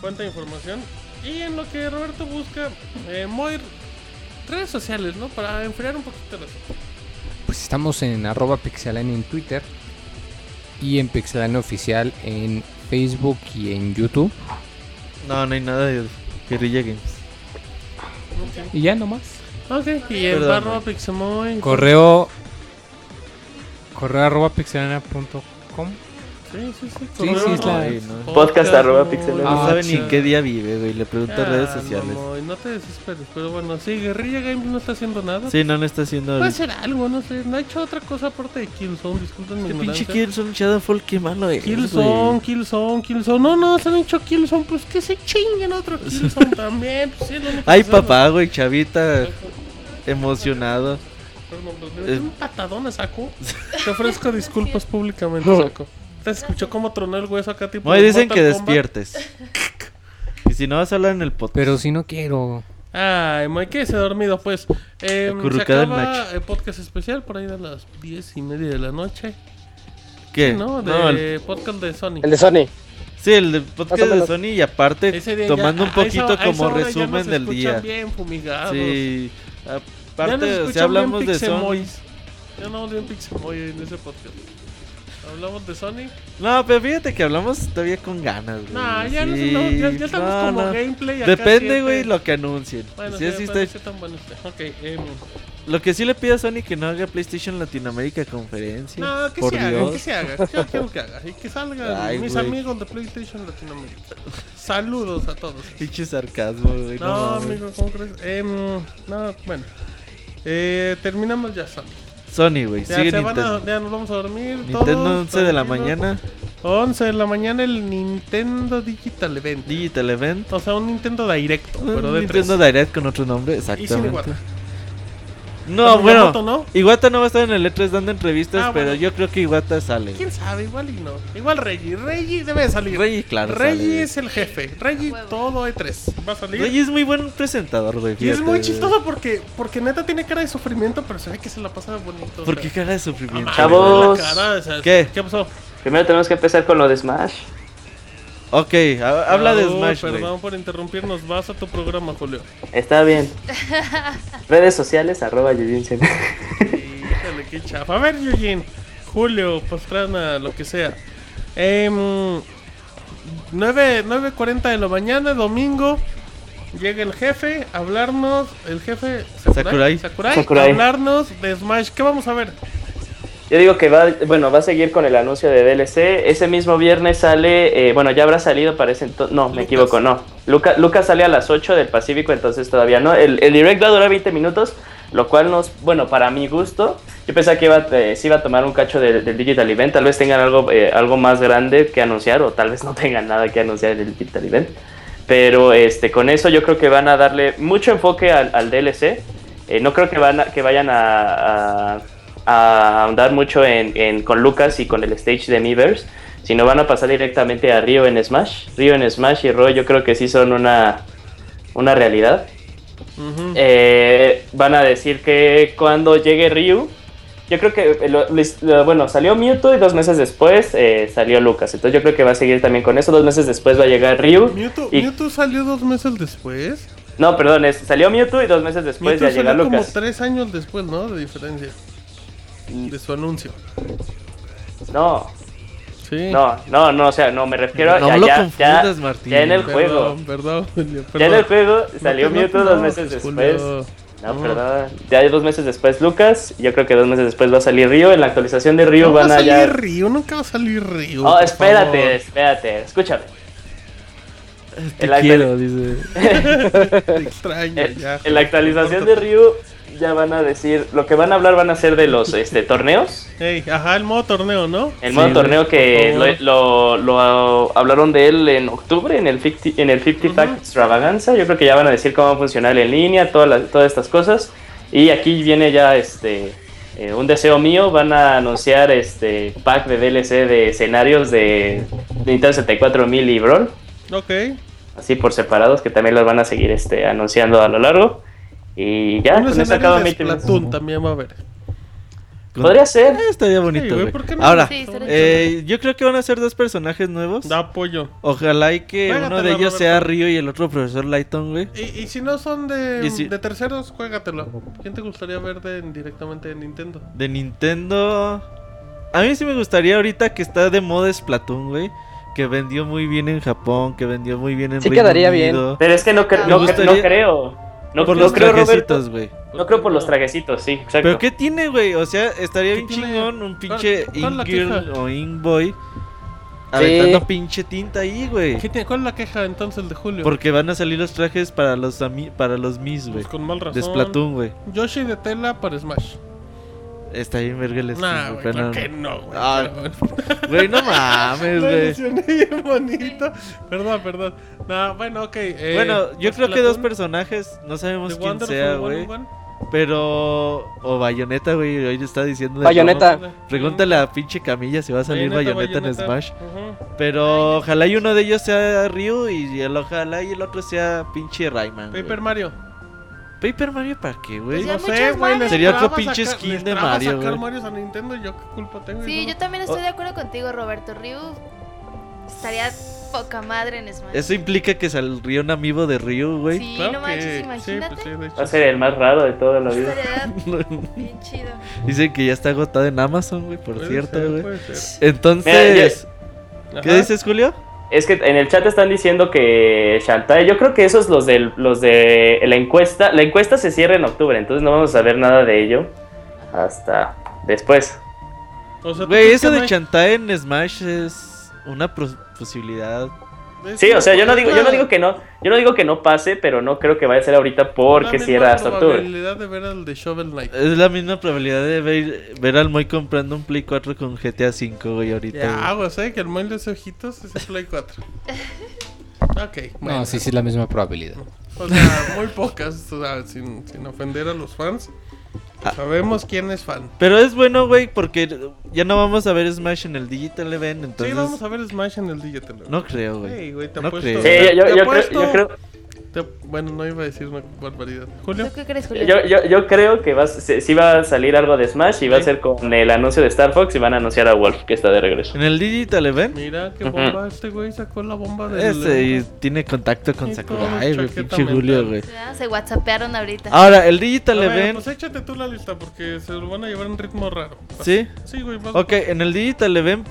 cuenta de información. Y en lo que Roberto busca, eh, Moir, redes sociales, ¿no? Para enfriar un poquito las. Pues estamos en arroba pixelania en Twitter y en pixelania oficial en Facebook y en YouTube. no, no hay nada de Guerrilla Games. Y ya nomás. Ok, y el Perdón, barro güey. Pixemoy. Correo. Correo arroba pixelania.com. Sí, sí, sí. Sí, sí, es la- Ay, no. Podcast arroba pixelania. No Ah, sabe ni en chat. qué día vive, güey, le pregunta Ah, a redes sociales. Mamoy, no te desesperes, pero bueno, sí, Guerrilla Games no Pues está haciendo nada. Sí, no, no está haciendo Puede ahorita. ser algo, no sé. No ha hecho otra cosa aparte de Killzone, disculpen mi Este ignorancia. pinche Killzone Shadowfall, qué malo es, Killzone, güey. Killzone, Killzone. No, no, se han hecho Killzone, pues que se chinguen otro Killzone también. Pues, sí, es lo único Ay, que hacemos. papá, güey, chavita emocionado. Perdón, pues, me metí un patadón a saco. Te ofrezco disculpas públicamente, saco. Te escuchó como tronó el hueso acá, tipo. Muy de dicen que Mortal Kombat. despiertes. Y si no vas a hablar en el podcast. Pero si no quiero. Ay, Moy, ¿qué se ha dormido? Pues eh, se Acurrucada en acaba Nacho. el podcast especial por ahí de las diez y media de la noche. ¿Qué? ¿No? De No, el- podcast de Sony. El de Sony. Sí, el de Más podcast o de menos. Sony y aparte Ese día ya- tomando un a esa- a poquito esa como hora ya resumen nos del día. escuchan bien fumigados. Sí, Ya nos aparte, o escuchan sea, hablamos bien de Sony. pixemoys. Ya hablamos bien Pixemoy en ese podcast. Hablamos de Sony. No, pero fíjate que hablamos todavía con ganas, güey. Nah, ya, nos- sí. no, ya, ya estamos No, como no. gameplay. acá Depende, siete. güey, lo que anuncien. Bueno, pues, Sí, sí, así depende está- qué tan bueno esté. Ok, em, Lo que sí le pido a Sony que no haga PlayStation Latinoamérica conferencia. No, que por se haga, Dios. que se haga. Yo quiero que haga. Y que salgan Ay, mis güey. amigos de PlayStation Latinoamérica. Saludos a todos. Pinche sarcasmo, güey. No, No, mames. amigo, ¿cómo crees? Em, no, bueno. Eh, terminamos ya, Sony. Sony, güey. Ya, Sigue se van Nintendo. a- ya nos vamos a dormir. Nintendo todos, 11 de la tranquilos. mañana. 11 de la mañana el Nintendo Digital Event. Digital Event. O sea, un Nintendo directo, pero un de Mm, Nintendo tres. Direct con otro nombre, Y sin exactamente. Iwata. No, Pero bueno. Miyamoto, ¿no? Iwata no va a estar en el E3 dando entrevistas, Ah, pero bueno. yo creo que Iwata sale. ¿Quién sabe? Igual y no. Igual Reggie. Reggie debe de salir. Reggie, claro. sale, Reggie güey. es el jefe. Reggie todo E3. Va a salir. Reggie es muy buen presentador, y güey. es fíjate, muy güey. chistoso porque, porque neta tiene cara de sufrimiento, pero se ve que se la pasa bonito. ¿Por o qué sea. cara de sufrimiento? Chavos. La cara, o sea, ¿Qué? ¿Qué pasó? Primero tenemos que empezar con lo de Smash. Ok, ha- habla de Raúl, Smash, güey. Perdón por interrumpirnos. Vas a tu programa, Julio. Está bien. Redes sociales, arroba Yujin Chen. Híjole, qué chafa. A ver, Eugene, Julio, Pastrana, lo que sea. Em, 9 9.40 de la mañana, domingo. Llega el jefe a hablarnos. El jefe Sakurai. Sakurai, Sakurai. a hablarnos de Smash. ¿Qué vamos a ver? Yo digo que va, bueno, va a seguir con el anuncio de DLC. Ese mismo viernes sale, eh, bueno, ya habrá salido para ese entonces. No, me Lucas. equivoco, no. Luca- Lucas sale a las 8 del Pacífico, entonces todavía no. El, el direct va a durar 20 minutos, lo cual nos, bueno, para mi gusto, yo pensaba que iba, eh, sí iba a tomar un cacho del, del Digital Event. Tal vez tengan algo, eh, algo más grande que anunciar o tal vez no tengan nada que anunciar en el Digital Event. Pero este, con eso yo creo que van a darle mucho enfoque al, al DLC. Eh, no creo que, van a- que vayan a, a- a ahondar mucho en, en- con Lucas y con el stage de Miiverse, sino van a pasar directamente a Río en Smash. Río en Smash y Roy yo creo que sí son una, una realidad. Ujú. Eh, van a decir que cuando llegue Ryu, yo creo que, eh, lo- les- lo- bueno, salió Mewtwo y dos meses después eh, salió Lucas. Entonces yo creo que va a seguir también con eso. Dos meses después va a llegar Ryu. Mewtwo, y- Mewtwo salió dos meses después. No, perdón, es- salió Mewtwo y dos meses después Mewtwo ya llega salió como Lucas. Mm. tres años después, ¿no? De diferencia. De su anuncio. No, Sí. no, no, no, o sea, no, me refiero No a lo ya, ya, confundas, Martín. ya en el Perdón, juego. Perdón, Julio, Ya en perdón. el juego salió No te- no Mewtwo te dos meses enojes, después. Julio. No, No. perdón. Ya dos meses después Lucas. Yo creo que dos meses después va a salir Ryu. En la actualización de Ryu No va a van a salir ya. Ryu, nunca va a salir Ryu. Oh, por espérate, favor. Este espérate, escúchame. Te El quiero, dice. Te extraño En, ya. en la actualización de Ryu ya van a decir, lo que van a hablar van a ser de los este, torneos. Ey, ajá, el modo torneo, ¿no? El modo Sí, torneo que por favor. lo, lo- lo hablaron de él en octubre, en el 50, en el 50 Pack Ujú. Extravaganza. Yo creo que ya van a decir cómo va a funcionar en línea, todas las- todas estas cosas. Y aquí viene ya este eh, un deseo mío. Van a anunciar este pack de DLC de escenarios de Nintendo 64 mil y Brawl. Ok. así por separados que también los van a seguir este, anunciando a lo largo. Y ya, Un con eso escenario acaba mi de tema. Splatoon también va a haber. Podría ser. Eh, estaría bonito, Ey, güey, güey. ¿por qué no? Ahora, Sí, estaría eh, yo creo que van a ser dos personajes nuevos. Da apoyo. Ojalá y que Juégatela, uno de ellos Roberto. sea Río y el otro profesor Lighton, güey. Y, y si no son de, Y si- de terceros, juégatelo. ¿Quién te gustaría ver de- directamente de Nintendo? De Nintendo. A mí sí me gustaría ahorita que está de moda Splatoon, güey. Que vendió muy bien en Japón, que vendió muy bien en Sí Reino quedaría bien. Unido. Pero es que no, cre- Me no, cre- gustaría- no creo. No, por no los creo, trajecitos, Roberto. güey. No creo por los trajecitos, sí, exacto. Pero ¿qué tiene, güey? O sea, estaría ¿Qué bien tiene? chingón un pinche ¿Cuál- cuál la Ingirl queja? o Ingboy Sí. aventando pinche tinta ahí, güey. ¿Qué tiene- ¿Cuál es la queja entonces el de Julio? Porque van a salir los trajes para los ami- para los mis, güey. Pues con mal razón. De Splatoon, güey. Yoshi de tela para Smash. Está bien verga el skin, Nah, güey, güey, pero claro no. que no, güey. Ah, Pero bueno. Güey, no mames, Me güey. ilusioné bien bonito. Perdón, perdón. No, bueno, ok. eh, Bueno, yo creo que dos Splatoon, personajes, no sabemos The quién Wonderful sea, güey. 101. Pero. O Bayonetta, güey. Hoy está diciendo. de Bayonetta. nuevo. Pregúntale a pinche Camilla si va a salir Bayonetta, Bayonetta, en Bayonetta. Smash. Ujú. Pero ojalá y uno de ellos sea Ryu y el ojalá y el otro sea pinche Rayman. güey. Paper Mario. Paper Mario para qué, güey? Pues ya No Hay sé, muchos güey. Mario. les Sería otro traba pinche sacar- skin les de traba Mario, sacar güey. Marios a Nintendo, yo qué culpa tengo. Sí, ¿no? yo también Oh. estoy de acuerdo contigo, Roberto. Ryu estaría poca madre en Smash. Eso implica que saldría un amigo de Ryu, güey. Sí, Claro no manches, que- sí, imagínate. pues sí, de hecho, Va a ser el más raro de toda la vida. Oh. Estaría bien chido. Dicen que ya está agotado en Amazon, güey, por puede cierto, ser, güey. puede ser. Entonces, ¿qué Ajá. dices, Julio? Es que en el chat están diciendo que Shantae, yo creo que esos los de los de la encuesta, la encuesta se cierra en octubre, entonces no vamos a ver nada de ello hasta después. O sea, ¿tú Güey, crees eso que de no hay- Chantae en Smash es una pros- posibilidad Sí, o sea, yo no digo, yo no digo que no, yo no digo que no pase, pero no creo que vaya a ser ahorita porque cierra hasta La octubre. probabilidad de ver al de Shovel Knight. Es la misma probabilidad de ver, ver al Moy comprando un Play 4 con GTA 5, güey, ahorita. Ya, güey. güey, ¿sabes que el Moy de los ojitos es el Play 4? Ok, bueno. No, sí, sí, la misma probabilidad. O sea, muy pocas, o sea, sin, sin ofender a los fans. Ah. Sabemos quién es fan. Pero es bueno, güey, porque ya no vamos a ver Smash en el Digital Event, entonces... Sí, vamos a ver Smash en el Digital. güey. No creo, güey. Ey, güey, te No apuesto. creo. Sí, yo- yo- Te yo creo- apuesto- yo creo, te- Bueno, no iba a decir una barbaridad. Julio, ¿Tú qué crees, Julio? Yo, yo, yo creo que va, a se- sí va a salir algo de Smash y va Sí. a ser con el anuncio de Star Fox y van a anunciar a Wolf que está de regreso. En el Digital Event, mira qué Ujú. bomba. Este güey sacó la bomba del. este y tiene contacto Y con todo Sakurai, güey, chaqueta pinche Julio, mental. güey. Ah, Se whatsappearon ahorita. Ahora, el A Digital ver, Event... pues échate tú la lista porque se lo van a llevar en ritmo raro. ¿Sí? Sí, güey. vas- Ok, en el Digital Event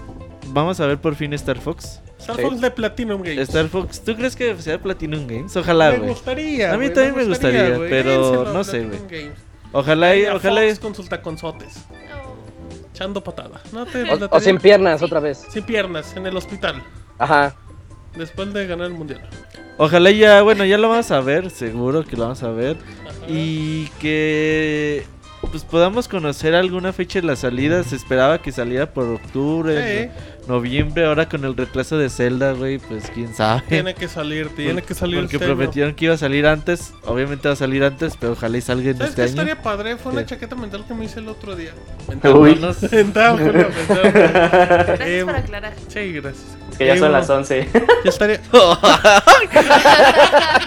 vamos a ver por fin Star Fox. Star Fox de Platinum Games. Star Fox, ¿tú crees que sea Platinum Games? Ojalá, me güey. gustaría. A mí güey, también me gustaría, güey. pero Dénselo a no sé, Platinum Games. Ojalá y, Ahí a ojalá y- Fox con sus taconzotes. Echando patada. No te, no O, te- o sin piernas otra vez. Sin piernas, en el hospital. Ajá. Después de ganar el mundial. ojalá y ya, bueno, ya lo vamos a ver, seguro que lo vamos a ver. Y que pues podamos conocer alguna fecha de la salida. Se esperaba que saliera por octubre, Sí, no- noviembre, ahora con el retraso de Zelda, güey, pues quién sabe. tiene que salir, tiene que salir. Porque este año. prometieron que iba a salir antes, obviamente va a salir antes, pero ojalá y salga en ¿Sabes este qué año. estaría padre? Fue una ¿Qué? chaqueta mental que me hice el otro día. Uy. No sé. Mental, Julio, mental. Eh, Gracias por Em, aclarar. Sí, gracias. Es que ya Sí, son uno- las 11. Ya estaría.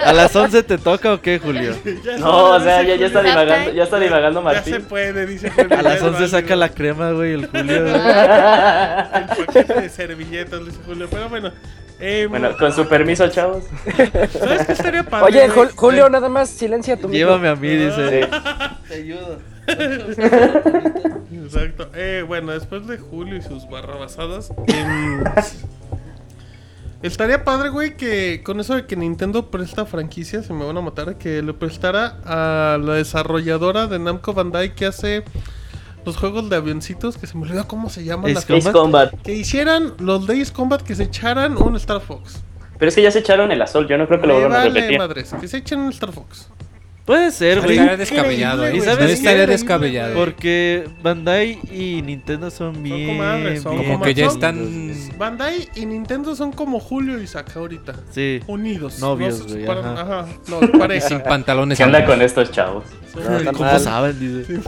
¿A las 11 te toca o qué, Julio? ya No, o son sea, las ya, ya está Halftime. divagando, ya está divagando Ya se Martín. puede, dice. A las 11 saca la crema, güey, el Julio. güey. El paquete de servilletas, dice Julio. Pero bueno. em, Bueno, con su permiso, chavos. ¿Sabes qué estaría padre? Oye, güey? Jul- Julio, nada más silencia tu micro. Llévame a mí, Sí. dice. Te ayudo. Exacto. Eh, bueno, después de Julio y sus barrabasadas. em, estaría padre, güey, que con eso de que Nintendo presta franquicia, se me van a matar, que le prestara a la desarrolladora de Namco Bandai que hace los juegos de avioncitos, que se me olvidó cómo se llama. Ace la- Combat. Ace Combat. Que hicieran los Days Combat, que se echaran un Star Fox. Pero es que ya se echaron el azul, yo no creo que lo Me vuelvan a vale repetir. madres, que se echen un Star Fox. Puede ser, No güey. estaría descabellado, Increíble, ¿eh? ¿Y No sabes estaría quién? descabellado. Por- Porque Bandai y Nintendo son bien. comadres, son bien Como que ya Son- están... Bandai y Nintendo son como Julio y Isaac ahorita. Sí. Unidos. Novios, no se güey, separan, ajá. ajá. No, Sin pareja. pantalones. ¿Qué onda amigos. con estos chavos? Son- No, está ¿Cómo mal. saben? Dice.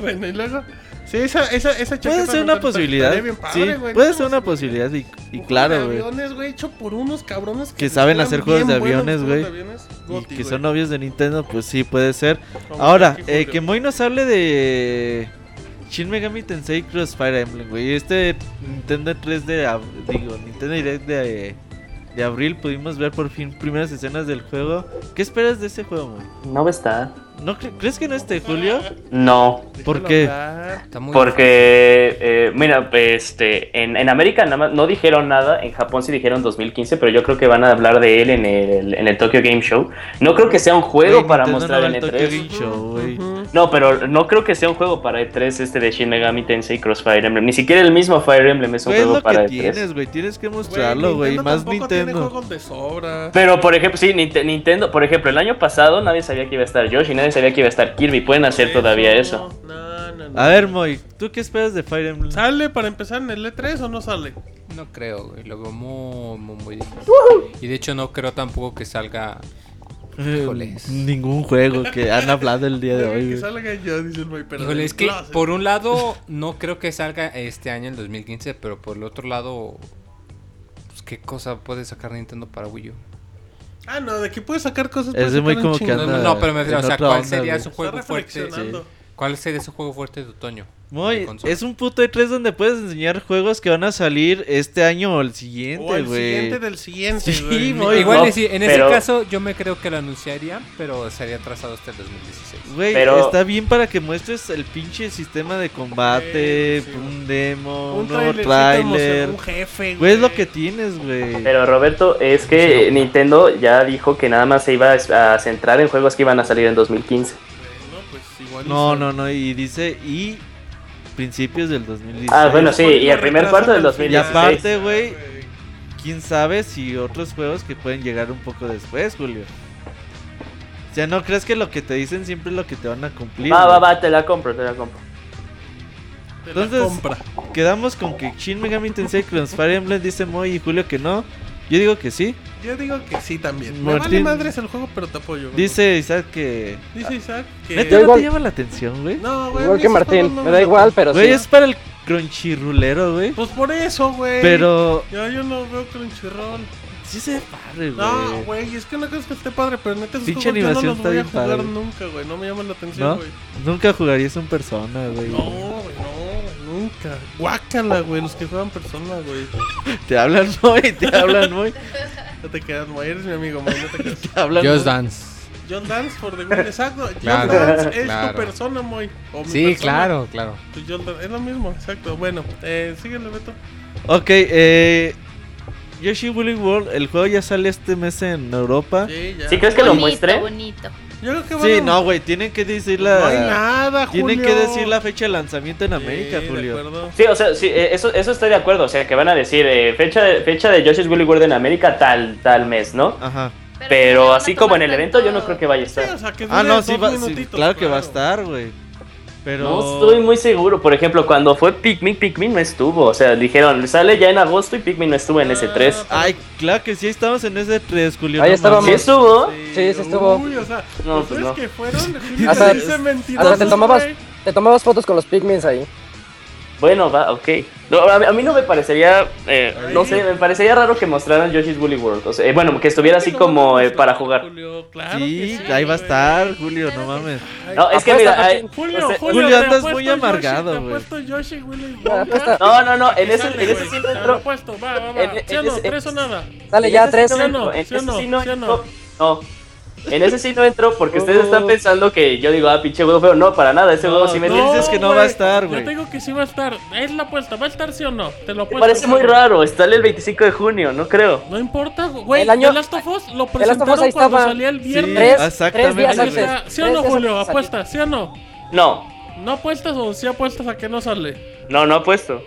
bueno, y luego. Sí, esa, esa, esa Puede chaqueta ser una mental posibilidad. estaría bien padre, sí, güey, puede ¿no? ser una Un juego posibilidad. Y, y de claro, güey. aviones, güey, hecho por unos cabrones Que saben eran hacer juegos bien de buenos aviones, juegos de güey. aviones. Y Goti, que güey. son novios de Nintendo, pues sí, puede ser. Como Ahora, Jackie eh, Julio. que Moy nos hable de Shin Megami Tensei Cross Fire Emblem, güey. Este Nintendo 3 de ab- digo, Nintendo Direct de, de abril pudimos ver por fin primeras escenas del juego. ¿Qué esperas de ese juego, Moy? No va a estar. ¿No cre- ¿Crees que no esté Julio? No, ¿Por Déjalo qué? hablar. Está muy- Porque, eh, mira, este, en, en América nada más no dijeron nada, en Japón sí dijeron 2015, pero yo creo que van a hablar de él en el, en el Tokyo Game Show. No creo que sea un juego Güey, para Nintendo mostrar no en E va al Tokyo Game E3. Show, güey. Ujú. No, pero no creo que sea un juego para E3 este de Shin Megami Tensei Cross Fire Emblem. Ni siquiera el mismo Fire Emblem es un Güey, es juego Pues lo para E que E3. tienes, güey. Tienes que mostrarlo, güey. Más tampoco Tiene Nintendo. juegos de sobra. Pero por ejemplo, sí, Ninte- Nintendo, por ejemplo, el año pasado nadie sabía que iba a estar Yoshi, nadie sabía que iba a estar Kirby, pueden hacer todavía eso. No, no, no. A ver, Moy, ¿tú qué esperas de Fire Emblem? ¿Sale para empezar en el E E3 o no sale? No creo, güey. Lo veo muy, muy, muy difícil. Y de hecho no creo tampoco que salga... Eh, Híjoles. Ningún juego que han hablado el día de Oiga, hoy, que güey. salga yo, dice el Moy, pero Híjole, del es que closet. por un lado no creo que salga este año el 2015, pero por el otro lado, pues, ¿qué cosa puede sacar Nintendo para Wii U? Ah, no, de que puede sacar cosas. puede Es muy sacar un como que chingo. No, anda- no, no, pero me refiero, en o sea, otra ¿cuál onda, sería güey. su Está juego fuerte? reflexionando. ¿Cuál sería su juego fuerte de otoño? Muy, consola. es un puto E3 donde puedes enseñar juegos que van a salir este año o el O siguiente, el güey. siguiente del siguiente, Sí, güey. Moy, Oye, Igual no, y sí, en pero- ese caso yo me creo que lo anunciarían, pero sería atrasado hasta el 2016. Güey, Pero- está bien para que muestres el pinche sistema de combate, Sí, sí, un demo, un, Un nuevo trailer, trailer. un jefe, Güey, es lo que tienes, güey. Pero Roberto, es que Nintendo ya dijo que nada más se iba a a centrar en juegos que iban a salir en 2015. No, pues igual. No, no, no, y dice y principios del 2016. Ah, bueno, sí, y el primer cuarto del Y 2016. aparte, güey, quién sabe si otros juegos que pueden llegar un poco después, Julio. O sea, no crees que lo que te dicen siempre es lo que te van a cumplir. Va, güey? va, va, te la compro, te la compro. Te la Entonces- compra. Quedamos con que Shin Megami Tensei Cross Fire Emblem dice Moy y Julio que no. Yo digo que sí. Yo digo que sí también. Me vale Martín- madres el juego, pero te apoyo. güey. Dice Isaac que. Ah, Dice Isaac que. ¿Neta Yo no igual- te llama la atención, güey? No, güey. Igual que a mí esos juegos Martín, no me da igual, pero Güey, sí. es para el crunchyrollero, güey. Pues por eso, güey. Pero Ya yo no veo Crunchyroll. sí se ve padre, güey. No, güey, es que no creo que esté padre, pero neta esos Pinche juegos yo no animación los está voy a bien jugar padre. nunca, güey. No me llama la atención, ¿No? güey. Nunca jugarías un persona, güey. No, güey, no, nunca. Guácala, güey, los que juegan persona, güey. Te hablan Moy, te hablan Moy, No te quedas, güey, eres mi amigo, güey, no te quedas. te hablan Just Moy. Dance. John Dance for the win, exacto. John Claro, Dance es tu claro. persona, muy. o mi Sí, persona, claro, claro. tu John Dance, Es lo mismo, exacto. Bueno, eh, síguele, Beto. Ok, eh. Yoshi Woolly World, el juego ya sale este mes en Europa. Sí, Sí, ya. ¿Sí crees que lo Bonito, muestre? bonito. Yo creo que van a- no, güey, tienen que decir No hay la. nada, Julio. tienen que decir la fecha de lanzamiento en Sí, América, de Julio. acuerdo. Sí, o sea, sí, eh, eso, eso estoy de acuerdo. O sea, que van a decir eh, fecha, de, fecha de Yoshi's Willy World en América tal, tal mes, ¿no? Ajá. no Pero van a así como en el tomar evento, yo tanto- no creo que vaya a Sí, o estar. sea, que Ah, dure no, dos sí, va, sí, Pues minutitos, claro que va a estar, güey. Pero. No estoy muy seguro. Por ejemplo, cuando fue Pikmin, Pikmin no estuvo. O sea, dijeron, sale ya en agosto y Pikmin no estuvo en ese 3. Ah. Ay, claro que sí, estamos en ese 3, Julio. Ahí no estábamos. ¿Sí mames. estuvo? Sí, sí estuvo. Uy, o sea, No, ustedes pues no. que fueron, Julio, Hasta- dice mentirosos, hasta te tomabas- güey. Te tomabas fotos con los Pikmins ahí. Bueno, va, ok. No, a, mí, a mí no me parecería, eh, Ahí. no sé, me parecería raro que mostraran Yoshi's Woolly World. O sea, eh, bueno, que estuviera así como eh, para jugar. Julio, claro Sí, que ahí va a güey. estar, Julio, no mames. No, es que Apuesta, mira, Joaquín. eh, Julio, o sea, Julio, Julio, te andas apuesto muy Yoshi, amargado, te güey. apuesto Yoshi, Willy Ya, Wonka. apuesta. no, no, no, en ese, Sale, en ese güey. sí Te no lo entró. apuesto, va, va, En- va. en ¿Sí o no? ese- ¿Tres o nada? Dale, ya, tres. En ese sí no, sí o no, no, entró, en ese sí no sí o no. entró. No, en ese sí no entró porque ustedes están Oh. pensando que yo digo, ah, pinche juego feo. No, para nada, ese juego sí me no, dice- dices que no güey, va a estar, güey. Yo te digo que sí va a estar. Es la apuesta. ¿Va a estar sí o no? Te lo Me apuesto. parece muy güey. raro, está el 25 de junio, no creo. No importa, güey. El El año- Last of Us lo El Last of Us presentaron ahí cuando estaba. salía el Sí, ah, viernes. Tres, tres exactamente, días Ahí güey. antes. está. ¿Sí o no, Tres días Julio? antes Apuesta, ¿sí o no? No, ¿No apuestas o sí apuestas a que no sale? no, no ha puesto.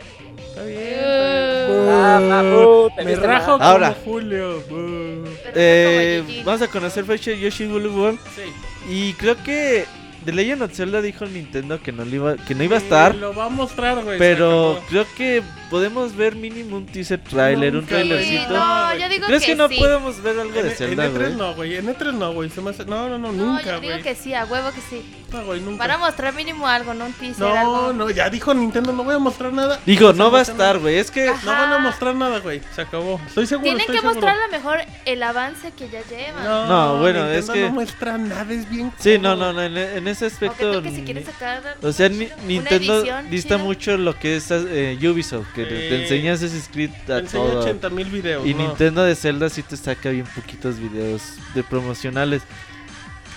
Está bien. Ah, está Mapu, bien. te Me viste rajo mal. como Ahora. Julio. buh. Eh, Pero no como Gigi. vamos a conocer fecha de Yoshi Woolly World. Sí. Y creo que The Legend of Zelda dijo Nintendo que no, le iba, que no iba a estar. Sí, Lo va a mostrar, güey. Pero se creo que podemos ver mínimo un teaser trailer, un Nunca, güey. Sí, trailercito. no, yo digo ¿Crees que, que no sí. podemos ver algo de acabó. En, Zelda, en E3 güey? no, güey. En E3 no, güey. Se me hace... No, no, no, No, nunca, yo digo güey. que sí, a huevo que sí. No, güey, nunca. Van a mostrar mínimo algo, ¿no? Un teaser, No, algo. no, ya dijo Nintendo, no voy a mostrar nada. Digo, no va a estar, güey. Es que. No van a mostrar nada, güey. Se acabó. Estoy seguro. Tienen estoy que seguro. mostrar a lo mejor el avance que ya llevan. No, bueno, es Nintendo que- No muestra nada, es bien. Sí, cómodo. no, no, no, en, en ese O que aspecto. tú que si quieres sacar algo O sea, ni- chido, una Nintendo edición dista chida. mucho lo que es eh, Ubisoft, que te- Sí. te enseña Assassin's Creed Te a enseña todo. 80 mil videos. Y no. Nintendo de Zelda sí te saca bien poquitos videos de promocionales.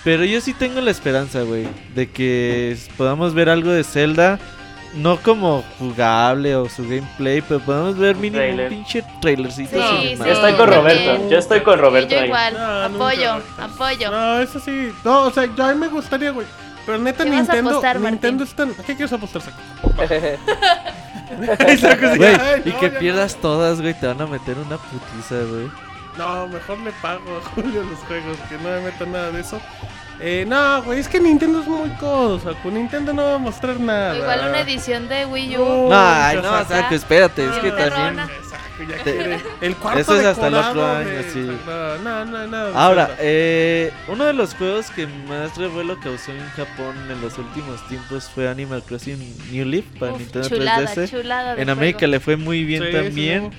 Pero yo sí tengo la esperanza, güey, de que s- podamos ver algo de Zelda. No como jugable o su gameplay, pero podamos ver mínimo trailer. un pinche trailercito. Sí, sin sí, más. Yo estoy con Roberto, yo estoy con Sí, Roberto Eh, yo ahí. igual, No, nunca, apoyo, güey. apoyo. No, eso sí. No, o sea, yo a mí me gustaría, güey. Pero neta, ¿Qué vas a Nintendo. apostar, Martín? Nintendo es tan. ¿Qué quieres apostar, Saco? Güey, Ay, y no, que ya no. pierdas todas, güey, te van a meter una putiza, güey. No, mejor le pago a Julio los juegos, que no me meta nada de eso. Eh, no, güey, es que Nintendo es muy codo, Saco. Nintendo no va a mostrar O nada. Ah. Igual una edición de Wii U. No, No, ay, no, Saco. Saco, espérate, es que No, también... no, Exacto, ya Te- quiere. El cuarto Eso es hasta el otro decorado, año, güey. sí. No, no, no, no, no. Ahora, eh, uno de los juegos que más revuelo causó en Japón en los últimos tiempos fue Animal Crossing New Leaf para Uf, Nintendo chulada, 3DS. chulada de en América juego. le fue muy bien Sí, sí, también. sí.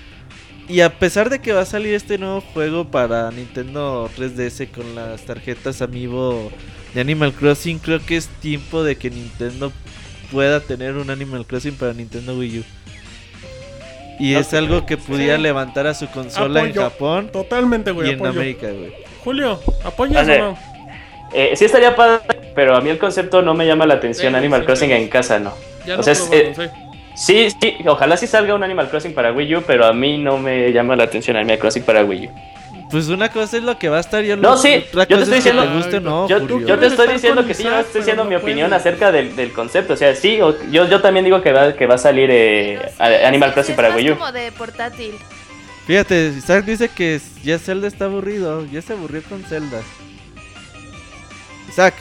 Y a pesar de que va a salir este nuevo juego para Nintendo 3DS con las tarjetas amiibo de Animal Crossing, creo que es tiempo de que Nintendo pueda tener un Animal Crossing para Nintendo Wii U. Y Ah, es algo que pudiera sí. levantar a su consola Apoyo. en Japón Totalmente, y güey, en apoyo. América, güey. Julio, ¿apoyas Vale. o no? Eh, sí estaría padre, pero a mí el concepto no me llama la atención. Sí, Animal sí, Crossing sí. en casa no. Ya O no sea, lo es- eh, conocí. Sí, sí, ojalá sí salga un Animal Crossing para Wii U, pero a mí no me llama la atención Animal Crossing para Wii U. Pues una cosa es lo que va a estar yo No, sí, otra yo te cosa estoy es que diciendo- te guste o no, Yo, Julio. yo te Puedes eisad, estoy estar diciendo con que sí, yo Isaac, estoy diciendo pero mi no opinión puedes. acerca del, del concepto. O sea, sí, o- yo, yo también digo que va, que va a salir eh, Pero sí, a- Animal sí, Crossing sí, para es Wii U. más como de portátil. Fíjate, Isaac dice que ya Zelda está aburrido. Ya se aburrió con Zelda. Isaac.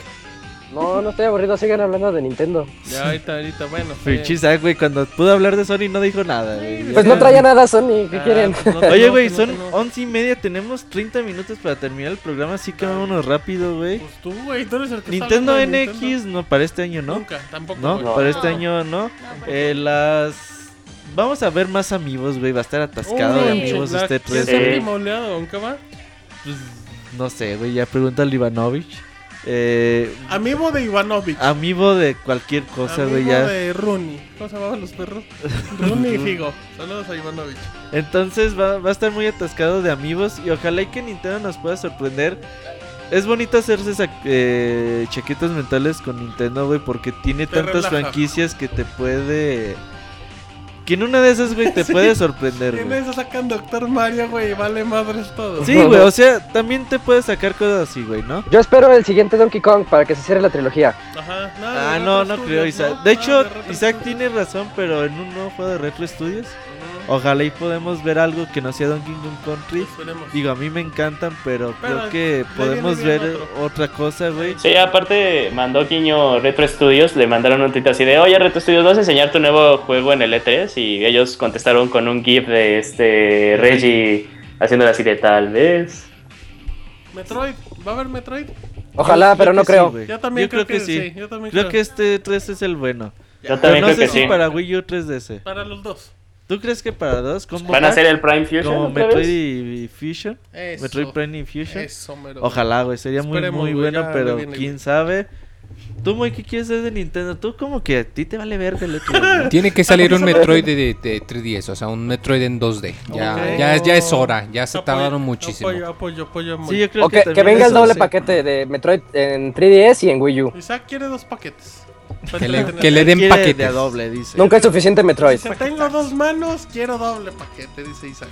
No, no estoy aburrido, sigan hablando de Nintendo. Ya, ahorita, ahorita, bueno. eh, fue- Pinche Isaac, ah, güey, cuando pudo hablar de Sony no dijo nada. güey. Pues no traía nada Sony, ¿qué Ah, quieren? pues no, Oye, no, güey, no, son no. once y media, tenemos 30 minutos para terminar el programa, así que vámonos rápido, güey. Pues tú, güey, tú eres el que está Nintendo hablando de NX, Nintendo. no, para este año no. Nunca, tampoco. No, güey. para este No. año no. No, por este Eh, las... Vamos a ver más amigos, güey, va a estar atascado de Uy, amigos Black, este ¿Ya pues, se Sí. han güey. demoleado, aunque va? Pues, No sé, güey, ya pregunta al Ivanovich. Eh, Amigo de Ivanovich. amigo de cualquier cosa, amigo güey, ya. de Rooney. ¿Cómo se llamaban los perros? Rooney y Figo. Saludos a Ivanovich. Entonces va, va a estar muy atascado de amigos y ojalá y que Nintendo nos pueda sorprender. Es bonito hacerse esa- eh, chaquetas mentales con Nintendo, güey, porque tiene Te tantas relaja. franquicias que te puede... Que en una de esas, güey, te puede sorprender, ¿Quién güey. eso sacan Doctor Mario, güey? Vale madres todo. Sí, güey, o sea, también te puede sacar cosas así, güey, ¿no? Yo espero el siguiente Donkey Kong para que se cierre la trilogía. Ajá. nada Ah, de no, Retro no creo, Studios, Isaac. ¿no? Nada De hecho, de Retro Isaac Studios. tiene razón, pero en un nuevo juego de Retro Studios, ojalá y podemos ver algo que no sea Donkey Kong Country. Esperemos. Digo, a mí me encantan, pero, Pues Pero creo que le podemos viene bien ver otro. otra cosa, güey. Sí, aparte mandó Quiño Retro Studios, le mandaron un tweet así de, oye Retro Studios, ¿vas a enseñar tu nuevo juego en el E3? Y ellos contestaron con un GIF de este Reggie haciéndole así de tal vez. Metroid. ¿Va a haber Metroid? Ojalá, Yo pero no que sí, creo. güey. Yo también creo, que, sí. Yo también Creo que este 3 es el bueno. Yo Pero también no creo sé que si sí. para Wii U 3DS. Para los dos. ¿Tú crees que para dos? Combo ¿Van a Pack, hacer el Prime Fusion como otra Metroid vez? y, y Fusion. Eso. Metroid Prime y Fusion. Eso, mero. Ojalá, güey. Sería muy, Esperemos, muy güey, bueno, ya pero le viene, quién güey. sabe. Tú, muy ¿qué quieres ser de Nintendo? Tú, como que a ti te vale verga el otro. ¿no? Tiene que salir un Metroid de, de- de 3DS, o sea, un Metroid en 2D. Ya, Ok. ya, es- ya es hora, ya se Apoyo, tardaron muchísimo. Apoyo, apoyo, apoyo. Sí, yo creo O que, que también venga el eso, doble sí. paquete de Metroid en 3DS y en Wii U. Isaac quiere dos paquetes. Que Para le, entretener. que le den Quiere de a paquetes. doble, dice. Nunca es suficiente Metroid. Si tengo dos manos, quiero doble paquete, dice Isaac.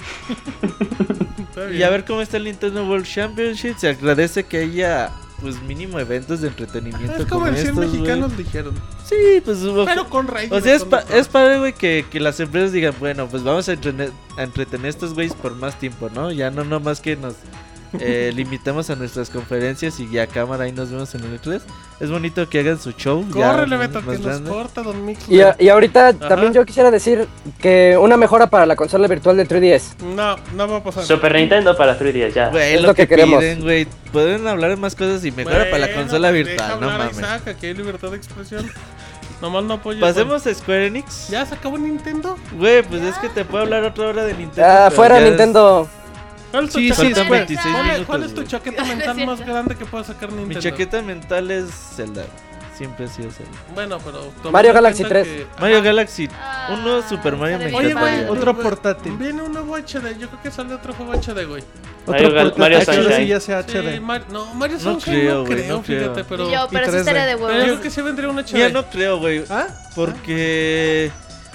Está bien. Y a ver cómo está el Nintendo World Championship. Se agradece que haya, pues, mínimo eventos de entretenimiento. Es como el 100 estos, güey. mexicanos dijeron. Sí, pues hubo. Pero con raíz. o sea, es, pa- es padre, güey, que, que las empresas digan, bueno, pues vamos a, entrene- a entretener a estos güeyes por más tiempo, ¿no? Ya no nomás que nos eh, limitamos a nuestras conferencias y ya cámara y nos vemos en el E3. Es bonito que hagan su show. ya Córrele, más- Beto, que más nos grande. corta Don Mix. Y, a- y ahorita también yo quisiera decir que una mejora para la consola virtual de 3DS. No, no va a pasar. Super Nintendo para 3DS ya. Güey, Es lo lo que, que queremos. piden, güey. Pueden hablar de más cosas y mejora Bueno, para la consola pues virtual, Deja no hablar a mames. Isaac, aquí hay libertad de expresión. Nomás no apoyo. Pasemos a Square Enix. ¿Ya se acabó Nintendo? Güey, pues es que te puedo hablar otra hora de Nintendo. Ah, pero fuera ya es- Nintendo. ¿Cuál es tu Sí, chaqueta? faltan 26 ¿Cuál, es- minutos. cuál es tu güey. chaqueta No es mental más cierto. grande que pueda sacar Nintendo? Mi chaqueta mental es Zelda. Siempre ha sido Zelda. Bueno, pero. tomando Mario en Galaxy cuenta 3. que- Mario Galaxy. Ah, Un nuevo Super Mario está me de Oye, bien encantaría. güey, padre. Otro güey, portátil. Viene un nuevo HD. Yo creo que sale otro juego HD, güey. Otro Mario Gal- portátil. Mario Ah, chale, Sunshine. sí, ya sea Sí, HD. Mar- no, Mario No Sunshine creo, no güey, creo, no creo. fíjate, pero. Y yo, y pero sí 3D. estaría de Pero yo creo huevos. que sí vendría un HD. Ya no creo, güey. ¿Ah? Porque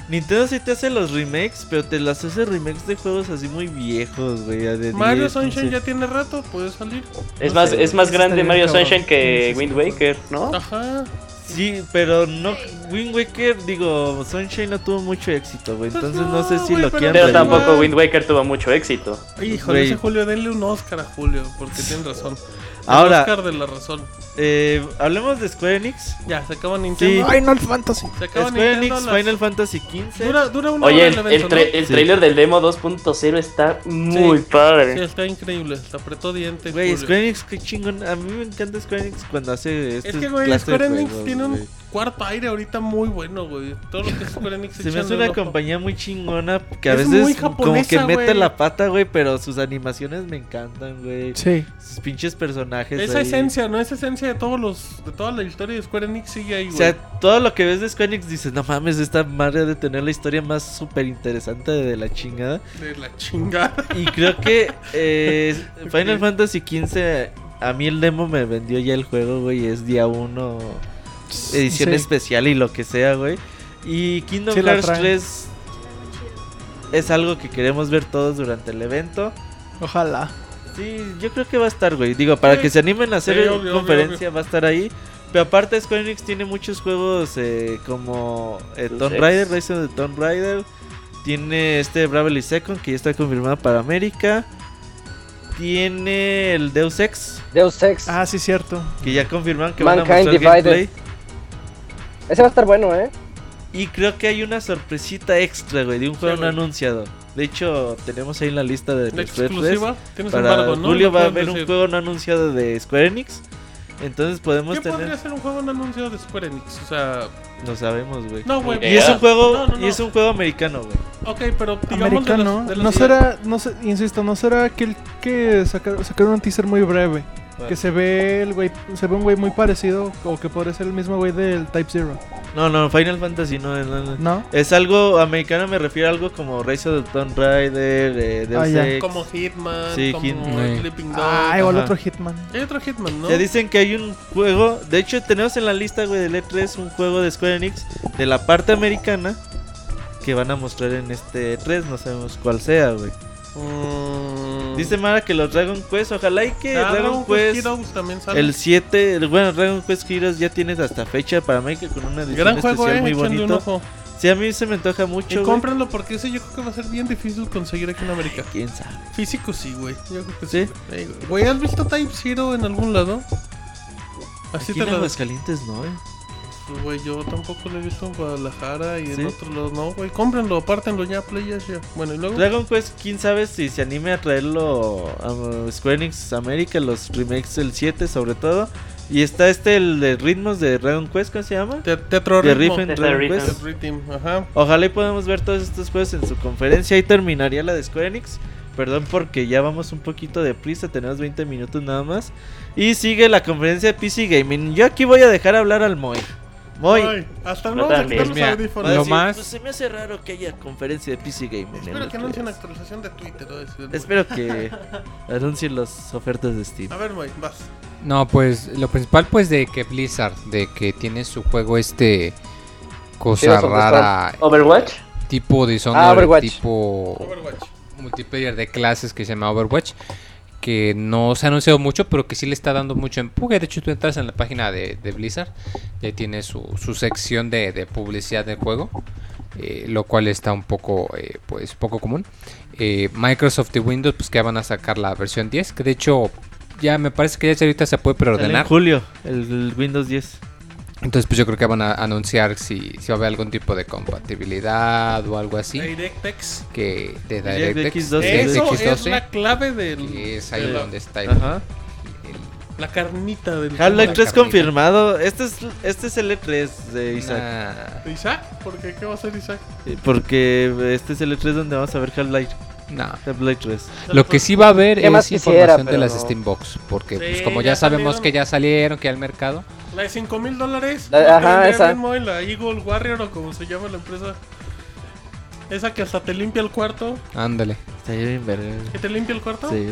Nintendo sí te hace los remakes, pero te las hace remakes de juegos así muy viejos, güey. ya de Mario 10, Sunshine 15. ya tiene rato, puede salir. es no más, sé, es más eso grande estaría Mario cabrón. Sunshine que Sí, sí, Wind sí. Waker, ¿no? Ajá. Sí, pero no. Wind Waker, digo, Sunshine no tuvo mucho éxito, güey. Pues Entonces no, no, sé si güey, lo pero quieran Pero Igual. reanimar. tampoco Wind Waker tuvo mucho éxito. Híjole, Güey. ese Julio, denle un Oscar a Julio, porque tiene razón. El Ahora- Oscar de la razón. Eh, hablemos de Square Enix. Ya, se acaba Nintendo. Sí. Final Fantasy. Se acaba Square Nintendo. Enix, a las- Final Fantasy XV. Dura, dura una Oye, hora el, el, evento, tra- ¿no? el Sí. trailer del demo 2.0 está muy padre. Sí, está increíble. Se apretó diente. Güey, Julio. Square Enix, qué chingón. A mí me encanta Square Enix cuando hace Es estos que, güey, clases de Square Enix juegos, tiene güey. un cuarto aire ahorita muy bueno, güey. Todo lo que es Square Enix Se me échanle hace el una ojo. compañía muy chingona que a Es veces muy como que japonesa, mete güey. la pata, güey, pero sus animaciones me encantan, güey. Sí. Sus pinches personajes. Esa ahí. esencia, ¿no? Esa esencia de todos los... De toda la historia de Square Enix sigue ahí, O güey. sea, todo lo que ves de Square Enix dices, no mames, esta madre ha de tener la historia más súper interesante de la chingada. de la chingada. Y creo que eh, Final Fantasy XV, a mí el demo me vendió ya el juego, güey. Es día 1, edición Sí. especial y lo que sea, güey. Y Kingdom Sí la Hearts traen. 3 es algo que queremos ver todos durante el evento. Ojalá. Sí, yo creo que va a estar, güey. Digo, para que se animen a hacer Sí, obvio, conferencia, va a estar ahí. Pero aparte, Square Enix tiene muchos juegos eh, como eh, Deus Tomb Ex. Raider, Rise of the Tomb Raider, Tiene este Bravely Second que ya está confirmado para América. Tiene el Deus Ex Deus Ex. Ah, sí, cierto. que ya confirmaron que van a Mankind mostrar Divided. gameplay. Ese va a estar bueno, ¿eh? Y creo que hay una sorpresita extra, güey, de un juego no güey. anunciado. De hecho, tenemos ahí en la lista de La los tres exclusiva. Tienes Para embargo, ¿no? julio No va a pueden haber un decir. juego no anunciado de Square Enix. Entonces podemos ¿Qué podría tener. ser un juego no anunciado de Square Enix? O sea, No sabemos, güey. no, güey. Y es un juego, No, no, no. y es un juego americano, güey. Ok, pero digamos de Americano. los, de los no será, no sé, insisto, no será aquel que saca- sacaron un teaser muy breve. Que se ve el güey, se ve un güey muy parecido, o que podría ser el mismo güey del Type Zero. No, no, Final Fantasy no, no, no. ¿No? Es algo americano, me refiero a algo como Rise of the Tomb Raider, eh, Deus Ah, ya. Ex. como Hitman, Sí, como Hitman. Sleeping Dog. Ay, o el ajá. otro Hitman. Hay otro Hitman, ¿no? Ya dicen que hay un juego. De hecho, tenemos en la lista, güey, del E3 un juego de Square Enix de la parte americana que van a mostrar en este E3. No sabemos cuál sea, güey. Mm. Dice Mara que los Dragon Quest, ojalá y que Ah, Dragon Quest. Heroes también sale. El 7, el- bueno, Dragon Quest Heroes ya tienes hasta fecha para América con una edición Gran juego, especial eh, muy échenle un bonito. ojo. Sí, a mí se me antoja Y mucho. güey. cómprenlo porque ese yo creo que va a ser bien difícil conseguir aquí en América. ¿Quién sabe? Físico sí, güey. Yo creo que ¿Sí? sí. Ey, güey. Güey, ¿has visto Type Zero en algún lado? Así Aquí te en lo Aguascalientes no, eh. Güey, yo tampoco lo he visto en Guadalajara y ¿Sí? en otro lado no, güey. Cómprenlo, apártenlo ya, PlayAsia. Bueno, y luego. Dragon Quest, quién sabe si se anime a traerlo a uh, Square Enix América, los remakes del 7 sobre todo. Y está este, el de ritmos de Dragon Quest, ¿cómo se llama? Te- Teatro De Ritmo. Riff en Tetris Dragon Rhythm. Quest. Teatro Rhythm, ajá. Ojalá y podamos ver todos estos juegos en su conferencia. Ahí terminaría la de Square Enix. Perdón porque ya vamos un poquito de prisa, tenemos 20 minutos nada más. Y sigue la conferencia de PC Gaming. Yo aquí voy a dejar hablar al Moy. Moy, Ay, hasta No luego a quitar tan bien. los Pues Mira, va a lo audífonos. decir, más- "Pues se me hace raro que haya conferencia de PC Gaming. en Espero el que anuncien E3". actualización de Twitter. va a decir el güey. Espero que anuncien las ofertas de Steam. A ver, Mike, vas. No, pues lo principal pues de que Blizzard, de que tiene su juego este cosa Tears of the rara, Overwatch. tipo Dishonored, Ah, Overwatch. tipo Overwatch. multiplayer de clases que se llama Overwatch, que no se ha anunciado mucho, pero que sí le está dando mucho empuje. De hecho, tú entras en la página de, de Blizzard, ya tiene su, su sección de, de publicidad del juego, eh, lo cual está un poco, eh, pues, poco común. Eh, Microsoft y Windows, pues que van a sacar la versión 10, que de hecho ya me parece que ya ahorita se puede Sale en preordenar. julio, el, el Windows 10. Entonces, pues yo creo que van a anunciar si, si va a haber algún tipo de compatibilidad o algo así. DirectX. Que de DirectX DirectX 12. DirectX Eso 12, es la clave del. que es ahí de la, donde está el, Ajá. el- la carnita del. Half-Life la 3 carnita. confirmado. Este es, este es el E3 de Isaac. Nah, ¿Isaac? ¿Por qué? ¿Qué va a hacer Isaac? Eh, Porque este es el E3 donde vamos a ver Half-Life nah. Half-Life 3. Lo que sí va a haber ¿Qué más es quisiera, información de pero las no. Steambox, porque pues Sí, como ya ya sabemos salieron. que ya salieron, que al mercado, La de 5 mil dólares. La- ¿No ajá, tendría esa. mismo en la Eagle Warrior o como se llama la empresa. Esa que hasta te limpia el cuarto. ándale. Está bien verga. ¿Que te limpia el cuarto? Sí.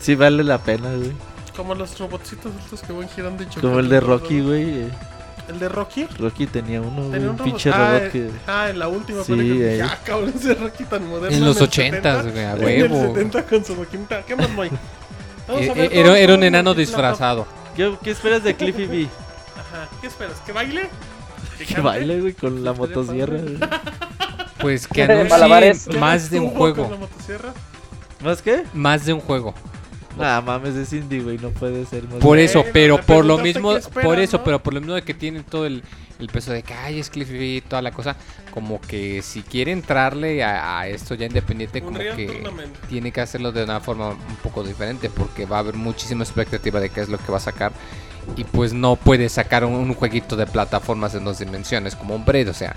Sí vale la pena, güey. Como los robotcitos estos que van girando y chocando. Como el de Rocky, güey. eh, ¿El de Rocky? Rocky tenía uno, güey, Tenía un robot- pinche ah, robot eh, que Ah, en la última Sí, eh. película. ahí. Ya, cabrón, ese Rocky tan moderno. En los el 80 70, güey, a En el huevo. 70 con su maquinita. ¿Qué más, Moy? Vamos Eh, a eh, ver Era, cómo- era un cómo enano multiplaza- disfrazado. ¿Qué, qué esperas de Cliffy B? Ajá. ¿Qué esperas? ¿Que baile? Que cante? baile, güey, con la Estaría motosierra. padre. güey. Pues que Malabares. anuncien ¿Que más de un estuvo con la juego. motosierra? ¿Más qué? Más de un juego. Nah, mames, es indie, güey, no puede ser más. Por eso, Bueno, pero me por lo preguntaste mismo, qué esperas, por eso, ¿no? pero por lo mismo de que tienen todo el, el peso de que ay, es Cliff y toda la cosa, como que si quiere entrarle a, a esto ya independiente, Un como Real que Tournament. tiene que hacerlo de una forma un poco diferente, porque va a haber muchísima expectativa de qué es lo que va a sacar. Y pues no puede sacar un, un jueguito de plataformas en dos dimensiones como un Braid, o sea,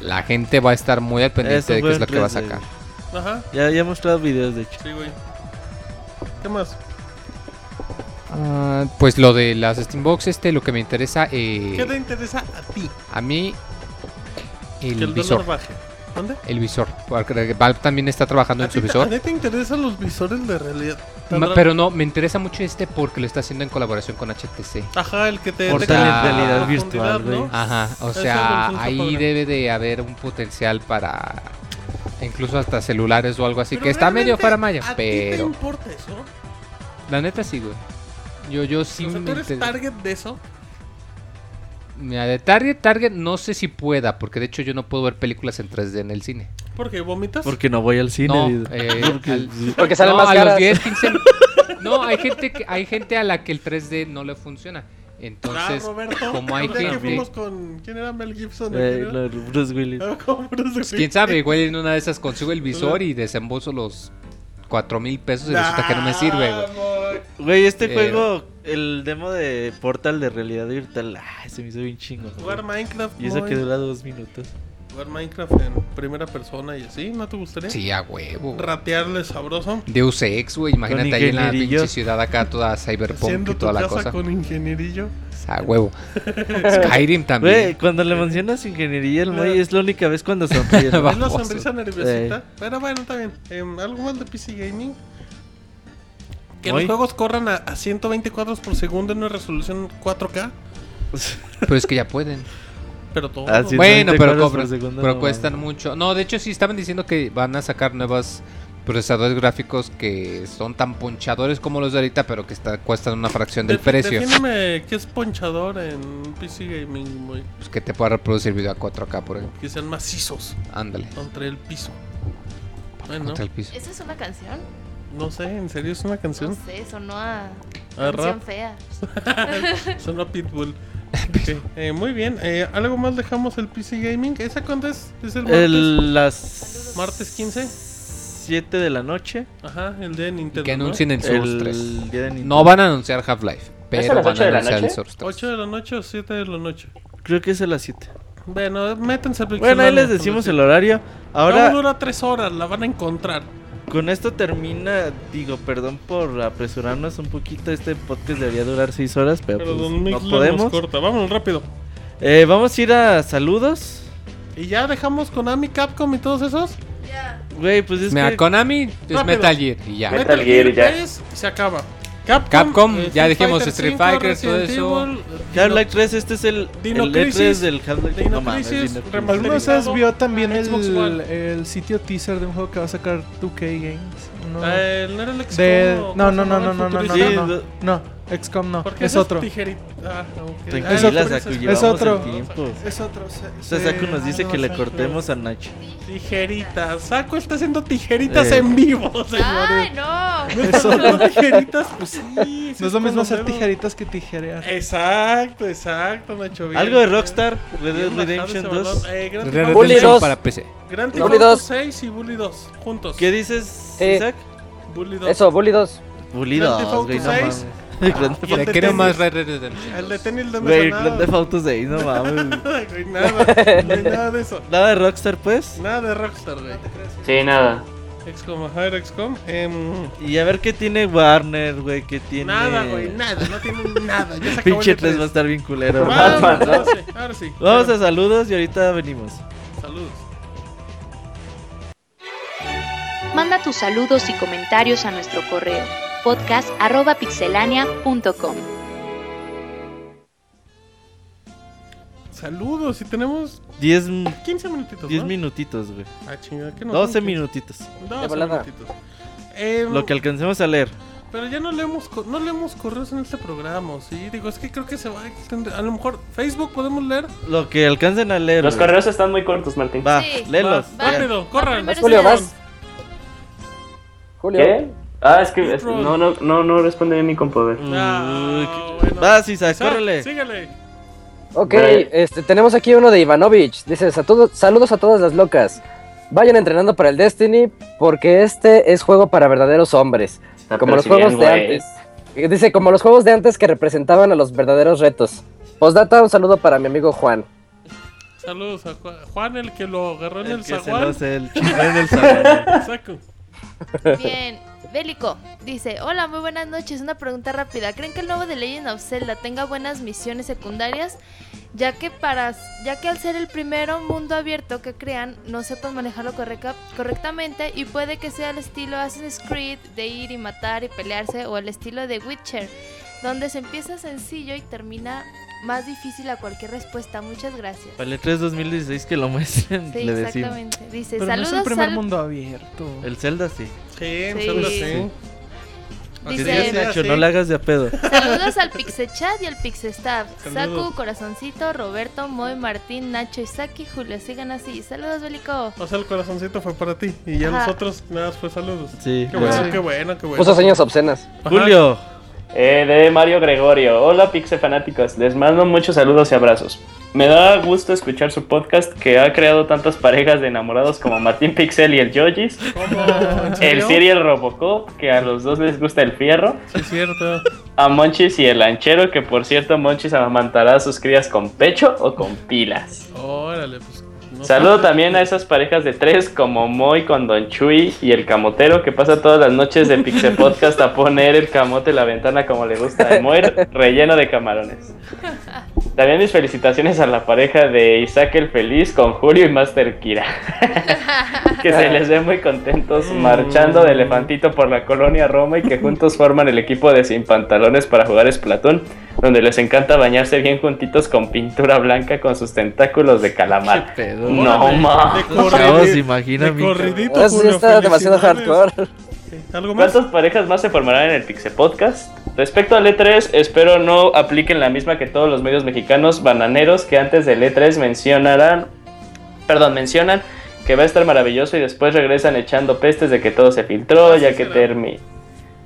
la gente va a estar muy al pendiente Eso de fue qué es lo en que va a 3D. sacar. Ajá. Ya, ya he mostrado videos, de hecho. Sí, güey. ¿Qué más? Ah, pues lo de las Steambox, este, lo que me interesa, eh, ¿Qué te interesa a ti? a mí, Que el el visor. dólar baje. ¿Dónde? El visor. porque Valve también está trabajando ¿A en su ti te- visor. a ti te interesan los visores de realidad? Tan Ma- raro. Pero no, me interesa mucho este porque lo está haciendo en colaboración con HTC. Ajá, el que te Portal detecta en realidad la virtual, profundidad, güey. ¿no? Ajá, o Eso sea, me resulta ahí padre. debe de haber un potencial para incluso hasta celulares o algo así, Pero que está medio realmente, fuera maya, ¿a ti te pero importa eso? la neta sí, güey. Yo, yo sí o sea, me ¿tú eres inter- target de eso? Mira, de Target, Target no sé si pueda, porque de hecho yo no puedo ver películas en 3D en el cine. ¿Por qué? ¿Vomitas? Porque no voy al cine. No, Dido. eh, Porque- al- Porque salen No, más a los caras. 10, 15. No, hay gente, que, hay gente a la que el 3D no le funciona. Entonces, ah, Roberto. como hay o sea, que gente- fuimos con... ¿Quién era Mel Gibson? ¿O Eh, quién era? lo de Bruce Willis. Ah, ¿cómo? No sé si- Pues, quién sabe, güey, en una de esas consigo el visor y desembolso los 4 mil pesos y resulta que no me sirve, güey. güey. Güey, este Eh, juego, el demo de Portal de realidad virtual, ah, se me hizo bien chingo. Jugar Minecraft. Y eso boy. que dura dos minutos. Jugar Minecraft en primera persona y así, ¿no te gustaría? Sí, a huevo. güey. Ratearle sabroso. Deus Ex, güey, imagínate ahí en la ingenierillos. pinche ciudad acá toda cyberpunk Haciendo y tu toda la casa cosa. con ingenierillo. A huevo. Skyrim Güey, también. cuando le mencionas ingeniería, el güey Eh. es la única vez cuando sonríe. Va. Es la Baboso. sonrisa nerviosita. Eh. Pero bueno, está bien. Em, ¿Algo más de PC Gaming? Que Muy. los juegos corran a, a 120 cuadros por segundo en una resolución 4K. Pero es que ya pueden. Pero todo. Ah, sí. Bueno, 120 pero cuadros cobran, por segundo, pero no cuestan mucho. No, de hecho sí estaban diciendo que van a sacar nuevos procesadores gráficos que son tan punchadores como los de ahorita, pero que está- cuestan una fracción del Defi- precio. Defíneme qué es ponchador en PC Gaming, güey. Pues que te pueda reproducir video a 4K, por ejemplo. Que sean macizos Ándale. contra el piso. Bueno, contra el piso. ¿Esa es una canción? no sé, en serio es una No canción. sé, sonó a A canción rap, fea. sonó a Pitbull. Ok, eh, muy bien, eh, ¿algo más dejamos el PC Gaming? ¿Esa cuándo es? ¿Es el martes? El, las... ¿Martes 15? 7 de la noche. Ajá, el de Nintendo. Que anuncien el Source 3. El día de Nintendo. No van a anunciar Half-Life, a pero las van ocho a de la anunciar el noche? Source 3. 8 de la noche o 7 de la noche. Creo que es a las 7. Bueno, métanse al Bueno, ahí les decimos el horario. Ahora Ahora, dura 3 horas, la van a encontrar. con esto termina. Digo, perdón por apresurarnos un poquito. Este podcast debería durar 6 horas, pero, Pero pues, Don Mix no no nos podemos. corta. Vámonos rápido. Eh, vamos a ir a saludos. ¿Y ya dejamos Konami, Capcom y todos esos? Güey, pues es Mira, que... Konami es Rápido. Metal Gear y ya. Met- Metal Gear y ya. 3 y se acaba. Capcom, Capcom, eh, ya Street dijimos Fighter Street 5, Fighter, todo Resident eso. Evil, eh, Half-Life 3, este es el, Dino el E3 Crisis. del Half-Life. Dino No mames, Crisis, Dino Crisis. remasterizado. Ustedes vio también a Ah, Xbox el, One. el sitio teaser de un juego que va a sacar 2K Games. No, eh, ¿no era el de, XCOM o no, no, cómo se no, no, llama el no, no, no, futurista? Sí, no, lo- no, no, XCOM no, Porque es ese otro. tijerita. Ah, ok. Tranquilas, Ah, es Aku, otro, llevamos es otro. el tiempo. Es otro. Se, Saku nos se- dice no, que le se- cortemos a Nacho. Tijeritas. Saco está haciendo tijeritas Eh. en vivo, señores. ¡Ay, no! ¿No está haciendo tijeritas? Pues sí. sí No es lo con mismo los hacer dedos. tijeritas que tijerear. Exacto, exacto, Nacho. bien. Algo de Rockstar, Red Dead Bien bajado Redemption ese 2. balón. Eh, Red Gran Theft Dead Auto- Bully Redemption 2. para PC. Gran Theft Bully Auto 2. 6 y Bully 2 juntos. ¿Qué dices, Eh. Isaac? Bully 2. Eso, Bully 2. Grand Theft Pulido, Auto güey, no 6. mames. Grand Y el Le de quiero tenis. más Red Dead Redemption. El de tenis no me Güey, sonaba. Grand Theft Auto 6, no mames. Güey, nada, güey, nada de eso. Nada de Rockstar, pues. Nada de Rockstar, güey. Sí, nada. XCOM, ajá, era XCOM. Em, Y a ver qué tiene Warner, güey, qué tiene... Nada, güey, nada, no tienen nada. Ya se acabó Pinche el 3 va a E3. estar bien culero. Vamos, Batman, ¿no? ahora sí, ahora sí. Vamos a saludos y ahorita venimos. Saludos. Manda tus saludos y comentarios a nuestro correo podcast.pixelania.com. Saludos, y tenemos 10 15 minutitos. 10 ¿no? minutitos, güey. Ah, chingada, ¿qué no? 12 son? minutitos. 12 De volada. minutitos. Em, Lo que alcancemos a leer. Pero ya no leemos, co- no leemos correos en este programa, ¿o ¿sí? Digo, es que creo que se va a extender. A lo mejor Facebook podemos leer. Lo que alcancen a leer. Los güey. correos están muy cortos, Martín. Va, Sí. léelos. Vas, Va. rápido, corran. primero Julio, Pero vas. Julio. ¿Qué? Ah, es que es- Control. no, no, no, no responde bien mi compu, a ver. Ah, Uy, bueno. Mm. Vas, Isaac, Isaac, córrele. Sígale. Ok, Ve. este, tenemos aquí uno de Ivanovich. Dice, "A todos- saludos a todas las locas. Vayan entrenando para el Destiny porque este es juego para verdaderos hombres. Está como los persiguiendo, juegos de güey. antes. Dice, como los juegos de antes que representaban a los verdaderos retos. Postdata, un saludo para mi amigo Juan. Saludos a Ju- Juan, el que lo agarró en El el que se zaguán. nos el eh. chingón del zaguán. Saco. Bien. Bélico dice: Hola, muy buenas noches. Una pregunta rápida. ¿Creen que el nuevo de Legend of Zelda tenga buenas misiones secundarias? Ya que, para, ya que al ser el primero mundo abierto que crean, no sepan manejarlo correcta- correctamente y puede que sea el estilo Assassin's Creed de ir y matar y pelearse o el estilo de Witcher, donde se empieza sencillo y termina más difícil a cualquier respuesta. Muchas gracias. Para el 3 2016 que lo muestren, Sí, le decimos. exactamente. Dice, Pero no es saludos, el primer sal- mundo abierto. El Zelda sí. Sí, Sí. saludos, sí. Que Dice- digas, Nacho, no la hagas de a pedo. Saludos al Pixechat y al Pixestaff. Saku, Saludos. Corazoncito, Roberto, Moy, Martín, Nacho, Isaki, Julio. Sigan así. Saludos, Bélico. O sea, el corazoncito fue para ti. Y ya Ajá. los otros, nada, más fue saludos. Sí. Qué bueno, Sí. qué bueno, qué bueno. Puso señas obscenas. Ajá. Julio, Eh, de Mario Gregorio. Hola, Pixe fanáticos. Les mando muchos saludos y abrazos. Me da gusto escuchar su podcast que ha creado tantas parejas de enamorados como Martín Pixel y el Yojis, ¿Cómo? Ah, ¿En el serio? Siri y el Robocop, que a los dos les gusta el fierro, Sí, es cierto. a Monchis y el lanchero, que por cierto Monchis amamantará a sus crías con pecho o con pilas. Órale, pues. no sé. Saludo también a esas parejas de tres como Moy con Don Chuy y el camotero que pasa todas las noches de Pixel Podcast a poner el camote en la ventana como le gusta a Moy, relleno de camarones. También mis felicitaciones a la pareja de Isaac el Feliz con Julio y Master Kira. que se les ve muy contentos marchando de elefantito por la colonia Roma y que juntos forman el equipo de Sin Pantalones para jugar Splatoon, donde les encanta bañarse bien juntitos con pintura blanca con sus tentáculos de calamar. qué pedo. No ma. De corridi- Chavos, imagina, de mi- corridito, Eso sí Julio, está demasiado felicidades. hardcore. Sí. ¿Algo más? ¿Cuántas parejas más se formarán en el Pixel Podcast? Respecto al E3, espero no apliquen la misma que todos los medios mexicanos bananeros que antes del E3 mencionarán, perdón, mencionan que va a estar maravilloso y después regresan echando pestes de que todo se filtró, ya que termi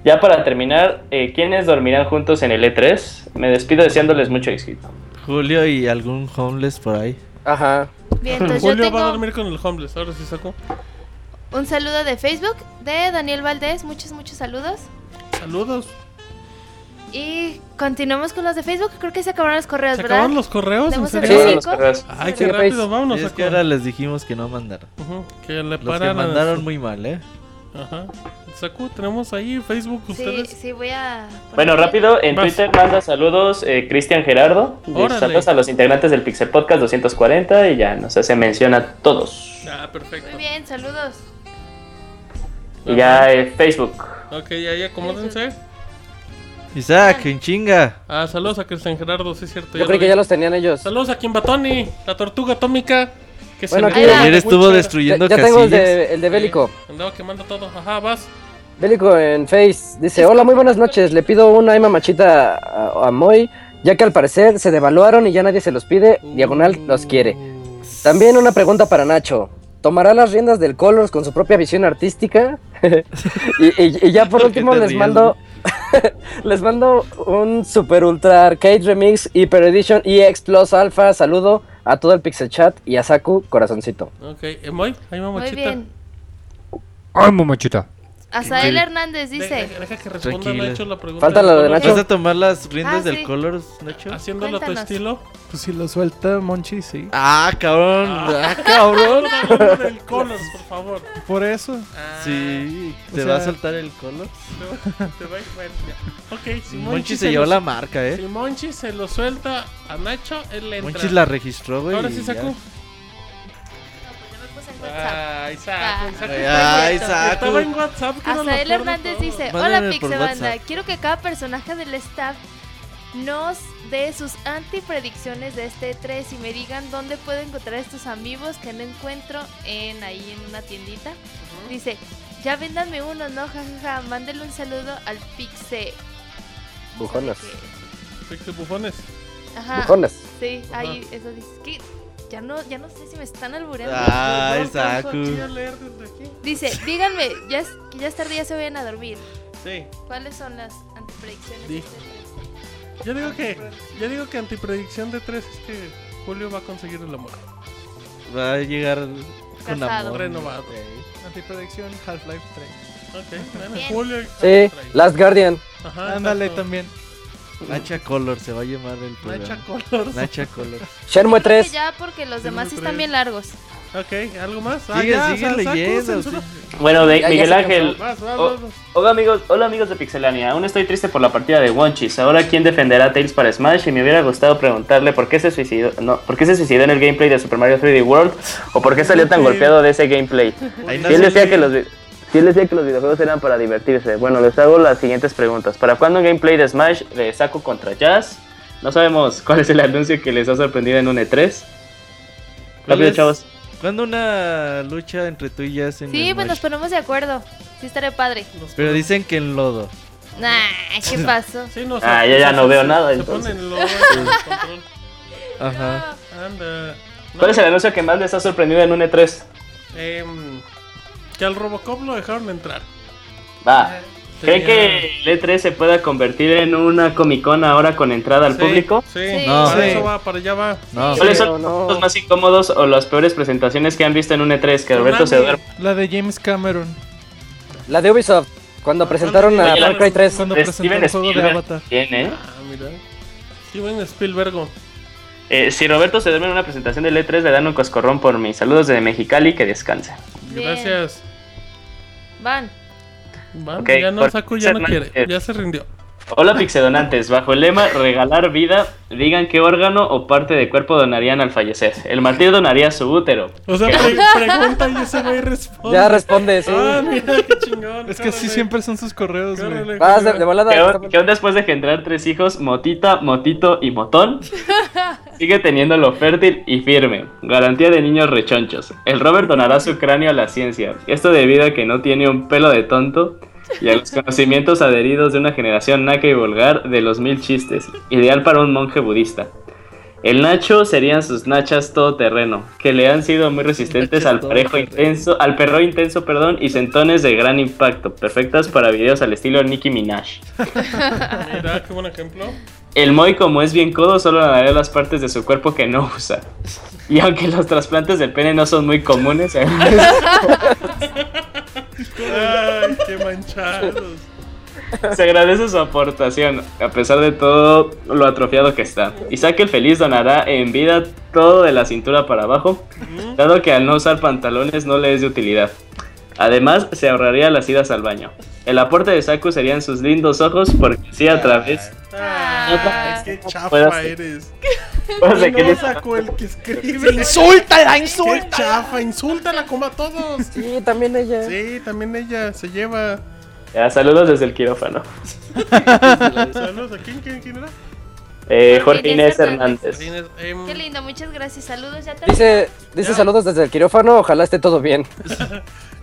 Ya para terminar, eh, ¿quiénes dormirán juntos en el E3? Me despido deseándoles mucho éxito. Julio y algún homeless por ahí. Ajá. Bien, entonces yo Julio va a tengo dormir con el homeless. Ahora sí saco. un saludo de Facebook de Daniel Valdés. Muchos, muchos saludos. Saludos. Y continuamos con los de Facebook. Creo que se acabaron los correos, ¿Se ¿verdad? acabaron los correos? ¿En Tenemos el serio? Sí. Acaban los correos. Ay, Sí, qué rápido, vámonos es a que ahora les dijimos que no mandaron. Ujú, Que le Los que paran a- mandaron muy mal, ¿eh? Ajá. Saku, tenemos ahí Facebook Sí, ustedes. sí, voy a. Bueno, rápido, en Vas. Twitter manda saludos eh, Cristian Gerardo. Dice, Órale. Saludos a los integrantes del Pixel Podcast 240 y ya nos hace mención a todos. Ah, perfecto. Muy bien, saludos. Y ya eh, Facebook. Ok, ahí acomódense. Isaac, en chinga. Ah, saludos a Cristian Gerardo, sí es cierto. Yo lo creí que vi. ya los tenían ellos. Saludos a Kimbatoni, la tortuga atómica. Que Bueno, me aquí- quedó Ayer de estuvo Witcher. Ya, destruyendo ya tengo el casillas. de, el de Bélico. Sí, Eh, Andaba quemando todo. Ajá, vas. Bélico en Face dice, hola, muy buenas noches, le pido una ay mamachita a, a Moy, ya que al parecer se devaluaron y ya nadie se los pide, diagonal los quiere. También una pregunta para Nacho, ¿tomará las riendas del Colors con su propia visión artística? y, y- y ya por ¿Por qué último te les ríes, mando... Les mando un super ultra arcade remix Hyper Edition EX Plus Alpha. Saludo a todo el Pixel Chat y a Saku Corazoncito. Ok, Emoy, Muy ahí mamachita. bien. Ay, mamachita. Azael Hernández De- dice. de- deja que responda Tranquila. Nacho la pregunta. Falta lo de Colors. Nacho. ¿Vas a tomar las riendas Ah, del sí. Colors, Nacho? Haciéndolo a tu Cuéntanos. estilo. Pues si lo suelta Monchi, sí. Ah, cabrón. Ah, cabrón. Hablando del Colors, por favor. Ah, Por eso. Sí, O ¿te sea- va a saltar el Colors? Te va- te va- bueno, ya. Ok, si Monchi se llevó lo- la marca, ¿eh? Si Monchi se lo suelta a Nacho, él le entra. Monchi la registró, güey. Ahora y sí ya. sacó. Yo me puse en WhatsApp. Ay, Ah. Saku, Saku. Ay, Saku. Estaba en WhatsApp. que era lo Azael peor de Hernández todo. dice, Mándenme hola por Pixebanda, WhatsApp". quiero que cada personaje del staff nos dé sus antipredicciones de este 3 y me digan dónde puedo encontrar estos amigos que no encuentro en ahí en una tiendita. Dice, ya véndanme uno, ¿no? Jajaja, mándele un saludo al Pixe. Bujones. Pixie bufones. Ajá. Bujones. Sí, ahí eso dice. que Ya no, ya no sé si me están albureando. Ah, Ay, No alcanzo Saku. aquí a leer desde aquí. Dice, díganme, ya es, que ya es tarde, ya se vayan a dormir. Sí. ¿Cuáles son las antipredicciones? Di- de este 3? Yo digo que, yo digo que antipredicción de tres es que Julio va a conseguir el amor. Va a llegar con Casado. amor. Renovado. güey. Antiproducción Half-Life 3. Ok, bueno, Bien. Julio. Sí, Last Guardian. Ajá, Ándale exacto. también. Nacha Colors se va a llamar el programa. Nacha Colors. Nacha Colors. Shenmue Creo que 3. Ya, porque los demás sí están tres. bien largos. Ok, ¿algo más? Ah, Sigue, ya, sigue Sa- Saku, leyendo, censura. sí. Bueno, de- Ya- ya Miguel se Ángel. Vas, vas, Oh. vas, vas. Hola amigos, hola amigos de Pixelania, aún estoy triste por la partida de Wonchis. Ahora quién defenderá a Tails para Smash y me hubiera gustado preguntarle por qué se suicidó, no, por qué se suicidó en el gameplay de Super Mario 3D World o por qué salió tan golpeado de ese gameplay. Ahí Si él nació decía que los vi- si él decía que los videojuegos eran para divertirse. Bueno, les hago las siguientes preguntas. ¿Para cuándo un gameplay de Smash de Saco contra Jazz? No sabemos cuál es el anuncio que les ha sorprendido en un E E3. ¿Cuál Rápido, es? chavos. ¿Cuándo una lucha entre tú y Jazz en Sí, pues Smash? nos ponemos de acuerdo. Sí, estaré padre. Nos Pero ponemos- dicen que en lodo. Nah, ¿qué pasó? Sí, no, Ah, ya- ya no veo nada, Se entonces. ponen luego en el control. Ajá. Anda. No, ¿Cuál es el anuncio que más les ha sorprendido en un E E3? em, que al Robocop lo dejaron entrar. Va. Ah, ¿Creen Tenía- que el E3 se pueda convertir en una Comic Con ahora con entrada al Sí, público? Sí, Sí. No. para Sí. eso va, para allá va. No. ¿Cuáles Pero son no. los más incómodos o las peores presentaciones que han visto en un E3? Que Roberto se duerme. La de James Cameron. Ah, La de Ubisoft, cuando presentaron a Oye, la- Far Cry 3. Cuando De presentó Steven el juego de Spielberg. Avatar. Bien, ¿eh? Ah, mira. Steven Spielberg. Eh, Si Roberto se duerme en una presentación del E3, le dan un coscorrón por mí. Saludos desde Mexicali, que descanse. Bien. Gracias. Van. Va, Ok, ya no, por- Saku ya no Hernández. quiere. Ya se rindió. Hola pixedonantes, bajo el lema regalar vida, digan qué órgano o parte de cuerpo donarían al fallecer. El mártir donaría su útero. O sea, pre- pregunta y ese güey responde. Ya responde, sí. Oh, Ah, mira qué chingón. Es que así siempre son sus correos, güey. Ah, de, de volada. ¿Qué aún, que aún después de engendrar tres hijos, motita, motito y motón? Sigue teniéndolo fértil y firme. Garantía de niños rechonchos. El Robert donará su cráneo a la ciencia. Esto debido a que no tiene un pelo de tonto y a los conocimientos adheridos de una generación naca y vulgar de los mil chistes. Ideal para un monje budista. El Nacho serían sus nachas todoterreno, que le han sido muy resistentes al parejo intenso, al perro intenso, perdón, y sentones de gran impacto, perfectas para videos al estilo Nicki Minaj. Mira, qué buen ejemplo. El Moy, como es bien codo, solo daría las partes de su cuerpo que no usa. Y aunque los trasplantes de pene no son muy comunes, Ay, qué manchados. se agradece su aportación, a pesar de todo lo atrofiado que está. Isaac el Feliz donará en vida todo de la cintura para abajo, dado que al no usar pantalones no le es de utilidad. Además, se ahorraría las idas al baño. El aporte de Saku serían sus lindos ojos, porque sí, a través... Ah, qué Puedas- chafa eres. Pues, de que no les- sacó el que escribe. ¡Insúltala, insúltala! ¡Qué chafa, insúltala como a todos! Sí, también ella. Sí, también ella se lleva. Ya, saludos desde el quirófano. Saludos, ¿a quién, quién, quién era? Eh, Jorge Jorge Inés Inés Hernández. Martínez, em, Qué lindo, muchas gracias. Saludos, ya te Dice, dice saludos desde el quirófano, ojalá esté todo bien.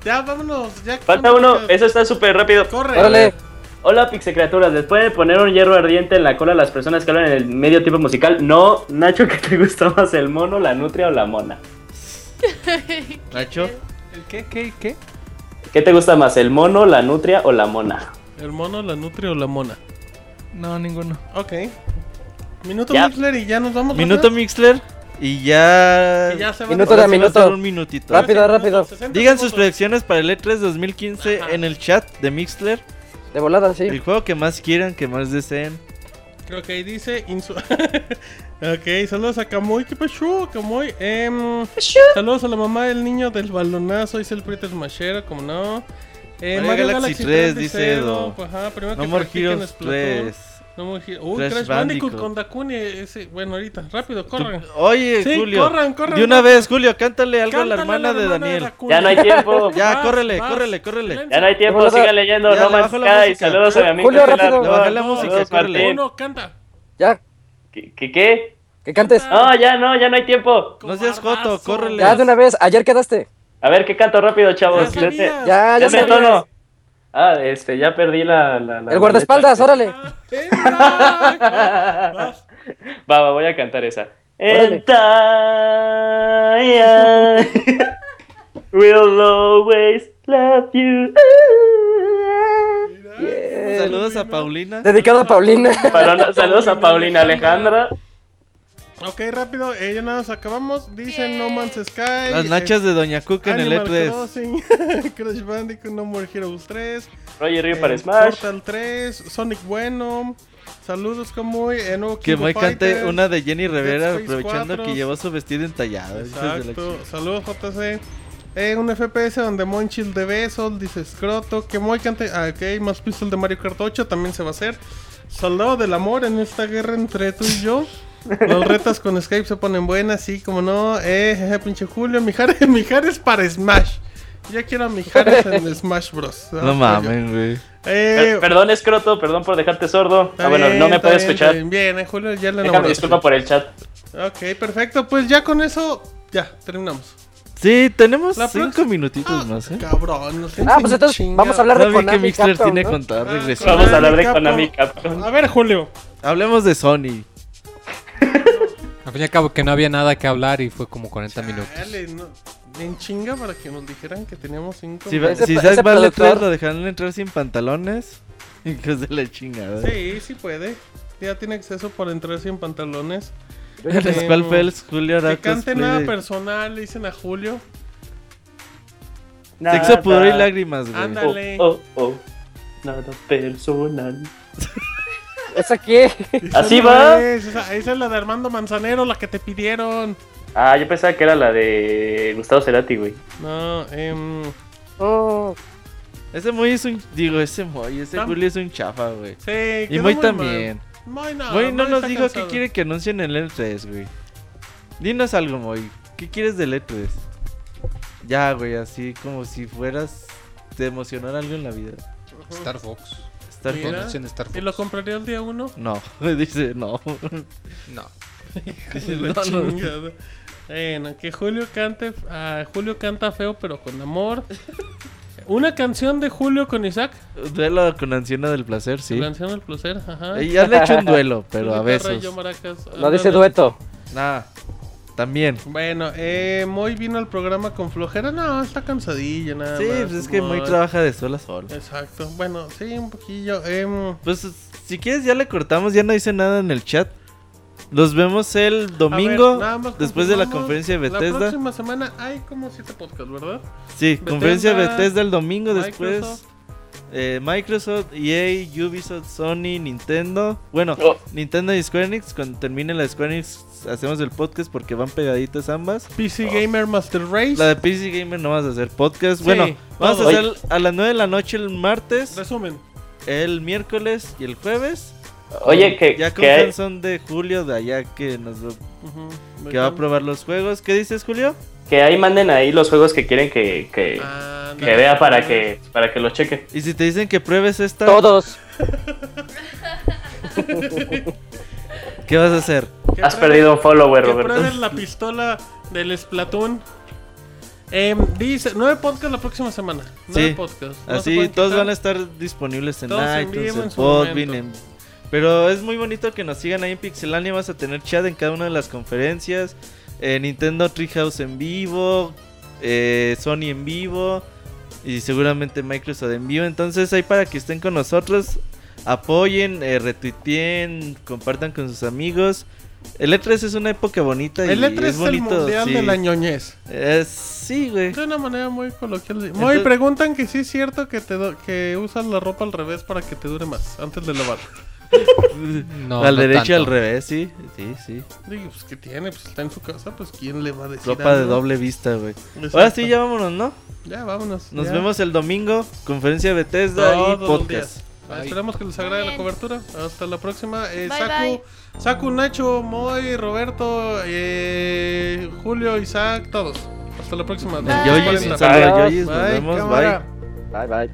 Ya, vámonos. Ya, Falta uno, eso está súper rápido. Corre. Órale, Hola, pixecreaturas. Después de poner un hierro ardiente en la cola a las personas que hablan en el medio tiempo musical, no, Nacho, que te gusta más el mono, la nutria o la mona? Nacho. ¿El qué, qué, qué? ¿Qué te gusta más, el mono, la nutria o la mona? ¿El mono, la nutria o la mona? No, ninguno. Ok. Minuto Ya. Mixler y ya nos vamos. Minuto Rafa. Mixler y ya. Y ya se va. Minuto de Ahora sí va a minuto. estar Un minutito. Rápido. rápido. 60 Digan sus segundos. predicciones para el E E3 2015 en el chat de Mixler. de volada, sí. El juego que más quieran, que más deseen. Creo que ahí dice. insu- ok, saludos a Camoy. ¿Qué pasó, Camoy? Em, saludos a la mamá del niño del balonazo. Dice el Peter Machero, como no. Eh, Mario Galaxy 3 dice Edo. Oh, Ajá, primero No que More practiquen Heroes Splatoon. 3. No More Heroes. Uy, Crash Crash Bandicoot Bandicoot. con Dakuni. ese- Bueno, ahorita, rápido, corran. Tú- Oye, Sí, Julio. corran, corran, De una corran. vez, Julio, cántale algo a la Cántale hermana de Daniel. Dakuni. Ya no hay tiempo, Ya, Vas, córrele, vas. córrele, córrele. ya no hay tiempo, Hola. sigan leyendo Ya, le Roman bajo la Sky. música. Saludos a mi amigo Julio, Ángel rápido. Aragón. Le bajé la No, música, saludos, córrele. Martín. Uno, canta. Ya, ¿Qué, qué, qué? que cantes. No, ya no, ya no hay tiempo. No seas Cobardazo. joto, córrele. Ya de una vez, ayer quedaste. A ver, ¿qué canto rápido, chavos? Ya Denme- Ya, sabías. ya denme sabías. tono. Ah, este, ya perdí la... la- la- El guardaespaldas, órale. Venga. Vas. Va, va, voy a cantar esa. Órale. And I will always love you. Saludos a Paulina. Dedicado a Paulina. Palona- saludos a Paulina Alejandra. Ok, rápido, eh, ya nada más acabamos. Dicen No Man's Sky. Las nachas de Doña Cuca en el E Animal E3. Crossing, Crash Bandicoot, No More Heroes 3, Roger Río eh, para Smash. Portal 3, Sonic Bueno. Saludos, como eh, nuevo Que King me of cante Fighters. una de Jenny Rivera Space aprovechando 4. que llevó su vestido entallado. hijos de la Exacto. chingada. Saludos, JC. Eh, un FPS donde Monchil de Besos dice Scroto. Que muy cante. Ah, ok, más pistol de Mario Kart 8 también se va a hacer. Soldado del amor en esta guerra entre tú y yo. Los retas con Skype se ponen buenas, sí, como no. Eh, jeje, pinche Julio. Mijares, Mijares para Smash. Ya quiero a Mijares en Smash Bros. No mames, güey. Eh, Per- Perdón, escroto, perdón por dejarte sordo. está Ah, bueno, bien, no me está puede bien, escuchar. Bien, bien, eh, Julio, ya le Déjame nombraste. disculpa por el chat. Ok, perfecto. Pues ya con eso, ya terminamos. Sí, tenemos La cinco próxima- Ah, minutitos más, ¿eh? Cabrón, no sé. Ah, pues entonces vamos a hablar de Ya vi que Konami Mixler Capcom, tiene ¿no? contador Ah, regresivo. Vamos a hablar de Capcom. Konami Capcom. A ver, Julio. Hablemos de Sony. Al fin y al cabo que no había nada que hablar y fue como 40 minutos. Dale, no. En chinga para que nos dijeran que teníamos cinco. Si, minutos. va- Ese si pa- Zack ese va al productor- E3, lo dejarán entrar sin pantalones. Hijos de la chingada. Sí, sí puede. Ya tiene acceso para entrar sin pantalones. El Pascual Tengo- Phelps, Julio Que Aracos. cante nada personal, le dicen a Julio. Sexo, pudor y lágrimas, güey. Ándale. Oh, oh, oh. Nada personal. ¿Esa qué? Así Esa no va. es, esa, esa es la de Armando Manzanero, la que te pidieron. Ah, yo pensaba que era la de Gustavo Cerati, güey. No, em, Oh, Ese Moy es un. Digo, ese Moy, ese Tam- Julio es un chafa, güey. sí. Y quedó Moy mal. también. Moy no, Moy no Moy nos está dijo cansado. qué quiere que anuncien en el E3, güey. Dinos algo, Moy. ¿Qué quieres del E3? Ya, güey, así como si fueras. Te emocionar algo en la vida. Star Fox. Estar Mira. con- Anuncian Star Fox. ¿Y lo compraría el día uno? No, dice no. No. Dice, La no, no. chingada. Bueno, que Julio cante. ah, Julio canta feo, pero con amor. Una canción de Julio con Isaac. Duelo con anciana del placer, sí. La canción del placer. Ajá. Eh, Ya le he hecho un duelo, pero a Guitarra y veces. yo maracas. no Ah, dice dueto. Nada. También. Bueno, eh, Moy vino al programa con flojera. No, está cansadillo, nada Sí, más, pues es que Moy trabaja de sol a sol. Exacto. Bueno, sí, un poquillo. em, Pues si quieres ya le cortamos, ya no dice nada en el chat. Los vemos el a domingo ver, nada más después de la confirmamos, conferencia de La Bethesda. próxima semana hay como siete podcasts, ¿verdad? Sí, conferencia de Bethesda, Bethesda el domingo después. Microsoft. eh, Microsoft, EA, Ubisoft, Sony, Nintendo. Bueno, Oh. Nintendo y Square Enix. Cuando termine la Square Enix hacemos el podcast porque van pegaditas ambas. PC Gamer Master Race. La de PC Gamer no vas a hacer podcast. Sí, bueno, vamos a todo. hacer a las 9 de la noche el martes, Resumen. el miércoles y el jueves. Oye, que, ya con que hay- son de Julio de allá que nos va- Ujú. que va a probar los juegos. ¿Qué dices, Julio? que ahí manden ahí los juegos que quieren que, que, Ah, que no. vea para que, para que los chequen. Y si te dicen que pruebes esta, Todos. ¿qué vas a hacer? Que Has pruebe- perdido un follower, Que Roberto. prueben la pistola del Splatoon. Em, dice, nueve podcasts la próxima semana. Nueve Sí, podcasts. No se Así pueden todos quitar. van a estar disponibles en Todos en iTunes, vivo en en su Podbean, momento. en- Pero es muy bonito que nos sigan ahí en Pixelania. Vas a tener chat en cada una de las conferencias. eh, Nintendo Treehouse en vivo. eh, Sony en vivo. Y seguramente Microsoft en vivo. Entonces ahí para que estén con nosotros. Apoyen, eh, retuiteen, compartan con sus amigos. El E3 es una época bonita y El E3 es, es el bonito. mundial sí. de la ñoñez. Eh, sí, güey. De una manera muy coloquial. sí. Muy Entonces- preguntan que sí es cierto que te do- que usas la ropa al revés para que te dure más antes de lavar. No, al no derecho y al tanto. revés, sí. Sí, sí. Digo, pues que tiene, pues está en su casa, pues quién le va a decir. Ropa de algo? doble vista, güey. Exacto. Ahora sí, ya vámonos, ¿no? Ya vámonos. Nos ya. vemos el domingo, conferencia de Bethesda todos y los podcast. días. Bye. Esperamos que les agrade la Bien. cobertura. Hasta la próxima. Eh, Bye, Saku, bye. Saku, Nacho, Moy, Roberto, eh, Julio, Isaac, todos. Hasta la próxima. El Bye. Yoyis, un 2:40. saludo a Yoyis, nos Bye, vemos, cámara. bye. Bye, bye.